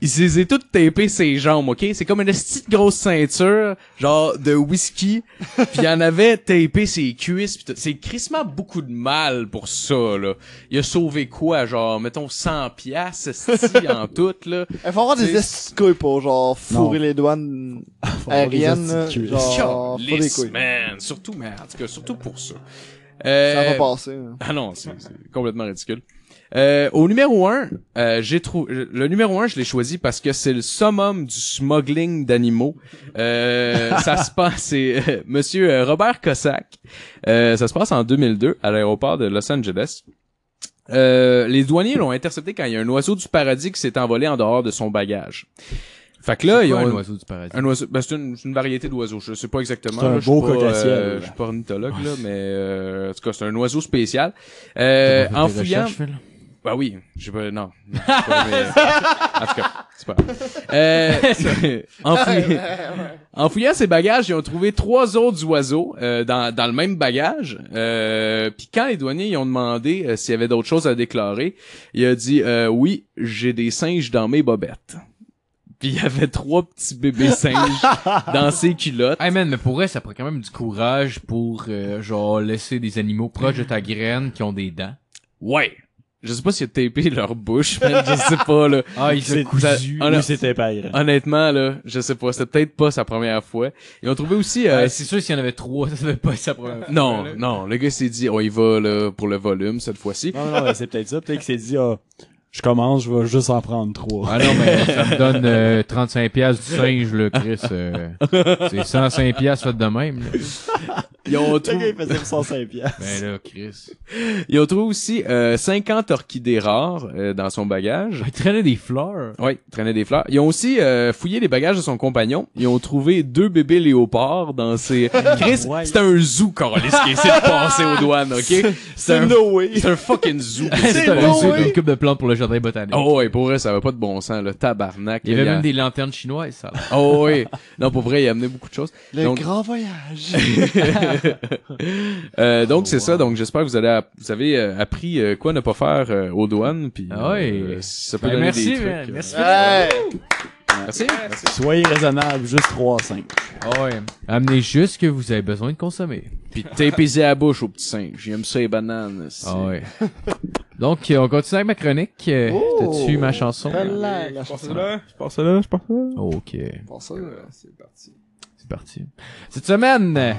C: il s'est les a toutes tapées ses jambes, OK? C'est comme une petite grosse ceinture, genre de whisky, puis il en avait tapé ses cuisses. Pis tout. c'est crissement beaucoup de mal pour ça, là. Il a sauvé quoi? Genre, mettons, 100 piastres,
E: <laughs>
C: esti, en tout, là.
E: Il faut avoir des
C: C'est-
E: estis de couilles pour, genre, fourrer les douanes aériennes. là. Genre, Oh, faut des
C: Calisse,
E: couilles.
C: man! Surtout, mais en tout cas, surtout pour ça.
E: Ça
C: Euh,
E: va passer. hein.
C: Ah non, c'est c'est complètement ridicule. Euh, au numéro 1, j'ai trouvé le numéro 1, je l'ai choisi parce que c'est le summum du smuggling d'animaux. Euh, ça se passe c'est euh, monsieur euh, Robert Cossack. Euh, ça se passe en 2002 à l'aéroport de Los Angeles. Euh, les douaniers l'ont intercepté quand il y a un oiseau du paradis qui s'est envolé en dehors de son bagage. Fait que là, ils ont
D: un oiseau du paradis.
C: un oiseau, ben c'est une, c'est une variété d'oiseaux. Je sais pas exactement.
F: C'est un
C: là, je suis
F: beau
C: pas,
F: coq à ciel.
C: euh, Je suis pas ornithologue
F: <laughs>
C: là, mais euh, en tout cas c'est un oiseau spécial. Euh, en fouillant, bah oui, je pas, non. J'ai pas aimé, euh, en tout cas, c'est pas. grave. Euh, en, fouillant, en fouillant ses bagages, ils ont trouvé trois autres oiseaux euh, dans, dans le même bagage. Euh, Puis quand les douaniers ils ont demandé euh, s'il y avait d'autres choses à déclarer, il a dit euh, oui, j'ai des singes dans mes bobettes. Puis il y avait trois petits bébés singes dans ses culottes.
D: Hey man, mais pour vrai, ça prend quand même du courage pour, euh, genre, laisser des animaux proches de ta graine qui ont des dents.
C: Ouais. Je sais pas s'il a tapé leur bouche, man, je sais pas là.
D: Ah, ils
F: C'est-
D: ont cousu.
C: Ah, non.
F: Oui, c'était pire.
C: Honnêtement, là, je sais pas. C'était peut-être pas sa première fois. Ils ont trouvé aussi... euh,
D: Ouais, c'est sûr, s'il y en avait trois, ça devait pas être sa première fois.
C: non,
D: là.
C: non. Le gars s'est dit, on y va là, pour le volume cette fois-ci.
F: Non, non, c'est peut-être ça. Peut-être qu'il s'est dit, ah, je commence, je vais juste en prendre trois.
D: Ah non, mais ça me donne euh, 35$ piastres du singe, là, Chris. euh, c'est 105$ piastres fait de même, là.
C: Ils
F: Le
C: ont
F: gars,
C: trouvé,
F: il faisait pour 105 piastres.
D: Ben là, Chris.
C: ils ont trouvé aussi euh, 50 orchidées rares euh, dans son bagage.
D: Il traînait des fleurs.
C: Oui, traînait des fleurs. Ils ont aussi euh, fouillé les bagages de son compagnon. Ils ont trouvé deux bébés léopards dans ses... Chris,
F: Ouais.
C: c'est un zoo, Carlis, qui essaie de passer aux douanes, OK? C'est un,
E: No way.
C: c'est un fucking zoo.
D: C'est
E: bon,
D: un zoo
E: oui.
D: une coupe de plantes pour le jardin botanique.
C: Oh ouais, pour vrai, ça va pas de bon sens, le tabarnak.
D: Il y avait
C: là,
D: même des lanternes chinoises, ça.
C: il a- Oh oui. Non, pour vrai, il a amené beaucoup de choses.
E: Le
C: Donc-
E: grand voyage. <laughs>
C: <laughs> Euh, donc c'est ça. Donc j'espère que vous allez, app- vous avez euh, appris euh, quoi ne pas faire euh, aux douanes, puis
D: Ah ouais.
C: euh, si ça peut
D: Ben,
C: donner
D: merci,
C: des trucs.
D: man.
C: euh,
D: Merci.
E: Ouais.
C: merci. Merci.
F: Soyez raisonnable, juste 3-5.
D: ah ouais. Amenez juste ce que vous avez besoin de consommer.
C: Puis t'épiser à la bouche au petit singe. J'aime ça les bananes. c'est-
D: Ah ouais. Donc, euh, on continue avec ma chronique. Euh,
E: Oh.
D: T'as-tu ma chanson?
E: Voilà, la
G: Je pense
E: chanson.
G: là, je pense là, je pense là.
D: Oh, Ok,
E: Pour ça,
G: Euh, C'est parti.
D: c'est parti. Cette semaine... euh,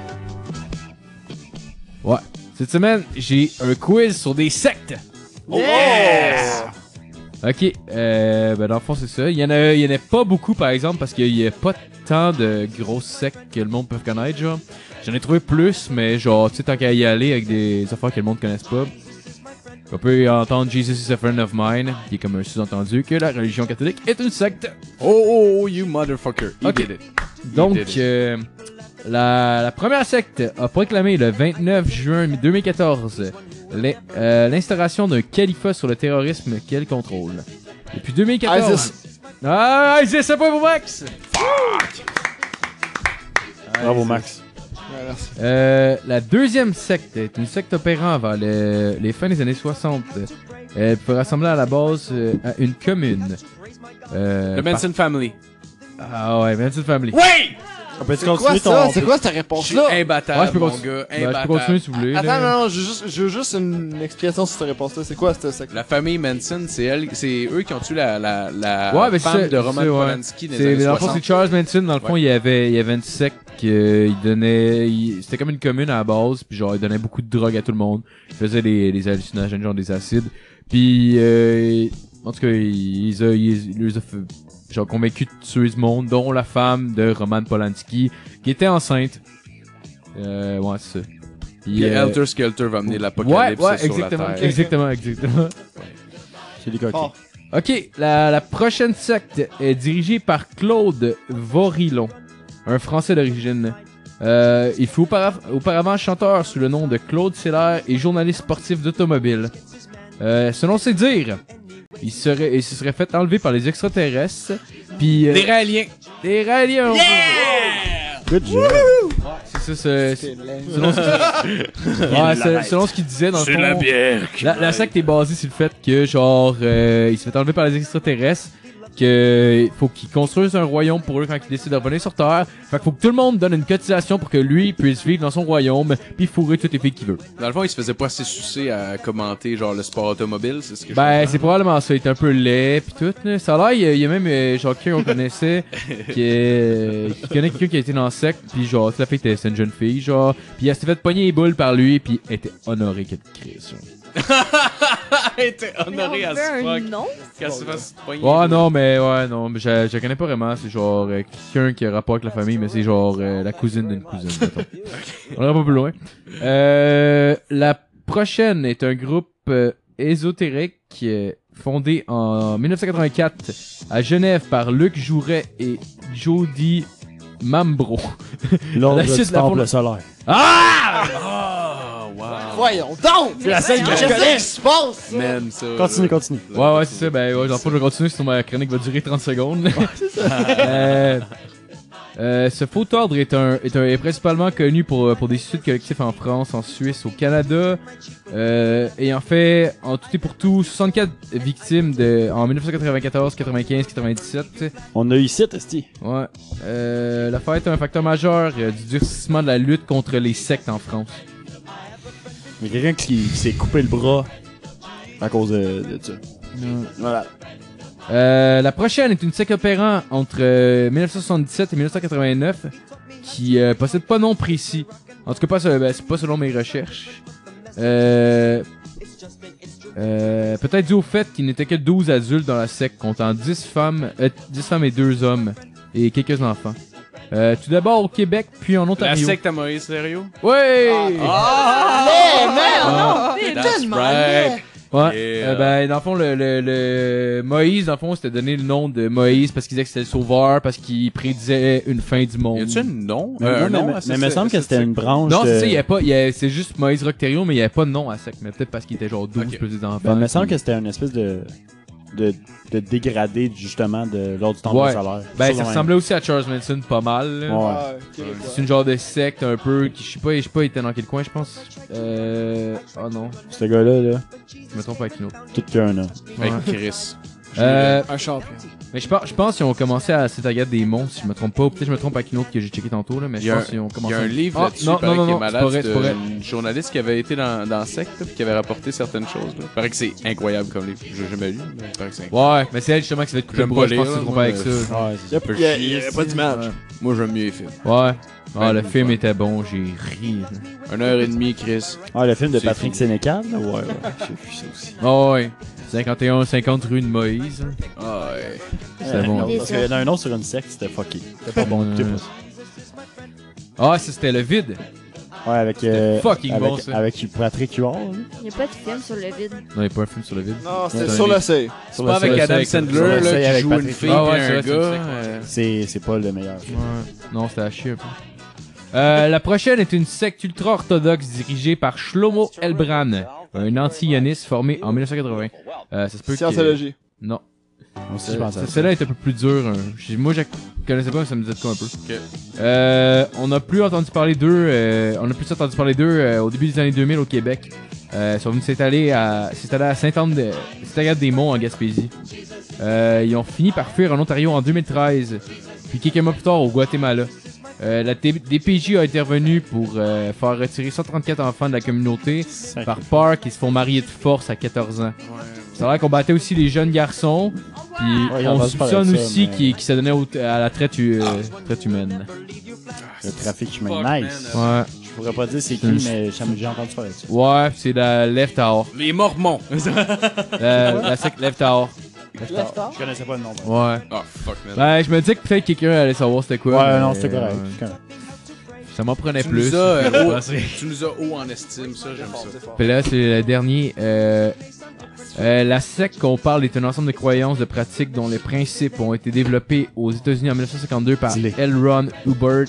D: Ouais. Cette semaine, j'ai un quiz sur des sectes.
G: Oh!
D: Ok, euh, ben dans le fond, c'est ça. Il y, en a, il y en a pas beaucoup, par exemple, parce qu'il y a pas tant de grosses sectes que le monde peut connaître, genre. J'en ai trouvé plus, mais genre, tu sais, tant qu'à y aller avec des affaires que le monde connaisse pas. On peut entendre Jesus is a friend of mine, qui est comme un sous-entendu que la religion catholique est une secte.
C: Oh, oh, oh, you motherfucker. He
D: Ok.
C: did it.
D: Donc,
C: did it.
D: euh, la, la première secte a proclamé le 29 juin 2014 les- euh, l'instauration d'un califat sur le terrorisme qu'elle contrôle. Depuis 2014...
E: ISIS.
D: Ah, ISIS, c'est pas pour Max!
F: Bravo, Max.
E: Ouais, merci.
D: Euh, la deuxième secte est une secte opérant vers le- les fins des années 60. Elle peut rassembler à la base euh, à une commune. Euh,
C: Le Manson Family.
D: par- Ah ouais, Manson Family.
F: On peut
E: C'est quoi ça? C'est quoi cette réponse-là?
C: Imbattable,
D: Ouais, je peux
C: Ah, mon
D: continuer.
C: gars.
D: Ben, je
C: Imbattable.
D: peux continuer si vous voulez.
E: Attends,
D: là.
E: non, non, je veux juste, je veux juste une explication sur cette réponse-là. C'est quoi cette secte?
C: La famille Manson, c'est elle, c'est eux qui ont tué la, la, la
D: Ouais, ben,
C: femme
D: c'est-
C: de Roman
D: c'est- ouais.
C: Polanski dans les
D: C'est,
C: années
D: dans le fond,
C: 60.
D: c'est Charles Manson. Dans le fond, il y avait, il y avait une secte qui euh, il donnait, il- c'était comme une commune à la base, puis genre, il donnait beaucoup de drogue à tout le monde. Il faisait des, des hallucinogènes, genre des acides. Puis, euh, en tout cas, il, il, a- il- il les a fait- genre, convaincus de tuer du monde, dont la femme de Roman Polanski, qui était enceinte. Euh, ouais, c'est ça. Puis,
C: Puis
D: euh,
C: Helter Skelter va amener l'apocalypse
D: ouais, ouais,
C: sur la
D: exactement,
C: Terre.
D: exactement, exactement.
F: C'est des coquilles.
E: Fort.
D: Ok, la, la prochaine secte est dirigée par Claude Vorillon, un Français d'origine. Euh, il fut auparavant, auparavant chanteur sous le nom de Claude Seller et journaliste sportif d'automobile. Euh, selon ses dires, il, serait, il se serait fait enlever par les extraterrestres, puis... euh,
C: Des Raéliens.
D: des Raéliens!
F: Good job.
D: C'est ça,
E: C'est
D: c'est- c'est-
E: laid.
D: selon ce qu'il- Ouais, c'est- selon ce qu'il disait dans le fond...
H: bière.
D: La, la secte est basée sur le fait que, genre, euh, il se fait enlever par les extraterrestres, que faut qu'ils construisent un royaume pour eux quand ils décident de revenir sur Terre. Fait qu'il faut que tout le monde donne une cotisation pour que lui puisse vivre dans son royaume, puis fourrer toutes les filles qu'il veut.
C: Dans le fond, il se faisait pas assez sucer à commenter genre le sport automobile, c'est ce que
D: Ben, c'est probablement ça. Il est un peu laid, puis tout. là. Ça a l'air, il y a- il y, a même, euh, genre, quelqu'un qu'on connaissait, qui, est, euh, qui connaît quelqu'un qui a été dans la secte, puis genre, toute la fille était c'est une jeune fille, genre, puis elle s'est fait pogner les boules par lui, puis elle était honorée qu'elle crisse.
C: je était honoré
A: Mais on
C: à
A: veut
C: ce
A: un
C: fuck.
A: nom?
C: Qu'elle se fasse poigner.
D: Ouais, non, mais ouais, non, mais je, je connais pas vraiment. C'est genre euh, quelqu'un qui a rapport avec la famille, mais c'est genre euh, la cousine d'une cousine, mettons. On ira pas plus loin. Euh, la prochaine est un groupe euh, ésotérique euh, fondé en 1984 à Genève par Luc Jouret et Jody Mambro.
F: L'ordre
D: La suite
F: du
D: de la
F: temple
D: fondation.
F: solaire.
C: Ah, wow.
E: Voyons donc!
F: la
A: scène que
E: Qu'est-ce
A: je
E: qui se passe? ça?
C: Man, ça.
F: Continue, continue.
D: Ouais, ouais, c'est ça. Ben, ouais, dans le fond, je vais continuer, sinon ma chronique va durer 30 secondes. <laughs> euh, euh, ce faux ordre est, un, est, un, est principalement connu pour, euh, pour des suites collectifs en France, en Suisse, au Canada. Euh, et en fait, en tout et pour tout, 64 victimes de, en 1994, 95, 97.
F: On a eu ici, Testi.
D: Ouais. Euh, la fête est un facteur majeur euh, du durcissement de la lutte contre les sectes en France.
F: Il y a quelqu'un qui, qui s'est coupé le bras à cause de, de ça. Voilà.
D: Euh, la prochaine est une secte opérant entre euh, 1977 et 1989 qui euh, possède pas de nom précis. En tout cas, pas, se- ben, c'est pas selon mes recherches. Euh, euh, Peut-être dû au fait qu'il n'était que 12 adultes dans la secte, comptant 10 femmes, euh, 10 femmes et 2 hommes et quelques enfants. Euh, tout d'abord au Québec, puis en
C: La
D: Ontario.
C: secte à Maurice Lerio.
D: Ouais!
E: Ah, merde!
A: Ah, non,
C: That's
A: tellement.
C: right.
D: Ouais.
C: Yeah.
D: Euh, ben, dans le fond, le, le, le- Moïse, dans le fond, c'était donné le nom de Moïse parce qu'il disait que c'était le sauveur, parce qu'il prédisait une fin du monde.
C: Y a-tu un nom?
F: Mais,
C: Euh, un
F: mais-
C: nom
F: mais-
C: à
F: mais
C: cette-
F: me semble que
C: cette
F: c'était une branche.
D: Non, c'est ça,
F: de-
D: il y a pas, il y a- c'est juste Moïse Rocterio, mais il n'y avait pas de nom à sec. Mais peut-être parce qu'il était genre 12
C: Ok.
D: plus des
F: Ben,
D: enfants.
F: il me semble
D: puis-
F: que c'était une espèce de, de, de dégradé, justement, de l'ordre du temple
D: Ouais.
F: solaire.
D: Ben,
F: de
D: ça
F: même.
D: ressemblait aussi à Charles Manson pas mal. là.
F: Ouais.
E: Ah, ok, ouais.
D: C'est une genre de secte un peu qui, je sais pas, je sais pas, il était dans quel coin, je pense. Euh, oh non,
F: Ce gars-là, là,
D: je me trompe avec une autre.
F: tout qu'un, là.
C: Avec Chris.
D: Euh,
E: Un champion.
D: mais je pense, je pense qu'ils ont commencé à cette guerre des monts, si je me trompe pas. ou Peut-être que je me trompe avec une autre que j'ai checké tantôt, là, mais
C: Il y
D: je
C: a
D: pense qu'ils ont
C: Il y
D: commencé.
C: a un
D: à-
C: livre
D: Ah,
C: là-dessus,
D: non,
C: il paraît
D: non, non,
C: qui
D: non,
C: est
D: c'est
C: malade, euh,
D: pas vrai,
C: c'est
D: c'est pas vrai.
C: une journaliste qui avait été dans, dans secte, là, puis qui avait rapporté certaines choses. Là. Paraît que c'est incroyable comme livre. Je l'ai jamais lu, mais paraît que c'est incroyable.
D: Ouais, mais c'est elle justement qui s'est fait couper le
C: J'aime
D: bras,
C: pas
D: je
C: euh,
D: pense
C: lire,
D: qu'ils se trompent
C: moi,
D: avec ça.
C: mais-
F: Ouais,
E: Il
F: c'est
E: y a- il y a, il y a pas d'image.
C: Moi, j'aime mieux les films.
D: Ouais. Ah,
C: Ouais,
D: le
C: ouais.
D: film était bon, j'ai ri. là.
C: Une heure et demie, Chris.
F: Ah, le film de
C: C'est
F: Patrick
C: fou.
F: Sénécal, là? Ouais, ouais. J'ai vu ça aussi.
D: Ah ouais. 51-50 rue de Moïse.
C: Ah, ouais.
D: C'était
F: Ouais,
D: bon.
F: non, Parce qu'il y en a un autre sur une secte, c'était fucké.
D: C'était pas bon.
F: Écoutez
D: hein.
F: pas ça.
D: Ah, ça, c'était le vide.
F: Ouais, avec. euh,
D: C'était fucking
F: avec,
D: bon, ça.
F: Avec Patrick Huard, là.
A: Il y a pas de film sur le vide.
D: Non, il n'y a pas un film sur le vide.
E: Non,
D: Ouais.
E: c'était sur le seuil.
F: Sur
C: Pas
F: le
C: avec
F: sol.
C: Adam
D: avec-
F: sur
C: Sandler,
F: le
C: là,
F: seuil
C: qui
F: avec
C: joue
F: Patrick
C: une fille
D: Ah ouais,
C: puis
D: c'est
C: un
D: vrai, c'est une
C: gars.
D: secte,
C: euh,
F: C'est c'est pas le meilleur.
D: Ouais. Non, c'était à chier un peu. Euh, la prochaine est une secte ultra-orthodoxe dirigée par Shlomo Elbran, un anti-ioniste formé en 1980. Euh, ça se peut que...
E: Scientologie.
D: Non.
F: On s'est
D: Euh,
F: pensé à ça.
D: Celle-là est un peu plus dure. hein. J'ai- Moi, je connaissais pas, mais ça me disait de quoi un peu. Euh, on a plus entendu parler d'eux. euh, on a plus entendu parler d'eux euh, au début des années 2000 au Québec. Euh, ils sont venus s'installer à, s'installer à Saint-Anne-des-Monts en Gaspésie. Euh, ils ont fini par fuir en Ontario en 2013, puis quelques mois plus tard au Guatemala. Euh, la T- DPJ a intervenu pour euh, faire retirer 134 enfants de la communauté <laughs> par peur qu'ils se font marier de force à 14 ans. Ça a l'air qu'on battait aussi les jeunes garçons. Puis
F: Ouais, on
D: on
F: va se parler
D: soupçonne
F: de ça,
D: aussi
F: mais-
D: qu'ils qu'ils se donnaient au- à la traite, hu- euh, traite humaine.
F: Le trafic humain.
H: Fuck,
F: Nice.
H: man,
D: Ouais,
F: Je pourrais pas dire c'est qui,
D: Mm.
F: mais j'ai j'ai entendu parler de ça.
D: ouais pis c'est la lève tahor.
C: Les Mormons.
D: La, la sec lève tahor.
F: Je connaissais pas le nom. Ouais,
D: Ouais.
C: oh, fuck, man.
D: Ben, je me disais que peut-être quelqu'un allait savoir c'était quoi. mais,
F: non, c'était correct.
D: euh,
F: c'est correct.
D: ça m'en prenait
C: Tu
D: plus.
C: nous
D: <laughs>
C: as, euh, haut-
D: Passé.
C: tu nous as haut en estime, ça, j'aime ça.
D: Puis là, c'est le dernier. Euh, euh, la secte qu'on parle est un ensemble de croyances, de pratiques dont les principes ont été développés aux États-Unis en 1952 par
F: Dis-les.
D: L. Ron Hubbard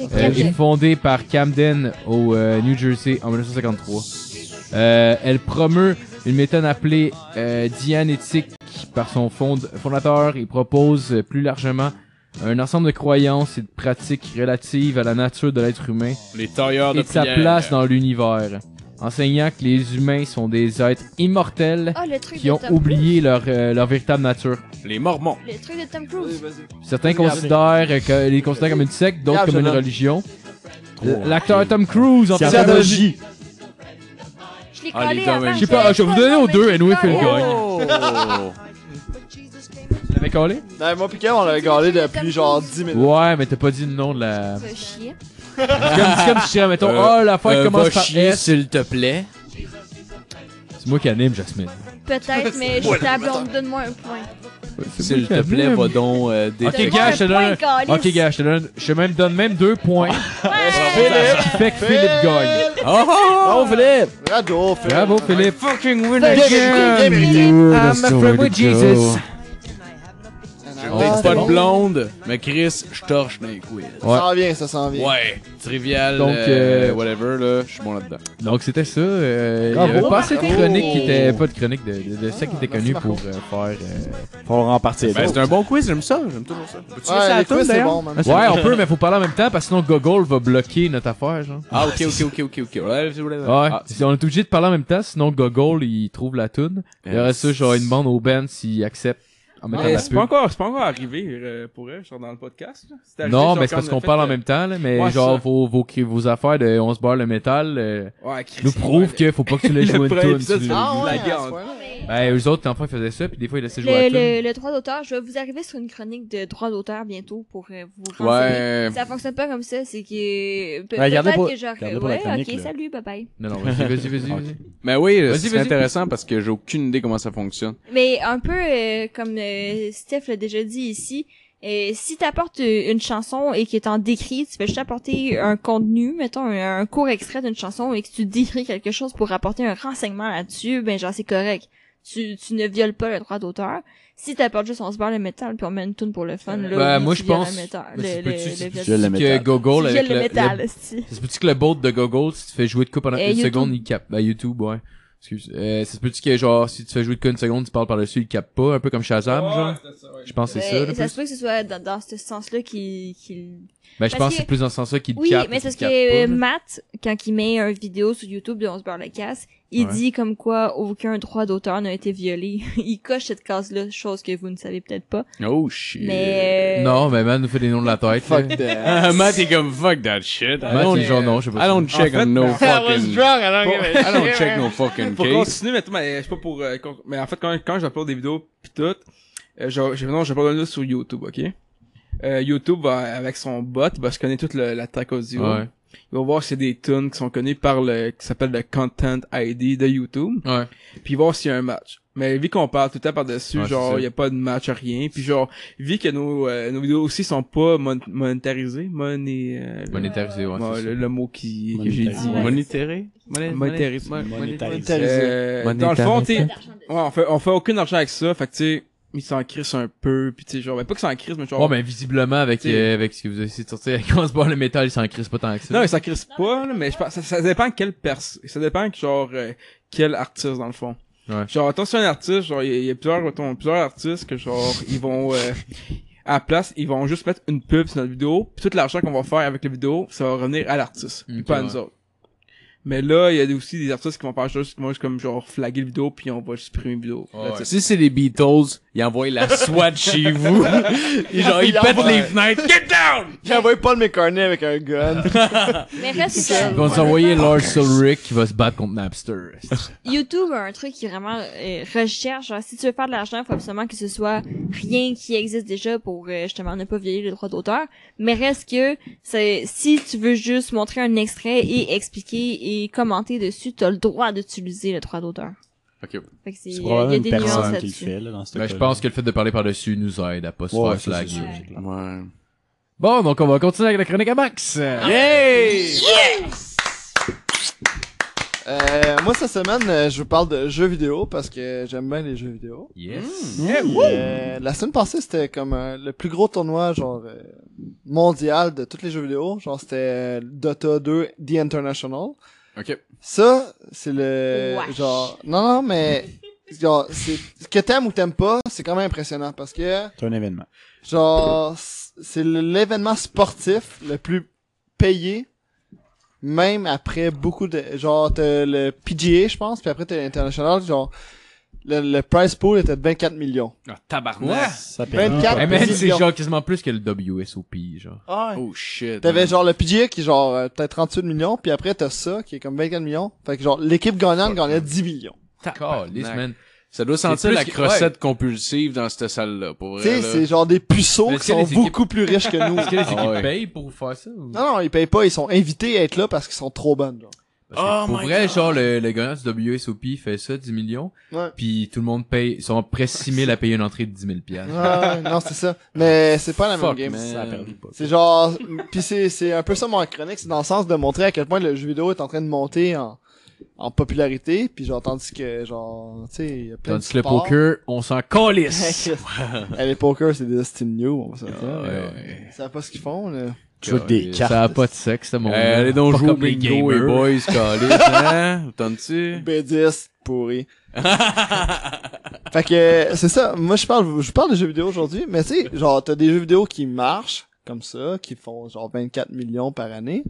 D: Euh, et
A: Camden.
D: fondée par Camden au euh, New Jersey en 1953. Euh, elle promeut une méthode appelée euh, dianétique par son fond- fondateur et propose euh, plus largement un ensemble de croyances et de pratiques relatives à la nature de l'être humain
C: Les tailleurs de
D: et de sa
C: prière.
D: place dans l'univers, enseignant que les humains sont des êtres immortels
A: Ah, le truc
D: qui
A: de
D: ont
A: Tom
D: oublié leur, euh, leur véritable nature.
C: Les Mormons.
A: Cruise. Le truc de Tom
E: Ah,
A: Cruise.
D: Certains
E: Regarde.
D: considèrent euh, que, les considèrent comme une secte, d'autres
E: Regarde,
D: comme une
E: Jonathan.
D: religion. L'acteur Tom Cruise en fait
E: Scientologie.
F: Scientologie.
A: Je l'ai
C: Ah, les
A: collé
C: deux,
A: à
C: ouais.
A: Marc.
D: Je sais pas, je vais vous donner aux deux, anyway, fait le
A: Oh!
D: gagne.
C: Euh,
D: Tu l'avais collé?
E: Non, Ben, moi pis Kev, on l'avait gardé depuis genre 10 minutes.
D: Ouais, mais t'as pas dit le nom de la...
A: Ça chier.
D: C'est comme, c'est comme si je dirais, mettons,
C: Euh,
D: oh, la fin
C: euh,
D: commence
C: va
D: par
C: chier,
D: S.
C: s'il te plaît.
D: C'est moi qui anime, Jasmine.
A: Peut-être, mais je table, on me donne-moi un point.
C: S'il te plaît, va donc euh, des-
D: Ok, gars, je te donne... Ok, gars, je te donne... Je te même donne même deux points.
E: Philippe!
D: Fait que Ah, Philippe gagne.
C: Oh, oh, oh, Philippe!
E: Bravo, Philippe!
D: Bravo, Philippe.
H: Fucking win
E: Bien mérité, bien mérité!
D: I'm a friend with Jesus.
E: Ah,
C: J'ai
D: Ah,
C: peut-être pas de blonde, mais Chris, je torche dans les quiz.
E: Ça s'en vient, ça s'en vient.
C: Ouais, trivial,
D: Donc,
C: Donc,
D: euh,
C: whatever, là, je suis bon là-dedans.
D: Donc, c'était ça. euh, il y avait
F: Bravo.
D: pas assez de
E: Bravo.
D: chroniques qui étaient... Pas de chroniques de, de, de ça qui étaient connues pour euh, faire... euh,
F: Faut en partir.
C: Ben, c'est un bon quiz, j'aime ça, j'aime toujours ça. Peux-tu laisser
E: Ouais,
C: la
E: les
C: toune,
E: quiz, c'est bon,
C: d'ailleurs?
E: man.
D: Ouais, on peut, mais faut parler en même temps, parce que sinon Gogol va bloquer notre affaire, genre.
C: Ah, ok, ok, ok, ok, ok. Ouais, c'est-
D: Ouais,
C: Ah,
D: si on est obligé de parler en même temps, sinon Gogol, il trouve la toune. Et
C: Euh,
D: après ça, genre, il demande au band s'il accepte en mettant
G: Mais
D: la
G: c'est pas
D: pub.
G: encore, c'est pas encore arrivé euh, pour elle, genre dans le podcast. là. C'est arrivé,
D: Non,
G: genre,
D: mais c'est
G: quand
D: parce
G: on a
D: qu'on
G: fait,
D: parle en
G: euh,
D: même temps, là, mais
G: Ouais,
D: genre,
G: ça.
D: vos, vos, cri- vos affaires de On se barre le métal euh,
G: Ouais, Chris,
D: nous prouvent que faut pas que tu laisses
G: <laughs> Le
D: jouer une
G: premier
D: toune.
G: épisode,
D: tu-
G: c'est-
E: Ah
G: La
E: ouais, à ce
G: garde.
E: point-là.
D: Ben, eux autres, enfants, ils faisaient ça, puis des fois, ils laissaient jouer la
A: Le,
D: toune.
A: le, le droit d'auteur, je vais vous arriver sur une chronique de droit d'auteur bientôt pour euh, vous renseigner.
C: Ouais.
A: Ça fonctionne pas comme ça, c'est que. Pe-
F: Ouais, gardez
A: Peut-être
F: pour-
A: que genre.
F: gardez pour la
A: Ouais,
F: chronique,
A: ok,
F: là.
A: salut, bye bye.
D: Non, non, vas-y, vas-y, vas-y. vas-y.
C: Mais oui, euh,
D: Vas-y,
C: c'est
D: vas-y.
C: intéressant parce que j'ai aucune idée comment ça fonctionne.
A: Mais un peu euh, comme euh, Steph l'a déjà dit ici, euh, si t'apportes euh, une chanson et qui est en décrit, tu fais juste apporter un contenu, mettons un, un court extrait d'une chanson et que tu décris quelque chose pour apporter un renseignement là-dessus, ben genre c'est correct. Tu, tu ne violes pas le droit d'auteur. Si t'apportes juste on se barre le métal puis on met une tune pour le fun, là,
D: Ben,
A: oui,
D: moi,
A: tu
D: je
A: violes
D: pense-
A: le métal,
D: mais
A: le-
D: c'est
A: le-
D: peux-tu-
A: le-
F: Je le
D: Que
F: métal.
D: Gogol,
A: Tu
D: avec
A: violes le
D: le,
A: métal,
D: le-
A: esti.
D: Ça se peut-tu que le boat de Gogol, si tu fais jouer de quoi pendant
A: Euh,
D: une
A: YouTube.
D: seconde, il capte? Ben, YouTube, ouais. Excuse. Euh, ça se peut-tu que, genre, si tu fais jouer de quoi une seconde, tu parles par-dessus, il capte pas, un peu comme Shazam, genre? Je pense que c'est ça,
A: Ben,
D: là,
A: ça
D: plus.
A: se peut que ce soit dans, dans ce sens-là qu'il qu'il
D: Ben, je
A: Parce
D: pense que
A: que-
D: c'est plus dans ce sens-là qu'il te
A: Oui,
D: capte.
A: mais
D: et
A: c'est parce
D: qu'il
A: que euh,
D: capte pas, là.
A: Matt, quand il met une vidéo sur YouTube de On se barre le casse, il
D: Ouais.
A: dit comme quoi aucun droit d'auteur n'a été violé. <laughs> il coche cette case-là, chose que vous ne savez peut-être pas.
C: Oh shit.
A: Mais... euh,
D: Non, mais man nous fait des noms de la tête. là.
E: Fuck that. <laughs>
C: Ah, Matt est comme fuck that shit. I
D: Matt, il est
C: don't,
D: genre non, je sais
C: I
D: pas.
C: don't check on <laughs> no fucking. I don't check no fucking
G: <laughs> Pour
C: case.
G: continuer, mais, tout, mais je sais pas pour. euh, con- mais en fait, quand, quand j'upload des vidéos pis tout, euh, je, je, non, j'upload là sur YouTube, ok? Euh, YouTube, va, avec son bot, va se connaître toute le- la track audio.
D: Ouais.
G: Il va voir s'il y a des tunes qui sont connues par le, qui s'appelle le Content ID de YouTube.
D: Ouais.
G: puis voir s'il y a un match. Mais vu qu'on parle tout le temps par-dessus,
D: Ouais, c'est
G: genre,
D: ça.
G: il y a pas de match, rien. Puis genre, vu que nos, euh, nos vidéos aussi sont pas mon- monétarisées, moné... euh, le-
D: Monétarisé, ouais.
G: ouais,
D: c'est
G: le, le mot qui, que j'ai dit.
F: Monétarisé.
A: Ouais.
C: Monétarer?
G: Monétarisé.
F: Monétarisé.
G: Euh, dans le fond, t'es... Ouais, on fait, on fait aucun argent avec ça, fait que tu sais, ils s'en crissent un peu, puis tu sais, genre, ben pas qu'ils s'en crissent, mais
D: ça.
G: genre...
D: Ouais, mais visiblement, avec,
G: T'sais-
D: euh, avec ce que vous avez essayé de sortir, avec on se barre le métal, il s'en crisse pas tant que ça.
G: Non, ils s'en crissent pas, là, mais je pense, ça, ça dépend quelle personne, ça dépend, genre, euh, quel artiste, dans le fond.
C: Ouais.
G: Genre, attention un artiste, genre, il y, a- il y a plusieurs, mettons, plusieurs artistes que genre, ils vont, euh, à la place, ils vont juste mettre une pub sur notre vidéo, puis tout l'argent qu'on va faire avec la vidéo, ça va revenir à l'artiste, puis
D: Ok,
G: pas à
D: ouais.
G: nous autres. Mais là, il y a aussi des artistes qui vont faire juste, qui vont juste comme genre flaguer la vidéo, puis on va supprimer la vidéo. That's it.
C: Si c'est les Beatles, ils envoient la SWAT <laughs> chez vous. Ils, genre, ils
E: Il
C: pètent
E: envoie-
C: les fenêtres. Get down!
E: J'ai envoyé Paul McCartney avec un
C: <laughs>
E: gun.
A: Mais reste que ça-
D: Ils vont nous envoyer Lars Ulrich qui va se battre contre Napster.
A: YouTube a un truc qui vraiment euh, recherche. genre, si tu veux faire de l'argent, il faut absolument que ce soit rien qui existe déjà pour euh, justement ne pas violer les droits d'auteur. Mais reste que c'est si tu veux juste montrer un extrait et expliquer et commenter dessus, t'as le droit d'utiliser le droit d'auteur.
C: Ok.
A: Fait que
F: C'est
A: c'est- il y a
F: probablement
A: des
F: une
A: nuances
F: personne qui le
A: là-dessus.
F: fait, là, dans ce
D: Ben, je
F: cas-là.
D: pense que le fait de parler par-dessus nous aide à pas se
F: Ouais,
D: faire
F: ça, c'est
D: flaguer.
F: sûr, c'est clair.
C: Ouais.
D: Bon, donc on va continuer avec la chronique à Max.
C: Ah,
E: Euh, moi, cette semaine, euh, je vous parle de jeux vidéo parce que j'aime bien les jeux vidéo.
H: Mm.
D: Yes.
E: Euh, la semaine passée, c'était comme euh, le plus gros tournoi genre euh, mondial de tous les jeux vidéo. Genre, c'était euh, Dota 2 The International.
C: Ok.
E: Ça, c'est le
A: Wesh.
E: genre non non mais genre c'est que t'aimes ou t'aimes pas, c'est quand même impressionnant parce que
F: C'est un événement.
E: genre c- c'est le- l'événement sportif le plus payé même après beaucoup de genre t'as le PGA je pense puis après t'as l'international genre le, le prize pool était de 24 millions.
C: Ah, tabarnak.
F: Ça paye.
E: 24
D: Eh, man, c'est
E: millions.
D: genre quasiment plus que le WSOP, genre.
G: Ah
C: Oh shit.
E: T'avais genre le PGA qui est genre euh, peut-être 38 millions puis après t'as ça qui est comme 24 millions. Fait que genre l'équipe gagnante gagnait 10 millions.
D: Calisse, man.
C: Ça doit sentir
D: plus
C: la
D: que-
C: crossette compulsive dans cette salle-là, pour
E: Tu
C: vrai.
E: sais
C: là.
E: c'est genre des puceaux
D: Mais
E: qui
D: c'est
E: sont
D: les équipes-
E: beaucoup plus riches que nous.
D: <laughs> Est-ce que les
C: Ah,
D: équipes
C: ouais.
D: payent pour faire ça? Ou...
E: Non, non, ils payent pas, ils sont invités à être là parce qu'ils sont trop bonnes. Genre.
D: Parce que
H: Oh
D: pour
H: my
D: vrai,
H: God.
D: genre, le, le gagnant du WSOP fait ça, 10 millions,
E: Ouais.
D: puis tout le monde paye, ils sont près 6 000 à payer une entrée de 10 000 piastres.
E: Ouais, non, c'est ça. Mais c'est pas la
C: Fuck,
E: même game.
F: Ça
C: man.
F: perd pas.
E: C'est genre, puis c'est c'est un peu ça mon chronique, c'est dans le sens de montrer à quel point le jeu vidéo est en train de monter en en popularité, puis genre tandis que genre, tu sais, il y a plein
D: Tandis
E: de
D: que le
E: sports. <laughs>
D: poker, on s'en calisse!
E: Eh, les poker, c'est des Steam New, on va se le dire.
D: Ah, Ouais.
E: Ils savent pas ce qu'ils font, là.
F: Tu joues avec des cartes.
D: Ça a pas de sexe, ce
C: Euh,
D: monde.
C: allez donc jouer au bingo et
D: boy.
C: boys, calé, hein? <laughs> Entends-tu?
E: B10, pourri. fait que, c'est ça. Moi, je parle, je parle de jeux vidéo aujourd'hui, mais tu sais, genre, t'as des jeux vidéo qui marchent, comme ça, qui font genre 24 millions par année,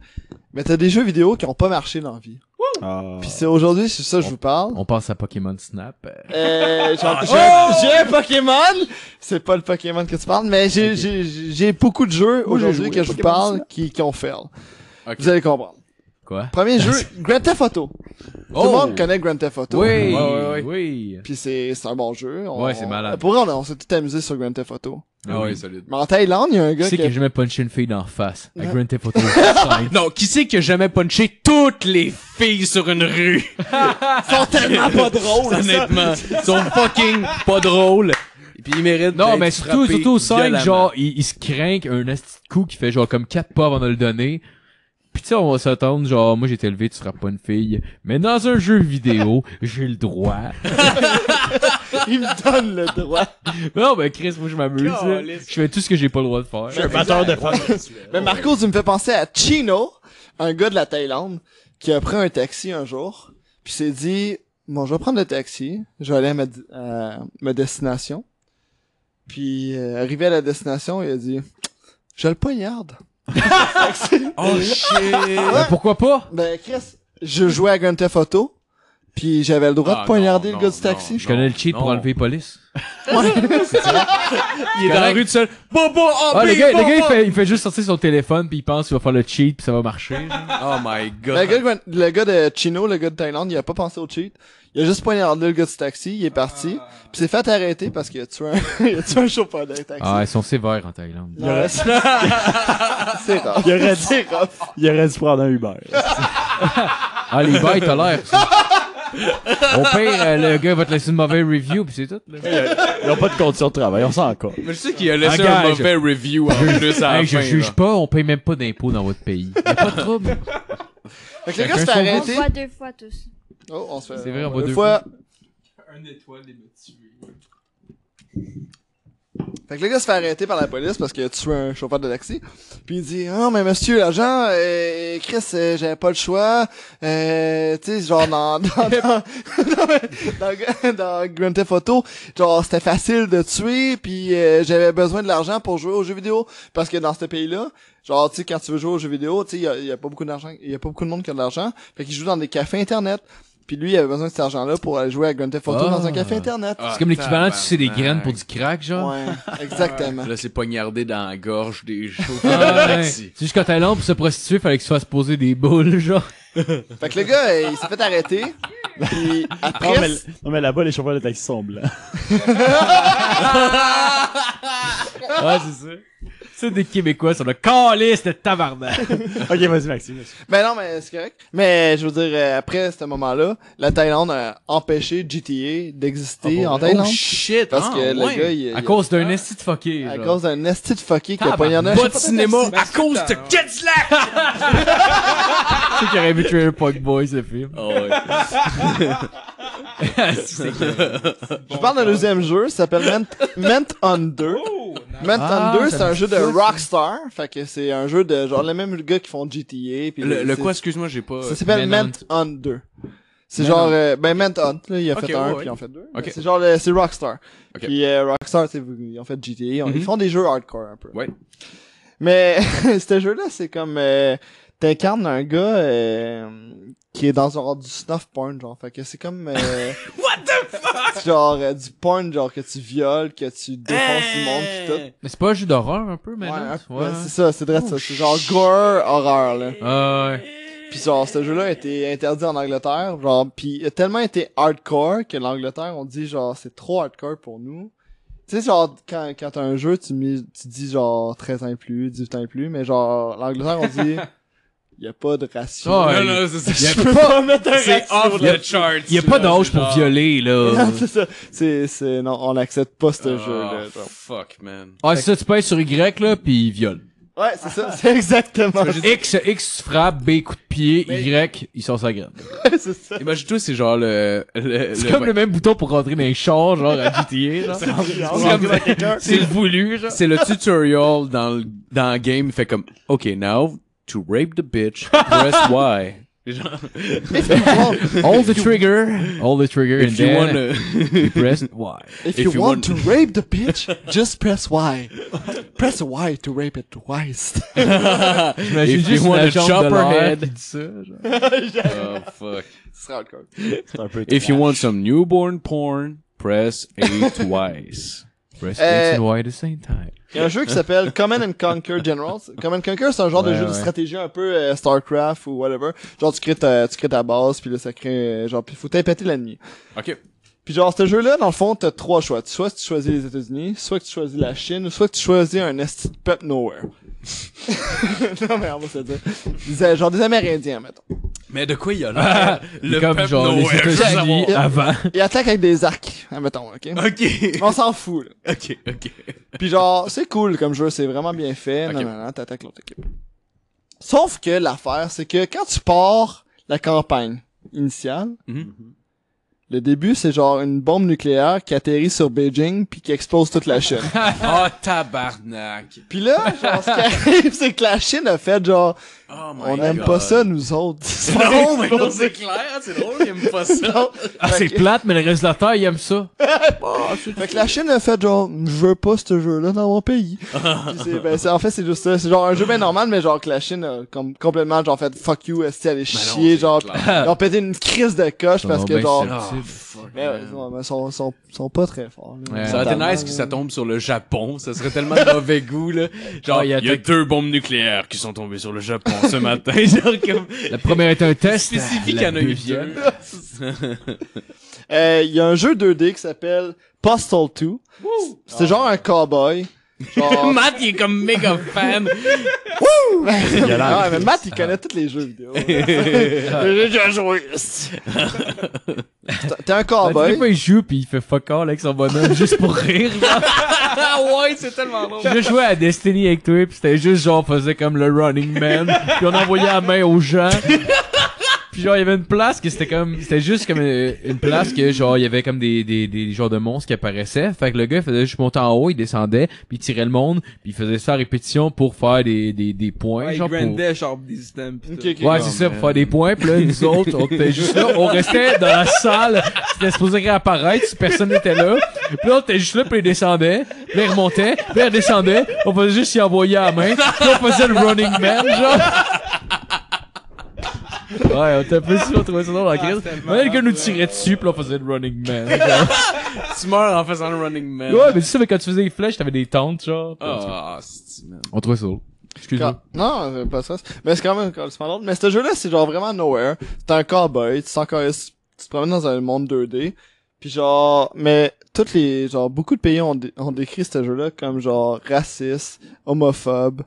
E: mais t'as des jeux vidéo qui ont pas marché dans la vie.
F: Ah.
E: Puis c'est aujourd'hui, c'est ça que je vous parle.
D: On passe à Pokémon Snap. euh,
E: Euh, genre, j'ai, j'ai un Pokémon! C'est pas le Pokémon que tu parles, mais j'ai, j'ai, j'ai beaucoup de jeux
F: Moi, j'ai
E: aujourd'hui
F: joué
E: que
F: à
E: je vous
F: Pokémon
E: parle qui, qui ont fail.
C: Ok.
E: Vous allez comprendre.
D: Quoi?
E: Premier jeu, Grand Theft Auto. Tout le monde connaît Grand Theft Auto.
D: Oh! Oui,
C: Ouais, ouais, ouais.
D: oui.
E: Puis c'est c'est un bon jeu. On-
D: Ouais, c'est malade.
E: Pour vrai, on, on s'est tout amusé sur Grand Theft Auto.
C: Ah ouais, solide.
E: Mais en Thaïlande, il y a un
D: Qui
E: gars
D: c'est
E: qui...
D: qui a jamais punché une fille d'en face? À Grand Theft Auto. Cinq.
C: <laughs> Non, qui c'est qui a jamais punché toutes les filles sur une rue?
E: Ils sont tellement pas drôles, ça.
C: Honnêtement, ils sont fucking pas drôles. Et puis ils méritent
D: Non,
C: d'être
D: mais surtout,
C: frappés
D: surtout au 5,
C: violemment.
D: genre, il, il se craint un asti de coup qui fait genre comme 4 pas avant de le donner. Puis tu sais, on va s'attendre, genre, moi j'ai été élevé, tu seras pas une fille. Mais dans un jeu
C: <laughs>
D: vidéo, j'ai le droit.
E: Ils me donnent le droit.
D: Non, ben Chris, moi je m'amuse. là. Je fais tout ce que j'ai pas le droit de faire.
F: Je suis un batteur de femmes.
E: Mais Marco, tu me fais penser à Chino, un gars de la Thaïlande, qui a pris un taxi un jour, puis s'est dit, bon, je vais prendre le taxi, je vais aller à ma, di- à ma destination. Puis, euh, arrivé à la destination, il a dit, je le poignarde.
C: Oh shit!
D: Ben, pourquoi pas?
E: Ben, Chris, je jouais à Grand Theft Auto, puis j'avais le droit
C: Ah,
E: de poignarder
C: non,
E: le gars
C: non,
E: du taxi.
C: non.
D: Je connais le cheat pour
C: non.
D: enlever police. <laughs>
C: Il est dans la
D: correct.
C: rue tout seul. Bobo, oh,
D: Ah, le
C: big
D: gars, le gars il,
C: bobo!
D: fait, il fait juste sortir son téléphone puis il pense qu'il va faire le cheat puis ça va marcher. <laughs> genre.
C: Oh my
E: Le
C: god.
E: gars, de Gran- le gars de Chino, le gars de Thaïlande, il a pas pensé au cheat. Il a juste poignardé le gars du taxi, il est parti, puis s'est fait arrêter parce qu'il a tué un, <laughs> il a tué un chauffeur d'un taxi.
D: Ah, ils sont sévères en Thaïlande.
E: Non, c'est c'est rough.
F: <laughs> Il aurait dû,
E: C'est rough.
F: il aurait dû prendre un Uber.
D: Ah, les bails tolèrent <laughs> ça. Au pire, euh, le gars va te laisser une mauvaise review puis c'est tout. là.
F: Ils ont pas de conditions de travail, on s'en encore.
C: Mais je sais qu'il a laissé
D: Ah,
C: un
D: gars,
C: mauvais review en plus à la
D: Hey, je
C: fin,
D: juge
C: là.
D: pas, on paye même pas d'impôts dans votre pays. Y a pas de trouble.
E: Fait que le
D: Chacun
E: gars s'est
D: son
A: On
E: arrêté.
A: voit deux fois tous.
E: Oh, on se fait.
D: C'est vrai,
E: on
D: on
E: va
D: voit
E: deux
D: deux
E: fois.
G: Un étoile les motivés.
E: Fait Fait que le gars se fait arrêter par la police parce qu'il a tué un chauffeur de taxi. Puis il dit "Ah mais monsieur l'agent, euh, Chris, euh, j'avais pas le choix. Euh, tu sais genre dans <laughs> dans dans, dans, dans Grand Theft Auto, genre c'était facile de tuer puis euh, j'avais besoin de l'argent pour jouer aux jeux vidéo parce que dans ce pays-là, genre tu sais quand tu veux jouer aux jeux vidéo, tu sais il y a, il y a pas beaucoup d'argent, il y a pas beaucoup de monde qui a de l'argent. Fait qu'il joue dans des cafés internet. Puis lui, il avait besoin de cet argent-là pour aller jouer à Grand Theft Auto
D: Ah.
E: dans un café internet.
C: Ah,
D: C'est comme l'équivalent de
C: tabarnak.
D: sucer des graines pour du crack, genre.
E: Ouais, exactement.
C: Là, c'est poignardé dans la gorge des
D: Ah,
C: <laughs>
D: ouais.
C: chauffeurs.
D: C'est juste quand t'es long pour se prostituer, fallait qu'il se fasse poser des boules, genre.
E: Fait que le gars, euh, il s'est fait arrêter. Puis
F: Non,
E: après,
F: mais, non, mais là-bas, les chauffeurs de taxi sont blancs.
D: Ah, c'est ça. C'est des Québécois sur le calice de tabarnak.
F: <laughs> ok, vas-y, Maxime.
E: ben non, mais c'est correct. Mais je veux dire, euh, après ce moment-là, la Thaïlande a empêché GTA d'exister en Thaïlande.
C: Oh, shit!
E: parce que
C: ah,
E: le
C: ouais.
E: gars, il,
D: À
E: il-
D: cause d'un esti de fucké,
E: à
D: genre.
E: cause d'un esti de fucké qui a
D: Tabarnak.
E: poignardé un
C: Pas
E: chauffeur
C: de cinéma
E: taxi.
C: à cause de
G: Putain,
C: Ketslack!
D: C'est qui aurait vu Trailer Park Boy, ce film.
C: Ah,
E: Je parle d'un deuxième jeu, ça s'appelle Ment, Ment on 2.
G: Oh, nice.
E: Ment
D: Ah,
E: on 2,
D: ça
E: c'est
D: me
E: un
D: dit
E: jeu de
D: ça, ça.
E: Rockstar. Fait que c'est un jeu de genre les mêmes gars qui font GTA. Puis
C: Le, le
E: c'est-
C: quoi, excuse-moi, j'ai pas...
E: Ça s'appelle
D: Men
E: Ment on 2. C'est
D: Men
E: genre, euh, ben Ment on, là, il a
C: Ok,
E: fait un
C: ouais,
E: puis
C: ouais.
E: il en fait deux.
C: Ok.
E: C'est genre, le- c'est Rockstar.
C: Ok.
E: Puis euh, Rockstar, c'est- ils ont fait GTA, ils ont-
C: Mhm.
E: ils font des jeux hardcore un peu.
C: Ouais.
E: Mais <laughs> ce jeu-là, c'est comme, euh, t'incarnes un gars euh, qui est dans genre du snuff porn, genre. Fait que c'est comme...
C: <laughs>
E: euh, What the fuck? Genre euh, du porn, genre que tu violes, que tu défonces du monde pis tout.
D: Mais c'est pas un jeu d'horreur, un peu, mais
E: Ouais,
D: là.
E: un- ben, c'est ça, c'est vrai ça. C'est genre
C: Oh,
E: gore horreur, là.
D: Ah, ouais.
E: Puis genre, ce jeu-là a été interdit en Angleterre, genre, puis il a tellement été hardcore que l'Angleterre, on dit genre, c'est trop hardcore pour nous. Tu sais, genre, quand, quand t'as un jeu, tu, mis, tu dis genre 13 ans et plus, 18 ans et plus, mais genre, l'Angleterre, on dit, y a pas de ratio.
D: Ah,
C: Non,
D: ouais.
C: non, c'est ça,
D: Y a-
C: je peux
E: pas mettre un
C: C'est off
D: là.
C: the charts.
D: Y a pas
C: là,
D: d'âge
C: c'est
D: pour
C: genre-
E: <laughs>
D: violer, là.
E: c'est ça. C'est, c'est, non, on accepte pas ce
C: Ah,
E: jeu-là, genre.
C: fuck, man.
D: Ah, c'est ça, tu payes sur Y, là, pis il viole.
E: Ouais, c'est ça, c'est exactement
D: X, X frappe, B coup de pied, Y, il sort sa graine.
E: c'est ça.
C: Imagine-toi, c'est genre le... le-
D: C'est
C: le-
D: comme le même bouton pour rentrer dans les chars, genre à
C: <laughs>
D: GTA, genre.
E: <laughs> C'est comme-
D: C'est le voulu, genre.
C: C'est le tutorial dans le, dans le game. Il fait comme, OK, now, to rape the bitch, press Y.
D: All the trigger, all the trigger, and
C: If you
D: then
C: wanna...
D: you press Y.
E: If,
C: <laughs> If
E: you,
C: you
E: want, to rape the bitch, just press Y. press Y to rape it twice. <laughs>
D: J'imagine
C: If
D: juste
C: you
D: une
C: wanna
D: agente
C: chop
D: de
C: her
D: l'air
C: head.
D: qui dit ça, genre.
C: oh, fuck.
E: Ce serait hardcore.
F: C'est un peu
C: If you want some newborn porn, press A twice.
D: Press
E: Euh,
D: X and Y at the same
C: <laughs>
D: time.
E: Il y a un jeu qui s'appelle Command and Conquer Generals. Command and Conquer, c'est un genre de
D: Ouais,
E: jeu de
D: ouais.
E: stratégie un peu euh, StarCraft ou whatever. Genre, tu crées ta, tu crées ta base, puis là, ça crée, euh, genre, puis faut t'impéter l'ennemi.
C: OK.
E: Puis genre, ce jeu-là, dans le fond, t'as trois choix. Soit tu choisis les États-Unis, soit que tu choisis la Chine, ou soit que tu choisis un esti de peuple nowhere. <laughs> non, mais on va se le dire. Des, euh, genre des Amérindiens, mettons.
C: Mais de quoi Ah, il y a là?
D: C'est comme genre les États-Unis
E: <laughs>
D: avant.
E: Ils attaquent avec des arcs, mettons, ok?
C: <laughs> OK.
E: On s'en fout, là.
C: OK, <laughs> OK.
E: Puis genre, c'est cool comme jeu, c'est vraiment bien fait. Non,
C: Ok.
E: non, non, t'attaques l'autre équipe. Sauf que l'affaire, c'est que quand tu pars la campagne initiale,
C: Mhm.
E: le début, c'est genre une bombe nucléaire qui atterrit sur Beijing puis qui explose toute la
C: <laughs>
E: Chine.
C: Oh, tabarnak.
E: puis là, genre, ce qui arrive, c'est que la Chine a fait genre,
C: Oh my
E: on aime
C: God.
E: pas ça, nous autres.
C: <laughs> Non, mais
E: <laughs>
C: non, c'est clair, c'est drôle, il aime pas ça.
D: Ah, c'est plate, mais le reste de la terre, il aime ça.
E: Fait que la Chine a fait genre, je veux pas ce jeu-là dans mon pays. Puis c'est- ben, c'est- en fait, c'est juste ça. C'est genre un jeu bien normal, mais genre que la Chine a comme, complètement genre fait fuck you, est elle est
C: Mais Ben non,
E: chier,
C: c'est
E: genre,
C: clair.
E: ils ont pété une crise de coche
D: Ça
E: parce
D: va
E: que
D: bien,
E: genre,
D: c'est
C: Ah,
D: Possible.
C: fuck,
E: mais ouais,
C: man.
E: non, mais ils sont, sont, sont pas très forts. là.
D: Ouais.
C: Ça aurait été
E: Notamment,
C: nice que ça
E: là.
C: tombe sur le Japon, ça serait tellement de mauvais goût, là. Genre,
D: Ah, il
C: il
D: y a
C: y a
D: attaque-
C: deux bombes nucléaires qui sont tombées sur le Japon ce matin. <laughs> Genre, comme,
D: La première est un test.
C: spécifique, il y
D: la
C: en a eu
D: deuxième.
C: deux.
E: Euh, Il y a un jeu 2D qui s'appelle Postal 2. C'est genre un cowboy. Genre...
C: <laughs> Matt, il est comme méga fan.
E: Ah, mais Matt, il connaît tous les jeux vidéo.
C: <laughs>
E: <laughs> J'ai déjà joué. T'es- T'es un
D: Ah, bah,
E: cowboy.
D: des fois, il joue puis il fait fuck all avec son bonhomme <laughs> juste pour rire.
C: ah ouais, c'est tellement drôle.
D: Je jouais à Destiny avec toi pis c'était juste genre on faisait comme le running man puis on envoyait la main aux gens. Puis Puis genre, il y avait une place que c'était comme, c'était juste comme euh, une place que genre, il y avait comme des, des, des genres de monstres qui apparaissaient. Fait que le gars, il faisait juste monter en haut, il descendait, puis il tirait le monde, puis il faisait ça à répétition pour faire des, des, des points,
G: Ouais, il
D: genre pour...
G: grindait, genre, des items pis
E: Ok,
G: tout.
E: ok.
D: Ouais,
C: Oh,
D: c'est ça, pour faire des points, pis là, nous autres, on était juste là, on restait dans la salle, c'était supposé réapparaître, si personne n'était là, pis là, on était juste là, pis il descendait, pis là, il remontait, pis là, il descendait, on faisait juste s'y envoyer à la main, pis là, on faisait le running man, genre. Ouais, on était un peu sûr, on trouvait ça
C: Ah,
D: drôle, la crise.
G: tellement
D: Ouais, le gars nous
G: drôle.
D: tirait dessus, pis là, on faisait le running man, genre.
C: <laughs> tu meurs en faisant le running man.
D: Ouais, mais c'est ça, mais quand tu faisais les flèches, t'avais des tentes, genre. pis en tout cas,
C: Ah, c'est man.
D: On trouvait ça drôle.
E: Quand-
D: Excuse-moi.
E: Non, c'est pas ça. Mais c'est quand même carrément l'autre. Mais ce jeu-là, c'est genre vraiment nowhere. T'es un cowboy, tu t'en calisse- tu te promènes dans un monde 2D. Puis genre, mais toutes les, genre, beaucoup de pays ont, dé- ont décrit ce jeu-là comme genre raciste,
D: <laughs>
E: homophobe.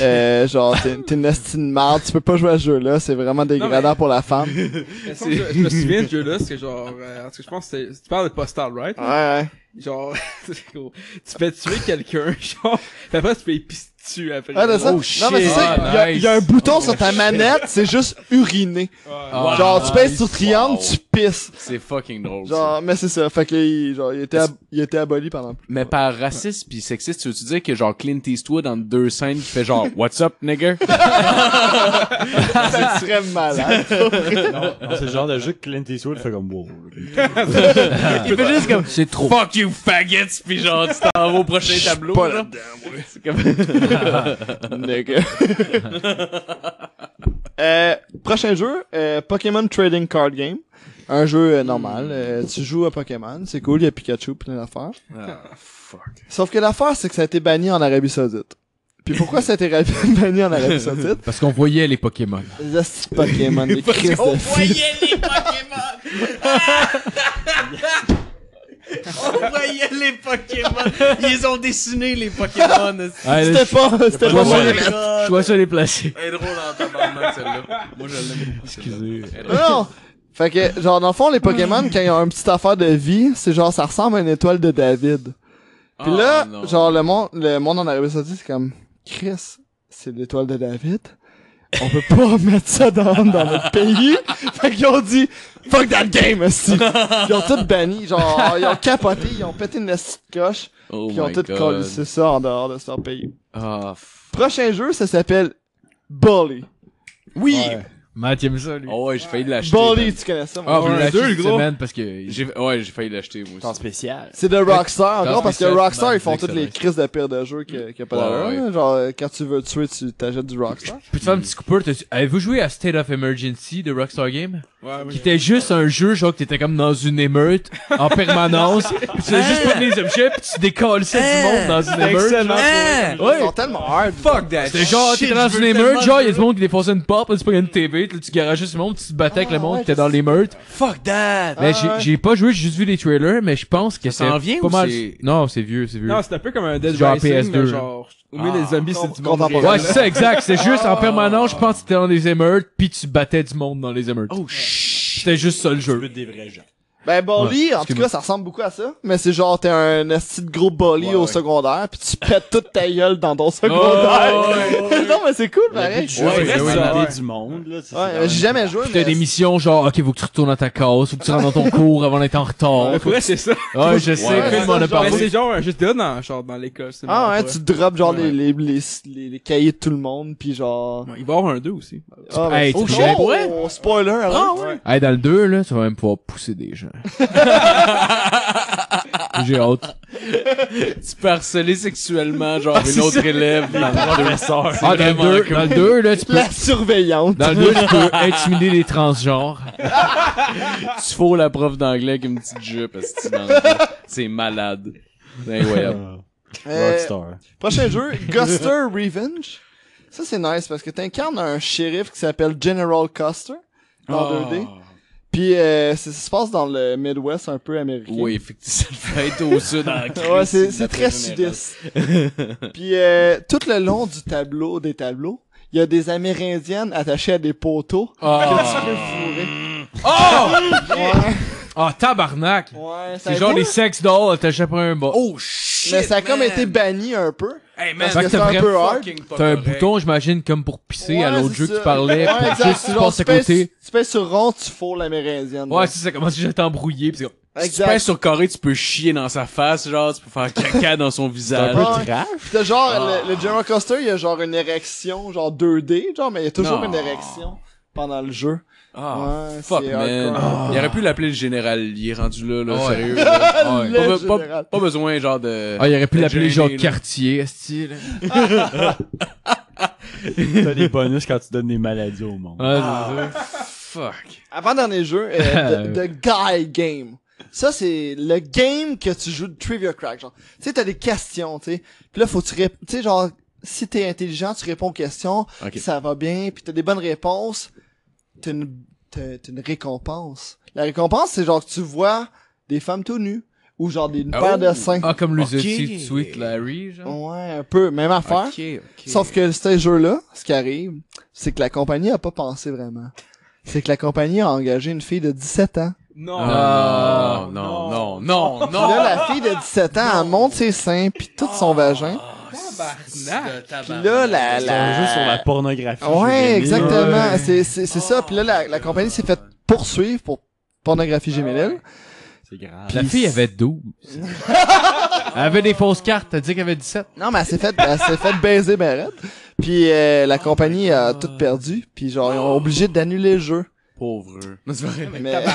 E: euh, genre, t'es, t'es une esti de merde, tu peux pas jouer à ce jeu-là, c'est vraiment dégradant pour la
D: <laughs>
E: femme. Ouais,
G: Mais ça, Je, je me souviens de ce jeu-là, c'est genre, euh, parce que je pense que c'est- tu parles de Postal, right?
E: ouais.
G: Genre, <laughs> c'est gros. tu fais tuer quelqu'un, <laughs> genre, pis après tu fais pisser dessus après.
E: Ah, c'est ça.
D: Oh, shit.
E: non, mais c'est ça, il y, a- il y a un
D: nice. Oh,
E: bouton sur ta manette, c'est juste uriner.
D: Wow,
E: genre, tu pèses
D: nice.
E: sur triangle,
C: Wow.
E: tu pisses.
C: Ah, C'est fucking drôle. ça.
E: Genre, mais c'est ça, fait que là, il, genre, il était, ab- il était aboli pendant plus.
C: Mais par raciste pis sexiste, tu veux-tu dire que genre Clint Eastwood dans deux scènes qui fait genre <laughs> What's up, nigger?
E: ça serait malade.
F: Non, non, c'est le genre de jeu que Clint Eastwood fait comme wow.
C: Il fait juste comme C'est trop. Fuck you faggots pis genre tu t'en vas au prochain tableau.
E: pas
C: là.
E: là-dedans,
C: C'est comme.
E: Nigga. <laughs> euh, prochain jeu, euh, Pokémon Trading Card Game. Un jeu euh, normal. Euh, tu joues à Pokémon, c'est cool, il y a Pikachu, plein d'affaires. Sauf que l'affaire, c'est que ça a été banni en Arabie Saoudite. Puis pourquoi ça a été ra- <laughs> banni en Arabie Saoudite? <laughs>
D: Parce qu'on voyait les Pokémon.
E: Les hosties de Pokémon, les crises de filles.
H: <laughs> les Pokémon! <laughs> On voyait les Pokémon! Ils ont dessiné les Pokémon!
D: Ouais, là,
E: C'était pas, c'était pas
D: vois
E: moi.
D: ça. Je vois ça déplacé.
H: Elle est drôle en tabarnak, celle-là. Moi, je l'aime beaucoup.
D: Excusez.
E: Non! Fait que, genre, dans le fond, les Pokémon, quand ils ont une petite affaire de vie, c'est genre, ça ressemble à une étoile de David.
C: Ah,
E: Puis là, genre, le monde, le monde en Arabie Saoudite, c'est comme, Chris, c'est l'étoile de David. On peut pas <laughs> mettre ça dans, dans notre pays. <laughs> Fait qu'ils ont dit, fuck that game, aussi. Ils ont tout banni, genre, ils ont capoté, ils ont pété une petite coche,
C: Oh
E: pis ils ont
C: my
E: tout
C: God.
E: collissé ça en dehors de leur pays.
C: Ah, f-
E: Prochain jeu, ça s'appelle Bully.
C: Oui!
F: Ouais.
D: Matt, il aime ça, lui.
C: Oh ouais, j'ai failli l'acheter.
E: Bully, tu connais ça, mon
D: Ah,
E: gars?
D: vous l'avez
G: deux,
D: acheté cette
G: gros.
D: semaine parce que...
C: J'ai... Ouais, j'ai failli l'acheter, moi aussi.
F: spécial.
E: C'est de Rockstar, en
D: Quand
E: gros, parce que
D: Rockstar,
E: Rockstar,
D: ben,
E: ils font
D: c'est
E: toutes les
D: nice.
E: crises de pire de jeu qu'il y a pas
C: Ouais,
E: d'allure,
C: ouais.
E: là. Genre, euh, quand tu veux tuer, tu t'achètes du Rockstar.
D: Peux-tu faire un petit coupeur? t'as- Avez-vous joué à State of Emergency de Rockstar Game?
G: Ouais, moi,
D: Qui était juste un jeu, genre, que t'étais comme dans une émeute, en permanence, pis tu faisais juste prendre les objets, pis tu décolles du monde dans une émeute. genre.
E: Ils
D: Ouais!
E: sont tellement hard.
H: Fuck that
D: C'était genre, t'étais dans une émeute, genre, il y a du monde qui défonçait une porte, là, tu prenais une TV, là, tu garageais sur le monde, tu te battais avec
E: Ah,
D: le monde,
E: ouais,
D: qui était
E: je
D: dans
E: sais.
D: l'émeute.
H: Fuck that!
E: Ah,
D: Mais j'ai-
E: ouais.
D: j'ai pas joué, j'ai juste vu les trailers, mais je pense que
C: Ça
D: c'est
C: s'en vient
D: pas
C: ou
D: mal.
C: c'est-
D: Non, c'est vieux, c'est vieux.
G: Non, c'est un peu comme un Dead
D: Genre
G: Rising,
D: PS2,
G: mais
D: là.
G: genre, au milieu
C: Ah.
G: des zombies, c'est du
E: Qu'on- qu'on
G: monde
E: va
G: réel.
E: pas
D: Ouais, c'est ça, exact. C'est juste en permanence, je pense que t'étais dans des émeutes, puis tu battais du monde dans les émeutes.
H: Oh shit!
D: C'était juste ça le jeu.
F: des vrais gens.
E: Ben, Bully, en tout
D: excuse-moi.
E: cas, ça ressemble beaucoup à ça. Mais c'est genre, t'es un esti de gros Bully
C: Ouais,
E: au
C: ouais.
E: secondaire, pis tu pètes toute ta gueule dans
C: <laughs>
E: ton secondaire. <laughs> non, mais c'est cool, pareil.
F: Tu as
C: Ouais,
F: une
C: ouais,
F: idée
G: ouais.
F: du monde, là. tu sais,
E: Ouais,
F: c'est
E: mais j'ai jamais joué,
D: T'as
E: mais...
D: des missions genre, ok, faut que tu retournes à ta case, faut que tu rentres dans ton cours avant d'être en retard.
G: Ouais, pour vrai,
C: <laughs>
G: c'est ça.
D: Ouais, je sais,
C: Ouais,
D: Phil
E: c'est
D: m'en
E: ça,
D: a
E: genre,
G: Mais c'est
D: parlé.
G: genre un juste là dans, genre, dans l'école. c'est
E: Ah
G: marrant,
E: ouais,
G: pas.
E: tu drops genre
G: Ouais.
E: Les, les, les, les, les cahiers de tout le monde, pis genre...
G: Ouais, Il va y avoir un 2 aussi.
E: Ah,
D: Hey,
E: ben,
D: tu
E: c'est-
D: jouais-
E: oh, spoiler,
C: Ah,
E: alors.
D: Hey, dans le 2, là, tu vas même pouvoir pousser des gens. J'ai hâte.
C: Tu peux harceler sexuellement, genre,
D: <laughs>
C: une autre élève. dans le-
F: professeur.
D: Ah, dans
C: vraiment
D: le 2,
C: cool.
D: dans le 2, là, tu peux,
E: La surveillante.
D: dans le 2, tu peux intimider les transgenres.
C: Tu fous la prof d'anglais avec une petite jupe, parce que tu dans le jeu. C'est malade. C'est incroyable.
E: Euh,
F: Rockstar.
E: Prochain
D: <laughs>
E: jeu, Guster Revenge. Ça, c'est nice parce que t'incarnes un shérif qui s'appelle General Custer dans
C: Ah.
E: 2D. Puis euh, ça se passe dans le Midwest un peu américain.
C: Oui, effectivement, ça devait être au sud en
E: Ouais,
C: crise,
E: c'est
C: de
E: c'est
C: la
E: très
C: générale.
E: sudiste.
D: <laughs>
E: Puis euh, tout le long du tableau, des tableaux, il y a des Amérindiennes attachées à des poteaux que tu peux fourrer.
D: Ah, tabarnak!
E: Ouais, ça a
D: C'est genre
E: été-
D: des sex dolls attachés après un bas.
H: Oh shit!
E: Mais ça a comme
H: man.
E: été banni un peu.
C: Hey, man,
E: Parce
D: fait
E: que
D: que
E: c'est
D: t'as
E: un
D: vraiment
E: peu hard.
C: fucking pas
D: T'as un
C: correct.
D: bouton, j'imagine, comme pour pisser à
E: Ouais,
D: l'autre
E: c'est
D: jeu que
E: ça.
D: tu parlais,
E: Ouais,
D: pour
E: exact.
D: juste tu
E: Genre,
D: passes à
E: tu pèses-
D: côté.
E: Tu pèses sur rond, tu fous l'américaine.
D: Ouais,
E: là.
D: c'est ça, comment si j'étais embrouillé, pis c'est comme,
C: Si tu
E: Exact.
C: pèses sur carré, tu peux chier dans sa face, genre, tu peux faire caca dans son visage.
E: peu
F: peu trash.
E: Puis t'as genre, le, le General Custer, il y a genre une érection, genre 2D, genre, mais il y a toujours
C: Non.
E: une érection pendant le jeu.
C: Ah,
E: Ouais,
C: fuck,
E: c'est
C: man. Ah.
E: hardcore.
C: Il aurait pu l'appeler le général Lee, rendu là, là,
D: Ouais.
E: <laughs>
C: sérieux. là.
D: ouais.
E: Le
C: Pas, be- pas-
E: général.
C: pas besoin, genre, de...
D: Ah, il aurait pu
C: Le
D: l'appeler
C: gêné,
D: genre
C: là.
D: quartier, style.
F: T'as des bonus quand tu donnes des maladies au
D: Ah,
F: monde.
C: Fuck.
E: <laughs> Avant-dernier jeu,
C: <laughs>
E: euh, the, the Guy Game. Ça, c'est le game que tu joues de Trivia Crack. Genre, tu sais, t'as des questions, tu sais. Puis là, faut que tu rép- Tu sais, genre, si t'es intelligent, tu réponds aux questions,
C: Ok.
E: ça va bien, puis t'as des bonnes réponses, t'as une, t'as- t'as une récompense. La récompense, c'est genre que tu vois des femmes tout nues, ou genre des paires de seins.
D: Ah, comme le
C: Ok.
D: Zeti Sweet Larry, genre.
E: Ouais, un peu, même affaire.
C: Ok, ok.
E: Sauf que ce jeu-là, ce qui arrive, c'est que la compagnie a pas pensé vraiment. C'est que la compagnie a engagé une fille de 17 ans.
G: Non.
C: Ah, non, non, non, non, non.
E: Puis là, la fille de 17 ans, elle monte ses seins, puis tout son vagin.
G: Tabarnak.
E: Puis là, la...
F: Ah, ben, C'est un jeu sur la
E: la...
F: pornographie.
E: Ouais,
F: juvénile.
E: exactement. C'est c'est- c'est ça. Puis là, la, la compagnie s'est faite poursuivre pour pornographie géminale.
F: C'est grave.
D: La fille avait 12. elle avait des fausses cartes, t'as dit qu'elle avait 17.
E: Non, mais elle s'est faite elle s'est faite baiser ben raide. Puis euh, la compagnie a tout perdu. Puis genre, ils ont obligé d'annuler le jeu.
C: Pauvre. Non, c'est vrai.
F: Ben,
E: Mais...
C: Rendu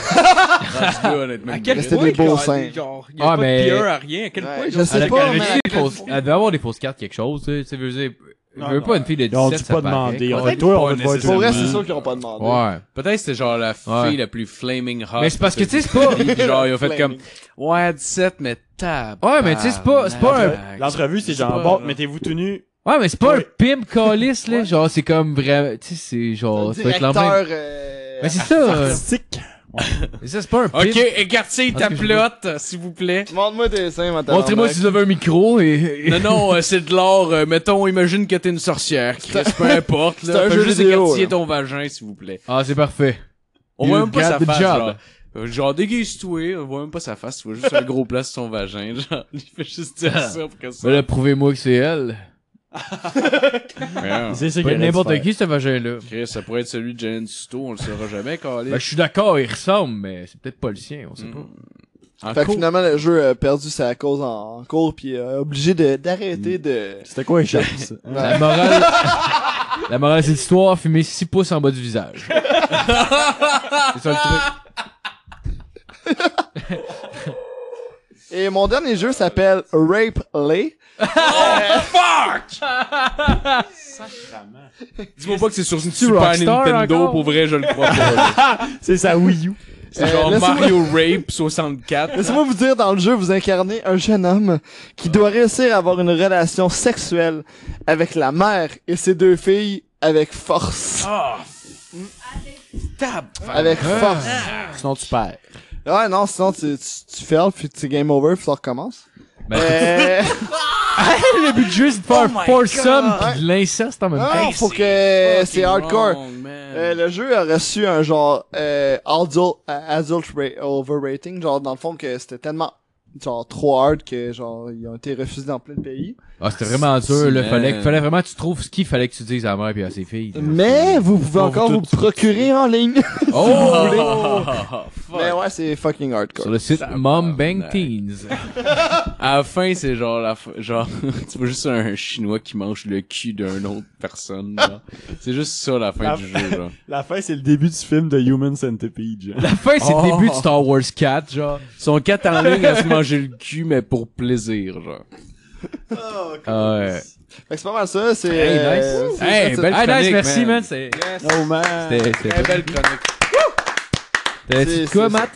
C: là, honnêtement.
G: À quel
E: Mais c'était
G: point
E: des
G: qu'il y a-
E: beaux seins.
G: Genre, il y a
D: Ah,
G: pas
D: mais-
G: de pire à rien. À quel
E: Ouais,
G: point ils
E: je
G: ont-
E: sais
D: Elle,
E: pas,
D: elle
E: mais euh,
D: avait
E: à
D: des fausses- elle devait avoir des fausses cartes, quelque chose, tu sais, tu sais, je veux dire, je
G: Non,
D: veux
G: non.
D: pas une fille de 17,
F: Ils ont dû
D: ça
F: pas
D: paraît.
F: demander. On
D: Ouais.
F: dit, toi, on va te voir
E: Pour vrai,
F: tout le
E: c'est
F: monde.
E: sûr qu'ils ont pas demandé.
D: Ouais.
C: Peut-être que c'était genre la fille
D: Ouais.
C: la plus flaming hot.
D: Mais Ah, c'est parce que, tu sais, c'est <laughs> pas...
C: Puis
E: <laughs>
C: genre, ils ont fait comme,
E: Flaming.
C: ouais, 17, mais tab.
D: Ouais, mais tu sais, c'est pas- c'est pas un-
C: Tabarnak.
F: L'entrevue, c'est euh,
C: Je sais pas,
F: genre, bon,
C: là.
F: mettez-vous tout nu.
D: Ouais, mais c'est pas un
F: Ouais.
D: pimp calice, là. Genre, c'est comme vraiment, tu sais, c'est genre, ça peut être la même.
E: Directeur... euh,
D: Mais c'est ça, <laughs> euh,
F: Artistique.
D: c'est ça, c'est pas un pimp.
C: Ok, écartez
D: Parce
C: ta
D: que je
C: plotte, s'il vous plaît.
E: Montre-moi tes seins, ma tabarnak.
D: Montrez-moi si vous avez un micro et...
C: Non, non, euh, c'est de l'or. euh, mettons, imagine que t'es une sorcière. Chris, peu importe.
E: C'est
C: Là,
E: un
C: je
E: jeu
C: veux juste
E: vidéo,
C: écartiller
E: là.
C: ton vagin, s'il vous plaît.
D: Ah, c'est parfait.
C: On
D: You
C: voit même pas
D: got
C: sa
D: the
C: face.
D: job.
C: Genre, Euh, genre déguise-toi. On voit même pas sa face. Tu vois juste un gros plat sur son vagin. Genre, <laughs> il fait juste dire ça pour que ça...
D: Ben là, prouvez-moi que c'est elle.
C: Ouais.
F: C'est ça
D: Pas
F: qu'il allait
D: n'importe
F: faire.
D: qui, ce vagin-là.
C: Chris, ça pourrait être celui de Jalen Suto. On le saura jamais, Carlis.
D: Ben, je suis d'accord, il ressemble, mais c'est peut-être pas le sien, on sait pas.
C: Hmm. En
E: Fait que
C: cours-
E: finalement, le jeu a perdu sa cause en, en cours, puis euh, obligé de-
C: Mm.
E: d'arrêter de...
F: C'était quoi les chances?
D: La morale... <laughs> La morale de cette histoire, fumer 6 pouces en bas du <laughs> visage. c'est ça le truc.
E: Et mon dernier jeu s'appelle Rape Lay.
C: Dis-moi pas que c'est sur une
D: C'est-tu
C: Super
D: Rockstar
C: Nintendo,
D: encore?
C: pour vrai, je le crois pas. là.
F: C'est sa Wii U.
C: C'est
E: Euh,
C: genre
E: laissez-moi-
C: Mario Rape 64.
E: Laissez-moi vous dire, dans le jeu, vous incarnez un jeune homme qui doit réussir à avoir une relation sexuelle avec la mère et ses deux filles avec force.
C: Ah,
E: Avec force.
F: Sinon, tu perds.
E: Ouais, non, sinon tu, tu, tu fails, puis tu game over, puis ça recommence.
C: Ben,
E: Euh,
D: Ben, <laughs> Le but du jeu, c'est de faire
F: Oh
D: un foursome pis de l'inceste en même
F: Ah,
D: temps.
E: non, Ah, faut que c'est hardcore.
C: wrong, man.
E: Euh, le jeu a reçu un genre euh, adult, euh, adult ra- overrating, genre dans le fond que c'était tellement genre trop hard que genre ils ont été refusés dans plein de pays.
D: Ah, c'était vraiment dur, là.
C: man.
D: Fallait, fallait vraiment que tu trouves ce qu'il fallait que tu dises à la mère puis à ses filles. là.
E: Mais vous pouvez
D: On
E: encore
D: vous
E: vous
D: tout-
E: procurer en ligne. <laughs>
D: Oh!
E: Mais ouais, c'est fucking
D: Sur
E: hardcore.
D: le site
C: Ça
D: Mom
C: va,
D: Bang
C: ouais.
D: Teens.
C: À la fin, c'est genre la fin- genre <laughs> tu vois juste un chinois qui mange le cul d'une autre personne. genre. C'est juste ça la fin
F: La
C: du jeu. Genre.
F: La fin, c'est le début du film de Human Centipede. genre.
D: La fin, c'est le
C: Oh.
D: début de Star Wars 4, genre.
C: Son quatre en ligne à se manger le cul mais pour plaisir genre.
D: Euh,
E: Fait que c'est pas mal ça, c'est...
D: Hey,
E: euh,
D: nice.
E: c'est-
C: Hey,
E: c'est-
C: belle
D: ah, nice,
C: chronique,
D: merci,
C: man.
D: man. C'est,
F: Oh man.
D: c'était, euh, c'était,
C: Très belle chronique.
D: t'avais dit
E: c'est-
D: de quoi,
E: c'est-
D: Matt?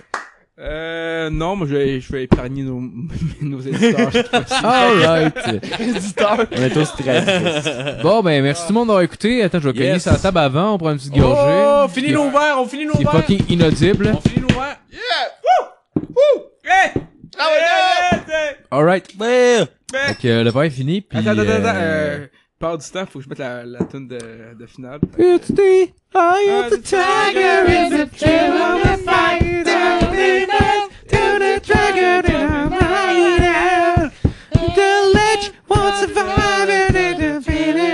G: Euh, non, moi, je vais, je vais épargner nos, <laughs> nos
D: <laughs>
G: éditeurs.
C: <laughs>
D: Alright.
F: On est tous très tristes.
D: bon, ben, merci tout le monde d'avoir écouté. Attends, je vais cogner
C: Yes.
D: sur la table avant, on prend une petite gorgée.
C: Oh, fini
D: Qui-
C: nos verres, on finit nos
D: Qui est
C: verres.
D: fucking inaudible.
C: On finit nos verres.
E: Ah
D: Alright. Fait que, euh, le verre est fini, puis...
G: Attends, attends,
D: euh,
G: attends, euh, part du temps, faut que je mette la, la tune de, de finale. Ah,
D: It's the eye of the tiger in the tail of the fight. Down the night, down the dragon in the night. The ledge won't survive it.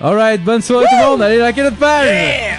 D: Alright, bonne soirée tout le monde. Allez liker notre page.